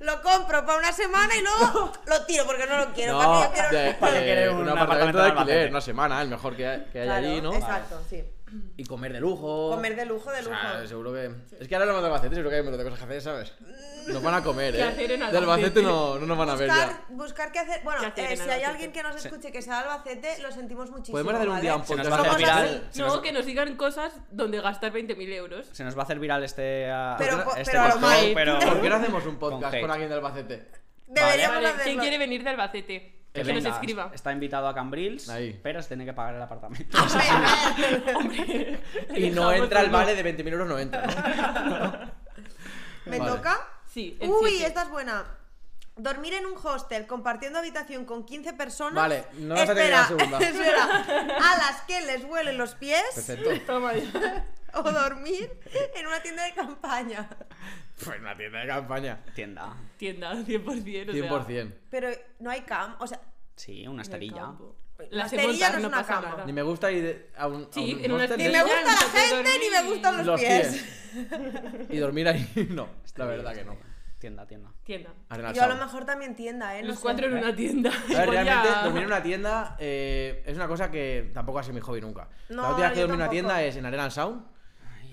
[SPEAKER 5] Lo compro para una semana y luego lo tiro porque no lo quiero.
[SPEAKER 2] No,
[SPEAKER 5] ¿para qué yo quiero?
[SPEAKER 2] de-
[SPEAKER 1] ¿Para qué
[SPEAKER 2] de
[SPEAKER 1] quieres
[SPEAKER 2] un
[SPEAKER 1] un
[SPEAKER 2] apartamento
[SPEAKER 1] apartamento
[SPEAKER 2] de
[SPEAKER 1] en
[SPEAKER 2] alquiler,
[SPEAKER 1] Albacete?
[SPEAKER 2] una semana, el mejor que hay, que hay
[SPEAKER 5] Claro,
[SPEAKER 2] allí, ¿no?
[SPEAKER 5] Exacto, sí.
[SPEAKER 2] Y comer de lujo.
[SPEAKER 5] Comer de lujo, de
[SPEAKER 2] O
[SPEAKER 5] lujo.
[SPEAKER 2] sea, seguro que. Es que ahora hablamos de Albacete, seguro que hay un montón de cosas que hacer, ¿sabes?
[SPEAKER 5] Mm.
[SPEAKER 2] Nos van a comer,
[SPEAKER 6] ¿Qué
[SPEAKER 2] ¿eh?
[SPEAKER 6] hacer en
[SPEAKER 2] De Albacete
[SPEAKER 6] Albacete?
[SPEAKER 2] no, no nos van a ver ya.
[SPEAKER 5] buscar, buscar qué hacer. Bueno,
[SPEAKER 6] ¿Qué hacer
[SPEAKER 5] eh,
[SPEAKER 6] en
[SPEAKER 5] si hay
[SPEAKER 6] Albacete?
[SPEAKER 5] alguien que nos escuche que sea de Albacete, lo sentimos muchísimo.
[SPEAKER 2] Podemos hacer un
[SPEAKER 5] ¿vale?
[SPEAKER 2] día un
[SPEAKER 1] Se nos
[SPEAKER 2] podcast
[SPEAKER 1] va a hacer
[SPEAKER 2] de
[SPEAKER 1] viral.
[SPEAKER 2] Albacete.
[SPEAKER 1] Se nos-
[SPEAKER 6] No, que nos digan cosas donde gastar 20.000 euros.
[SPEAKER 1] Se nos va a hacer viral este. ah,
[SPEAKER 5] Pero co-
[SPEAKER 1] este
[SPEAKER 5] pero a lo
[SPEAKER 1] podcast,
[SPEAKER 6] mal.
[SPEAKER 1] pero-
[SPEAKER 2] ¿Por qué no hacemos un podcast
[SPEAKER 1] hate.
[SPEAKER 2] con, alguien de Albacete?
[SPEAKER 5] Deberíamos
[SPEAKER 6] Vale,
[SPEAKER 5] hacerlo. Este
[SPEAKER 6] ¿quién quiere venir de Albacete?
[SPEAKER 1] Que
[SPEAKER 6] Que, nos
[SPEAKER 1] venga,
[SPEAKER 6] escriba.
[SPEAKER 1] Está invitado a Cambrils,
[SPEAKER 2] Ahí.
[SPEAKER 1] pero se tiene que pagar el apartamento.
[SPEAKER 6] Hombre,
[SPEAKER 2] Y no
[SPEAKER 6] dejamos
[SPEAKER 2] entra el
[SPEAKER 6] solo.
[SPEAKER 2] vale de 20.000 euros, no entra, ¿no?
[SPEAKER 5] ¿Me
[SPEAKER 2] Vale.
[SPEAKER 5] toca?
[SPEAKER 6] Sí, el
[SPEAKER 5] Uy,
[SPEAKER 6] siete.
[SPEAKER 5] esta es buena. Dormir en un hostel compartiendo habitación con 15 personas.
[SPEAKER 2] Vale, no vas a tener
[SPEAKER 5] espera,
[SPEAKER 2] la segunda.
[SPEAKER 5] espera. A las que les huelen los pies
[SPEAKER 2] Perfecto.
[SPEAKER 6] Toma ya.
[SPEAKER 5] o dormir en una tienda de campaña.
[SPEAKER 2] Pues una tienda de campaña.
[SPEAKER 1] Tienda.
[SPEAKER 6] Tienda, 100%. o sea,
[SPEAKER 2] 100%.
[SPEAKER 5] Pero no hay cam, o sea,
[SPEAKER 1] Sí, una
[SPEAKER 6] en el
[SPEAKER 1] esterilla.
[SPEAKER 6] campo.
[SPEAKER 5] La
[SPEAKER 6] Las he
[SPEAKER 5] esterilla
[SPEAKER 6] montado,
[SPEAKER 5] no es
[SPEAKER 6] no
[SPEAKER 5] una
[SPEAKER 6] pasa
[SPEAKER 5] cama.
[SPEAKER 6] nada.
[SPEAKER 2] Ni me gusta ir a un.
[SPEAKER 6] Sí,
[SPEAKER 2] a un
[SPEAKER 6] en una
[SPEAKER 2] hostel
[SPEAKER 5] ni
[SPEAKER 2] de-
[SPEAKER 5] me
[SPEAKER 6] Ya,
[SPEAKER 5] gusta
[SPEAKER 6] no
[SPEAKER 5] la
[SPEAKER 6] puedes
[SPEAKER 5] gente ni me
[SPEAKER 6] dormir.
[SPEAKER 5] gustan los,
[SPEAKER 2] Los
[SPEAKER 5] pies.
[SPEAKER 2] Y dormir ahí, no. La verdad que no.
[SPEAKER 1] Tienda, tienda.
[SPEAKER 6] Tienda.
[SPEAKER 2] Arena
[SPEAKER 5] Yo a lo
[SPEAKER 2] sauna.
[SPEAKER 5] mejor también tienda, ¿eh? No
[SPEAKER 6] Los
[SPEAKER 5] sé.
[SPEAKER 6] cuatro en una tienda.
[SPEAKER 2] A ver,
[SPEAKER 6] Igual ya-
[SPEAKER 2] realmente dormir en una tienda eh, es una cosa que tampoco ha sido mi hobby nunca.
[SPEAKER 5] No,
[SPEAKER 2] la última vez que
[SPEAKER 5] yo
[SPEAKER 2] dormí en una
[SPEAKER 5] tampoco.
[SPEAKER 2] tienda es en Arena and Sound.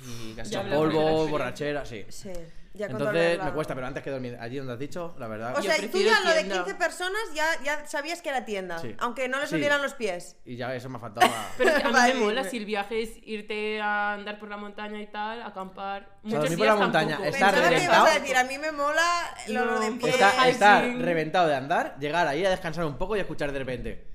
[SPEAKER 1] Y
[SPEAKER 6] Ya
[SPEAKER 1] casi
[SPEAKER 6] hablamos de la
[SPEAKER 2] polvo,
[SPEAKER 6] experiencia.
[SPEAKER 2] borrachera, sí.
[SPEAKER 5] Sí, ya
[SPEAKER 2] Entonces
[SPEAKER 5] controlarla.
[SPEAKER 2] me cuesta, pero antes que dormir allí donde has dicho, la verdad.
[SPEAKER 5] O
[SPEAKER 6] Yo
[SPEAKER 5] sea, tú
[SPEAKER 6] prefiero
[SPEAKER 5] ya lo de
[SPEAKER 6] tienda.
[SPEAKER 5] 15 personas ya, ya sabías que era tienda,
[SPEAKER 2] Sí.
[SPEAKER 5] aunque no les
[SPEAKER 2] Sí.
[SPEAKER 5] olieran los pies.
[SPEAKER 2] Y ya eso me ha faltado.
[SPEAKER 6] Pero es que a mí
[SPEAKER 5] Vale,
[SPEAKER 6] me mola
[SPEAKER 5] dime.
[SPEAKER 6] si el viaje es irte a andar por la montaña y tal, acampar.
[SPEAKER 2] sea,
[SPEAKER 6] Muchos
[SPEAKER 2] dormir
[SPEAKER 6] días
[SPEAKER 2] por la montaña,
[SPEAKER 6] tampoco.
[SPEAKER 2] estar
[SPEAKER 5] Pensaba que
[SPEAKER 2] reventado.
[SPEAKER 5] ibas a decir, a mí me mola el olor de
[SPEAKER 6] No,
[SPEAKER 5] pies.
[SPEAKER 2] Estar, estar
[SPEAKER 6] hiking.
[SPEAKER 2] reventado de andar, llegar ahí a descansar un poco y escuchar de repente.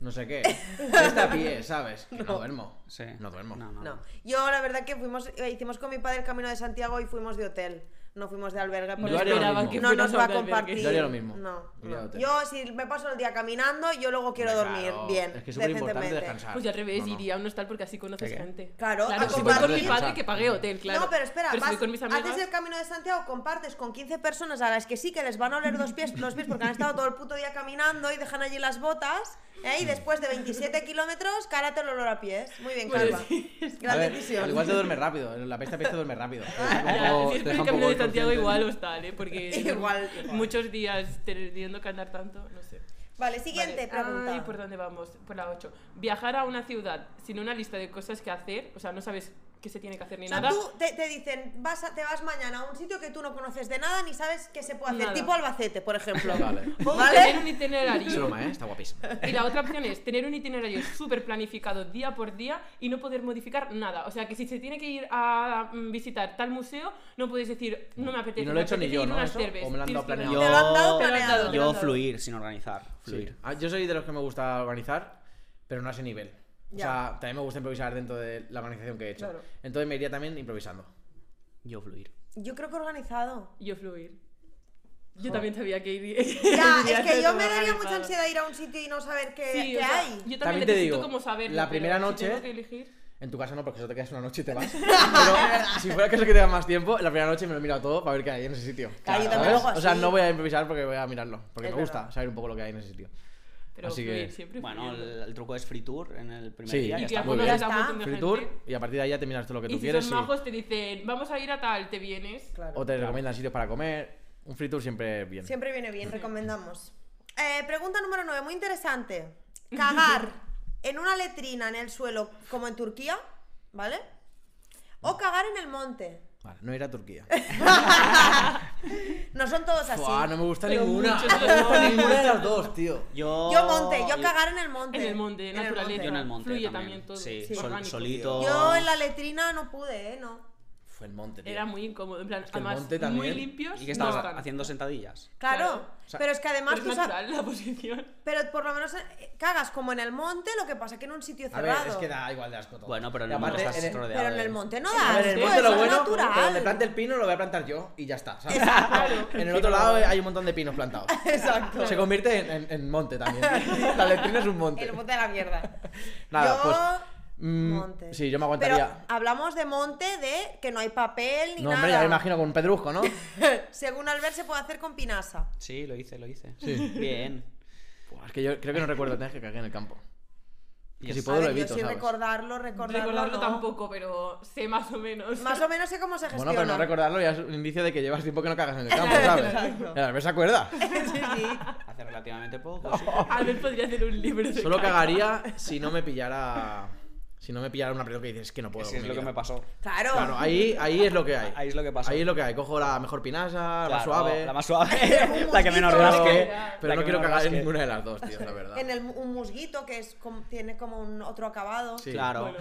[SPEAKER 2] No sé qué. Esta pie, ¿sabes? Que no, duermo.
[SPEAKER 1] Sí.
[SPEAKER 2] No duermo.
[SPEAKER 1] No, no.
[SPEAKER 5] No, yo la verdad que fuimos, eh, hicimos con mi padre el camino de Santiago y fuimos de hotel. No fuimos de albergue
[SPEAKER 6] No
[SPEAKER 2] Yo haría lo
[SPEAKER 6] esperaba
[SPEAKER 2] mismo.
[SPEAKER 6] que
[SPEAKER 5] no
[SPEAKER 6] fueras
[SPEAKER 5] nos va a
[SPEAKER 6] un albergue.
[SPEAKER 5] compartir.
[SPEAKER 2] Yo haría lo mismo.
[SPEAKER 5] No,
[SPEAKER 2] Iría
[SPEAKER 5] no.
[SPEAKER 2] de hotel.
[SPEAKER 5] Yo si me paso el día caminando, yo luego quiero
[SPEAKER 2] Claro,
[SPEAKER 5] dormir bien,
[SPEAKER 2] Es que es súper importante
[SPEAKER 5] decentemente.
[SPEAKER 2] descansar.
[SPEAKER 6] Pues yo al revés,
[SPEAKER 2] No, no.
[SPEAKER 6] iría a un hostal porque así conoces gente.
[SPEAKER 5] Claro, ah, a
[SPEAKER 6] claro si voy con mi
[SPEAKER 5] compartir.
[SPEAKER 6] padre que pague hotel, claro.
[SPEAKER 5] No, pero espera,
[SPEAKER 6] Pero si
[SPEAKER 5] vas-
[SPEAKER 6] voy con mis amigas,
[SPEAKER 5] haces el camino de Santiago, compartes con 15 personas a las que sí que les van a oler los pies, los pies porque han estado todo el puto día caminando y dejan allí las botas. ¿eh? Y después de 27 kilómetros, cárate el olor a pies. Muy bien,
[SPEAKER 6] Pues
[SPEAKER 5] Calva.
[SPEAKER 6] sí.
[SPEAKER 2] A
[SPEAKER 5] Gran
[SPEAKER 2] ver,
[SPEAKER 5] decisión.
[SPEAKER 2] al igual te duerme rápido. en La peste peste duerme rápido. Te deja un
[SPEAKER 6] ya,
[SPEAKER 2] poco-
[SPEAKER 6] si es
[SPEAKER 2] te deja
[SPEAKER 6] el
[SPEAKER 2] un
[SPEAKER 6] camino
[SPEAKER 2] poco
[SPEAKER 6] de Santiago
[SPEAKER 2] inconsciente.
[SPEAKER 6] igual hostal, ¿eh? Porque
[SPEAKER 5] Igual, igual.
[SPEAKER 6] muchos días teniendo que andar tanto, no sé.
[SPEAKER 5] Vale, siguiente
[SPEAKER 6] Vale.
[SPEAKER 5] pregunta.
[SPEAKER 6] Ay, pues ¿por dónde vamos? Por la 8. Viajar a una ciudad sin una lista de cosas que hacer, o sea, no sabes qué se tiene que hacer ni
[SPEAKER 5] O sea,
[SPEAKER 6] nada.
[SPEAKER 5] tú te, te dicen, vas a- te vas mañana a un sitio que tú no conoces de nada ni sabes qué se puede hacer.
[SPEAKER 6] Nada. Oh,
[SPEAKER 5] Tipo Albacete, por ejemplo.
[SPEAKER 2] Vale.
[SPEAKER 6] Tener
[SPEAKER 5] ¿Vale?
[SPEAKER 6] un
[SPEAKER 2] Es
[SPEAKER 6] itinerario.
[SPEAKER 2] broma, ¿eh? Está guapísimo.
[SPEAKER 6] Y la otra opción es tener un itinerario súper planificado día por día y no poder modificar nada. O sea, que si se tiene que ir a mm, visitar tal museo, no puedes decir, no me apetece.
[SPEAKER 2] Y no lo he
[SPEAKER 6] me
[SPEAKER 2] hecho ni
[SPEAKER 6] apetece
[SPEAKER 2] yo,
[SPEAKER 6] ir
[SPEAKER 2] ¿no?
[SPEAKER 6] unas
[SPEAKER 2] Eso,
[SPEAKER 6] cervezas.
[SPEAKER 2] o me lo han dado
[SPEAKER 6] Tienes que
[SPEAKER 2] planeado.
[SPEAKER 5] Te
[SPEAKER 6] planear.
[SPEAKER 5] lo han dado
[SPEAKER 1] Yo-
[SPEAKER 5] planeado.
[SPEAKER 1] Yo
[SPEAKER 6] Levantado.
[SPEAKER 1] fluir sin organizar. Fluir.
[SPEAKER 2] Sí. Ah, Yo soy de los que me gusta organizar, pero no a ese nivel. O
[SPEAKER 5] Ya.
[SPEAKER 2] sea, también me gusta improvisar dentro de la organización que he hecho.
[SPEAKER 6] Claro.
[SPEAKER 2] Entonces me iría también improvisando.
[SPEAKER 1] Yo fluir.
[SPEAKER 5] Yo creo que organizado.
[SPEAKER 6] Yo fluir. Yo también sabía que ir.
[SPEAKER 5] Ya, es que yo
[SPEAKER 6] todo
[SPEAKER 5] me daría mucha
[SPEAKER 6] organizado.
[SPEAKER 5] ansiedad ir a un sitio y no saber qué,
[SPEAKER 6] Sí,
[SPEAKER 5] qué
[SPEAKER 6] o sea,
[SPEAKER 5] hay.
[SPEAKER 6] Yo también,
[SPEAKER 2] También te
[SPEAKER 6] necesito
[SPEAKER 2] digo,
[SPEAKER 6] como saberlo,
[SPEAKER 2] la
[SPEAKER 6] pero
[SPEAKER 2] primera
[SPEAKER 6] si
[SPEAKER 2] noche-
[SPEAKER 6] tengo que elegir-
[SPEAKER 2] En tu casa no, porque solo te quedas una noche y te vas. Pero si fuera caso que te da más tiempo, la primera noche me lo he mirado todo para ver qué hay en ese sitio.
[SPEAKER 5] Claro, yo también
[SPEAKER 2] ¿sabes?
[SPEAKER 5] lo hago
[SPEAKER 2] O sea,
[SPEAKER 5] así.
[SPEAKER 2] no voy a improvisar porque voy a mirarlo. Porque
[SPEAKER 5] Es
[SPEAKER 2] me gusta
[SPEAKER 5] verdad.
[SPEAKER 2] saber un poco lo que hay en ese sitio.
[SPEAKER 6] Pero
[SPEAKER 2] Así que-
[SPEAKER 6] fluir, siempre
[SPEAKER 1] Bueno,
[SPEAKER 6] fluyendo.
[SPEAKER 1] el, el truco es free tour en el primer
[SPEAKER 2] Sí.
[SPEAKER 1] día.
[SPEAKER 2] Y
[SPEAKER 1] Ya
[SPEAKER 6] Y
[SPEAKER 2] está,
[SPEAKER 6] que
[SPEAKER 2] muy
[SPEAKER 6] aconoces
[SPEAKER 2] bien.
[SPEAKER 6] a un
[SPEAKER 5] Ya
[SPEAKER 6] montón de
[SPEAKER 2] Free
[SPEAKER 6] gente.
[SPEAKER 2] tour y a partir de ahí ya te miras todo lo que
[SPEAKER 6] Y
[SPEAKER 2] tú
[SPEAKER 6] si
[SPEAKER 2] quieres.
[SPEAKER 6] son majos te dicen, vamos a ir a tal, te vienes.
[SPEAKER 2] O te recomiendan sitios para comer. Un free tour siempre es bien.
[SPEAKER 5] Siempre viene bien, recomendamos. Eh, pregunta número 9, muy interesante. Cagar en una letrina en el suelo, como en Turquía, ¿vale? O cagar en el monte.
[SPEAKER 2] Vale, no ir a Turquía.
[SPEAKER 5] No son todos así.
[SPEAKER 2] Buah, no me gusta
[SPEAKER 6] Pero
[SPEAKER 2] ninguna.
[SPEAKER 6] muchos
[SPEAKER 2] No me
[SPEAKER 6] de los
[SPEAKER 2] gusta
[SPEAKER 6] dos.
[SPEAKER 2] ninguna de las dos, tío.
[SPEAKER 1] Yo...
[SPEAKER 5] Yo monte, yo cagar en el monte.
[SPEAKER 6] En el monte,
[SPEAKER 5] En el
[SPEAKER 6] naturaleza.
[SPEAKER 5] monte.
[SPEAKER 1] Yo en el monte
[SPEAKER 6] Fluye
[SPEAKER 1] también.
[SPEAKER 6] también todo,
[SPEAKER 1] Sí,
[SPEAKER 6] sí.
[SPEAKER 1] sol-
[SPEAKER 6] orgánico.
[SPEAKER 1] solito.
[SPEAKER 5] Yo en la letrina no pude, ¿eh? No.
[SPEAKER 2] Uf, el monte, tío.
[SPEAKER 6] Era muy incómodo. En plan,
[SPEAKER 2] que el
[SPEAKER 6] además,
[SPEAKER 2] monte también-
[SPEAKER 6] muy limpios.
[SPEAKER 1] ¿Y que estabas
[SPEAKER 6] no están.
[SPEAKER 1] haciendo sentadillas?
[SPEAKER 5] Claro,
[SPEAKER 6] Claro.
[SPEAKER 2] O sea,
[SPEAKER 5] pero es que además
[SPEAKER 6] Pero es
[SPEAKER 5] tú sa-
[SPEAKER 6] natural la posición.
[SPEAKER 5] Pero por lo menos eh, cagas como en el monte, lo que pasa que en un sitio
[SPEAKER 2] A ver,
[SPEAKER 5] cerrado.
[SPEAKER 2] es que da igual de asco todo.
[SPEAKER 1] Bueno, pero en
[SPEAKER 2] Y
[SPEAKER 1] el monte
[SPEAKER 2] aparte,
[SPEAKER 1] estás
[SPEAKER 2] en el-
[SPEAKER 1] rodeado.
[SPEAKER 5] Pero en
[SPEAKER 1] de-
[SPEAKER 5] el monte no
[SPEAKER 2] A
[SPEAKER 5] da
[SPEAKER 2] ver, en el
[SPEAKER 5] asco,
[SPEAKER 2] monte
[SPEAKER 5] eso
[SPEAKER 2] lo bueno,
[SPEAKER 5] es natural.
[SPEAKER 2] que donde plante el pino lo voy a plantar yo y ya está, ¿sabes?
[SPEAKER 6] Claro.
[SPEAKER 2] En el otro lado eh, hay un montón de pinos plantados. Exacto. Se convierte en, en- en monte también. La letrina es un monte.
[SPEAKER 5] El monte de la mierda.
[SPEAKER 2] Nada,
[SPEAKER 5] yo...
[SPEAKER 2] pues, mm,
[SPEAKER 5] monte.
[SPEAKER 2] sí, yo me aguantaría.
[SPEAKER 5] Pero hablamos de monte de que no hay papel ni
[SPEAKER 2] no,
[SPEAKER 5] nada.
[SPEAKER 2] hombre, ya me imagino con un pedrusco, ¿no?
[SPEAKER 5] Según Albert se puede hacer con pinasa.
[SPEAKER 1] Sí, lo hice, lo hice. Bien.
[SPEAKER 2] Buah, es que yo creo que no recuerdo tener que cagué en el campo.
[SPEAKER 1] Y
[SPEAKER 2] Que si
[SPEAKER 1] es-
[SPEAKER 5] A
[SPEAKER 2] puedo lo
[SPEAKER 5] ver, yo
[SPEAKER 2] evito,
[SPEAKER 5] sin
[SPEAKER 2] ¿sabes?
[SPEAKER 5] recordarlo, recordarlo,
[SPEAKER 6] Recordarlo
[SPEAKER 5] no.
[SPEAKER 6] tampoco, pero sé más o menos.
[SPEAKER 5] Más o menos sé cómo se
[SPEAKER 2] Bueno,
[SPEAKER 5] gestiona.
[SPEAKER 2] pero no recordarlo ya es un indicio de que llevas tiempo que no cagas en el campo, ¿sabes? El Albert se acuerda.
[SPEAKER 5] sí, sí.
[SPEAKER 1] Hace relativamente poco, sí.
[SPEAKER 6] Albert podría hacer un libro de
[SPEAKER 2] Solo
[SPEAKER 6] caca.
[SPEAKER 2] cagaría si no me pillara. Si no me pillara una pelota que dices, es que no puedo.
[SPEAKER 1] Es que es lo
[SPEAKER 2] con mi
[SPEAKER 1] que
[SPEAKER 2] vida".
[SPEAKER 1] me pasó.
[SPEAKER 5] Claro.
[SPEAKER 2] Claro, ahí, ahí es lo que hay.
[SPEAKER 1] Ahí es lo que pasó.
[SPEAKER 2] Ahí es lo que hay. Cojo la mejor pinasa, la
[SPEAKER 1] Claro,
[SPEAKER 2] más suave.
[SPEAKER 1] La más suave.
[SPEAKER 5] Un
[SPEAKER 1] la que menos
[SPEAKER 5] mosquito.
[SPEAKER 1] rasque.
[SPEAKER 2] Pero
[SPEAKER 1] la
[SPEAKER 2] no
[SPEAKER 1] que
[SPEAKER 2] quiero
[SPEAKER 1] menos
[SPEAKER 2] cagar en
[SPEAKER 1] rasque.
[SPEAKER 2] ninguna de las dos, tío, la verdad.
[SPEAKER 5] En el, mu- un musguito que es como- tiene como un otro acabado.
[SPEAKER 2] Sí.
[SPEAKER 1] Claro.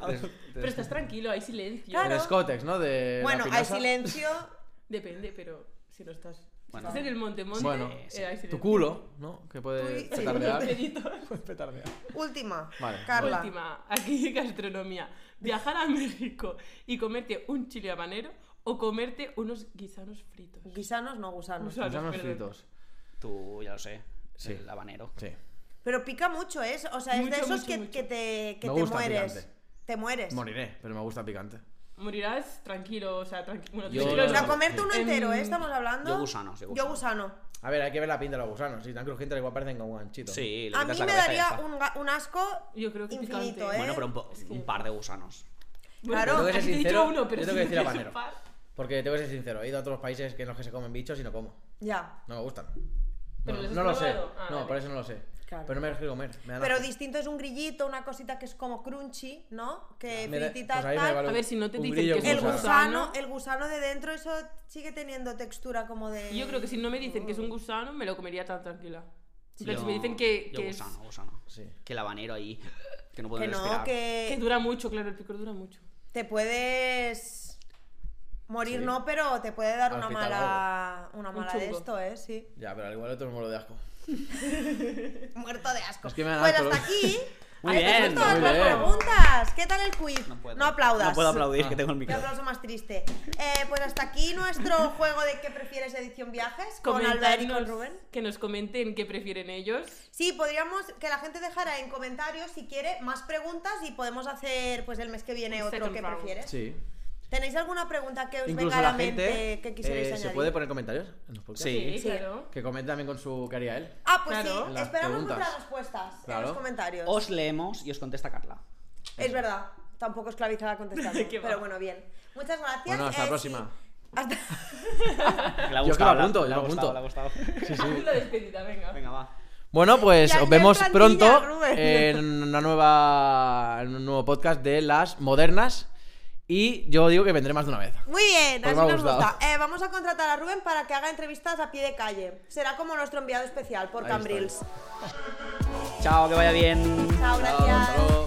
[SPEAKER 6] Bueno, pero estás tranquilo, hay silencio.
[SPEAKER 5] Claro.
[SPEAKER 2] El Scotex, ¿no? De la
[SPEAKER 5] Bueno, hay
[SPEAKER 2] pinasa.
[SPEAKER 5] silencio.
[SPEAKER 6] Depende, pero si no estás. si
[SPEAKER 1] Bueno.
[SPEAKER 6] estás en el monte, monte.
[SPEAKER 2] Bueno,
[SPEAKER 6] eh, hay silencio.
[SPEAKER 2] tu culo, ¿no? Que puede
[SPEAKER 5] Uy.
[SPEAKER 2] petardear.
[SPEAKER 6] Los deditos.
[SPEAKER 2] Puede petardear.
[SPEAKER 5] Última.
[SPEAKER 2] Vale.
[SPEAKER 5] Carla.
[SPEAKER 6] Última, aquí gastronomía. Viajar a México y comerte un chile habanero o comerte unos guisanos fritos.
[SPEAKER 5] Guisanos, no gusanos.
[SPEAKER 6] Gusanos,
[SPEAKER 2] Gusanos
[SPEAKER 6] perdón.
[SPEAKER 2] fritos.
[SPEAKER 1] Tú, ya lo sé.
[SPEAKER 2] Sí.
[SPEAKER 1] El habanero.
[SPEAKER 2] Sí.
[SPEAKER 5] Pero pica mucho, ¿eh? O sea, es
[SPEAKER 6] Mucho,
[SPEAKER 5] de esos
[SPEAKER 6] mucho,
[SPEAKER 5] que,
[SPEAKER 6] mucho.
[SPEAKER 5] que te, que
[SPEAKER 2] Me
[SPEAKER 5] te
[SPEAKER 2] gusta
[SPEAKER 5] mueres.
[SPEAKER 2] picante.
[SPEAKER 5] Te mueres.
[SPEAKER 2] Moriré, pero me gusta picante.
[SPEAKER 6] Morirás tranquilo, o sea, tranquilo. Bueno,
[SPEAKER 2] Yo-
[SPEAKER 6] tranquilo
[SPEAKER 5] O sea,
[SPEAKER 6] no.
[SPEAKER 5] comerte uno
[SPEAKER 6] Em,
[SPEAKER 5] entero, ¿eh? Estamos hablando.
[SPEAKER 1] yo gusanos, yo
[SPEAKER 5] Yo gusano.
[SPEAKER 2] A ver, hay que ver la pinta de los gusanos. Si están crujientes, igual parecen como ganchitos.
[SPEAKER 1] Sí, le
[SPEAKER 5] A
[SPEAKER 1] quitas
[SPEAKER 5] mí
[SPEAKER 1] la
[SPEAKER 5] me
[SPEAKER 1] cabeza y ya
[SPEAKER 5] daría
[SPEAKER 1] está.
[SPEAKER 5] un, ga- un asco
[SPEAKER 6] Yo creo que
[SPEAKER 5] infinito,
[SPEAKER 6] picante.
[SPEAKER 5] ¿eh?
[SPEAKER 1] Bueno, pero un, po- un par de gusanos.
[SPEAKER 6] Bueno,
[SPEAKER 5] Claro.
[SPEAKER 6] has
[SPEAKER 2] Tengo que ser
[SPEAKER 6] dicho
[SPEAKER 2] sincero,
[SPEAKER 6] uno, pero
[SPEAKER 2] yo tengo que
[SPEAKER 6] si no
[SPEAKER 2] decir
[SPEAKER 6] quieres
[SPEAKER 2] habanero.
[SPEAKER 6] un par.
[SPEAKER 2] Porque tengo que ser sincero, he ido a otros países que en los que se comen bichos y no como.
[SPEAKER 5] Ya.
[SPEAKER 2] No me gustan.
[SPEAKER 6] ¿Pero
[SPEAKER 2] No,
[SPEAKER 6] los has
[SPEAKER 2] no lo sé.
[SPEAKER 6] probado? Ah,
[SPEAKER 2] no,
[SPEAKER 6] vale.
[SPEAKER 2] por eso no lo sé.
[SPEAKER 5] Claro.
[SPEAKER 2] Pero no me los quiero comer. Me dan
[SPEAKER 5] Pero
[SPEAKER 2] asco.
[SPEAKER 5] distinto es un grillito, una cosita que es como crunchy, ¿no? Que
[SPEAKER 2] Me da-
[SPEAKER 5] frititas
[SPEAKER 2] pues ahí me
[SPEAKER 5] tal.
[SPEAKER 2] vale
[SPEAKER 6] A ver, si no te
[SPEAKER 2] un
[SPEAKER 6] dicen
[SPEAKER 2] grillo
[SPEAKER 6] que
[SPEAKER 2] con
[SPEAKER 6] es
[SPEAKER 5] El
[SPEAKER 2] gusano.
[SPEAKER 5] gusano,
[SPEAKER 6] gusano.
[SPEAKER 5] el gusano de dentro, eso sigue teniendo textura como de.
[SPEAKER 6] Yo creo que si no me dicen que es un gusano, me lo comería tan tranquila. Pero
[SPEAKER 1] Yo-
[SPEAKER 6] si me dicen que,
[SPEAKER 1] yo
[SPEAKER 6] que es-
[SPEAKER 1] gusano, gusano.
[SPEAKER 2] Sí.
[SPEAKER 1] Que el habanero ahí. Que no puedo
[SPEAKER 5] Que no,
[SPEAKER 1] respirar.
[SPEAKER 6] que
[SPEAKER 5] que
[SPEAKER 6] dura mucho, claro, el picor dura mucho.
[SPEAKER 5] te puedes morir,
[SPEAKER 2] Sí.
[SPEAKER 5] no, pero te puede dar
[SPEAKER 2] Al
[SPEAKER 5] una
[SPEAKER 2] final
[SPEAKER 5] mala, una
[SPEAKER 6] Un
[SPEAKER 5] mala de
[SPEAKER 6] chungo.
[SPEAKER 5] esto, ¿eh? Sí.
[SPEAKER 2] Ya, pero al igual otro me muero de asco.
[SPEAKER 5] Muerto de asco.
[SPEAKER 2] Es que me dan
[SPEAKER 5] pues
[SPEAKER 2] asco,
[SPEAKER 5] hasta
[SPEAKER 2] ¿no?
[SPEAKER 5] aquí.
[SPEAKER 1] Muy
[SPEAKER 5] hasta aquí
[SPEAKER 1] bien,
[SPEAKER 5] todas
[SPEAKER 2] muy
[SPEAKER 5] las
[SPEAKER 2] bien.
[SPEAKER 5] preguntas. ¿Qué tal el quiz?
[SPEAKER 1] No puedo.
[SPEAKER 5] aplaudas.
[SPEAKER 1] No puedo aplaudir,
[SPEAKER 2] Ah.
[SPEAKER 1] que tengo el
[SPEAKER 5] Qué
[SPEAKER 1] micro.
[SPEAKER 5] aplauso más triste. Eh, pues hasta aquí nuestro juego de qué prefieres edición viajes con Albert y con
[SPEAKER 6] Comentarnos,
[SPEAKER 5] Rubén.
[SPEAKER 6] que nos comenten qué prefieren ellos.
[SPEAKER 5] Sí, podríamos que la gente dejara en comentarios si quiere más preguntas y podemos hacer pues el mes que viene
[SPEAKER 6] Un
[SPEAKER 5] otro
[SPEAKER 6] second
[SPEAKER 5] que
[SPEAKER 6] round.
[SPEAKER 5] prefieres.
[SPEAKER 2] Sí.
[SPEAKER 5] ¿Tenéis alguna pregunta que os
[SPEAKER 2] Incluso
[SPEAKER 5] venga a la,
[SPEAKER 2] la gente
[SPEAKER 5] mente que quisierais
[SPEAKER 2] eh,
[SPEAKER 5] añadir?
[SPEAKER 2] se puede poner comentarios en los podcasts.
[SPEAKER 1] Sí.
[SPEAKER 6] Sí, claro.
[SPEAKER 2] Que comente también con su que haría él.
[SPEAKER 5] Ah, pues
[SPEAKER 6] Claro.
[SPEAKER 5] sí,
[SPEAKER 2] Las
[SPEAKER 5] esperamos
[SPEAKER 2] preguntas.
[SPEAKER 5] vuestras respuestas en
[SPEAKER 2] Claro.
[SPEAKER 5] los comentarios.
[SPEAKER 1] Os leemos y os contesta Carla.
[SPEAKER 5] Es verdad, tampoco esclavizada contestando,
[SPEAKER 6] Qué va.
[SPEAKER 5] pero bueno, bien. Muchas gracias.
[SPEAKER 2] Bueno, hasta la
[SPEAKER 5] eh,
[SPEAKER 2] próxima.
[SPEAKER 5] sí. Hasta-
[SPEAKER 1] Que le ha
[SPEAKER 2] Yo
[SPEAKER 1] gustado,
[SPEAKER 2] que la apunto,
[SPEAKER 1] le ha
[SPEAKER 2] yo la
[SPEAKER 1] gustado,
[SPEAKER 2] apunto.
[SPEAKER 1] le ha gustado.
[SPEAKER 6] Una despedida, venga.
[SPEAKER 1] Venga, va.
[SPEAKER 2] Bueno, pues
[SPEAKER 5] Ya,
[SPEAKER 2] os
[SPEAKER 5] ya
[SPEAKER 2] vemos
[SPEAKER 5] en plantilla,
[SPEAKER 2] pronto
[SPEAKER 5] Rubén.
[SPEAKER 2] en una nueva en un nuevo podcast de las modernas y yo digo que vendré más de una vez.
[SPEAKER 5] Muy bien,
[SPEAKER 2] Pues
[SPEAKER 5] así
[SPEAKER 2] me ha
[SPEAKER 5] nos gusta.
[SPEAKER 2] gustado.
[SPEAKER 5] Eh, vamos a contratar a Rubén para que haga entrevistas a pie de calle. Será como nuestro enviado especial por
[SPEAKER 2] Ahí está.
[SPEAKER 5] Cambrils.
[SPEAKER 1] Chao, que vaya bien.
[SPEAKER 5] Chao, gracias.
[SPEAKER 2] Hasta luego.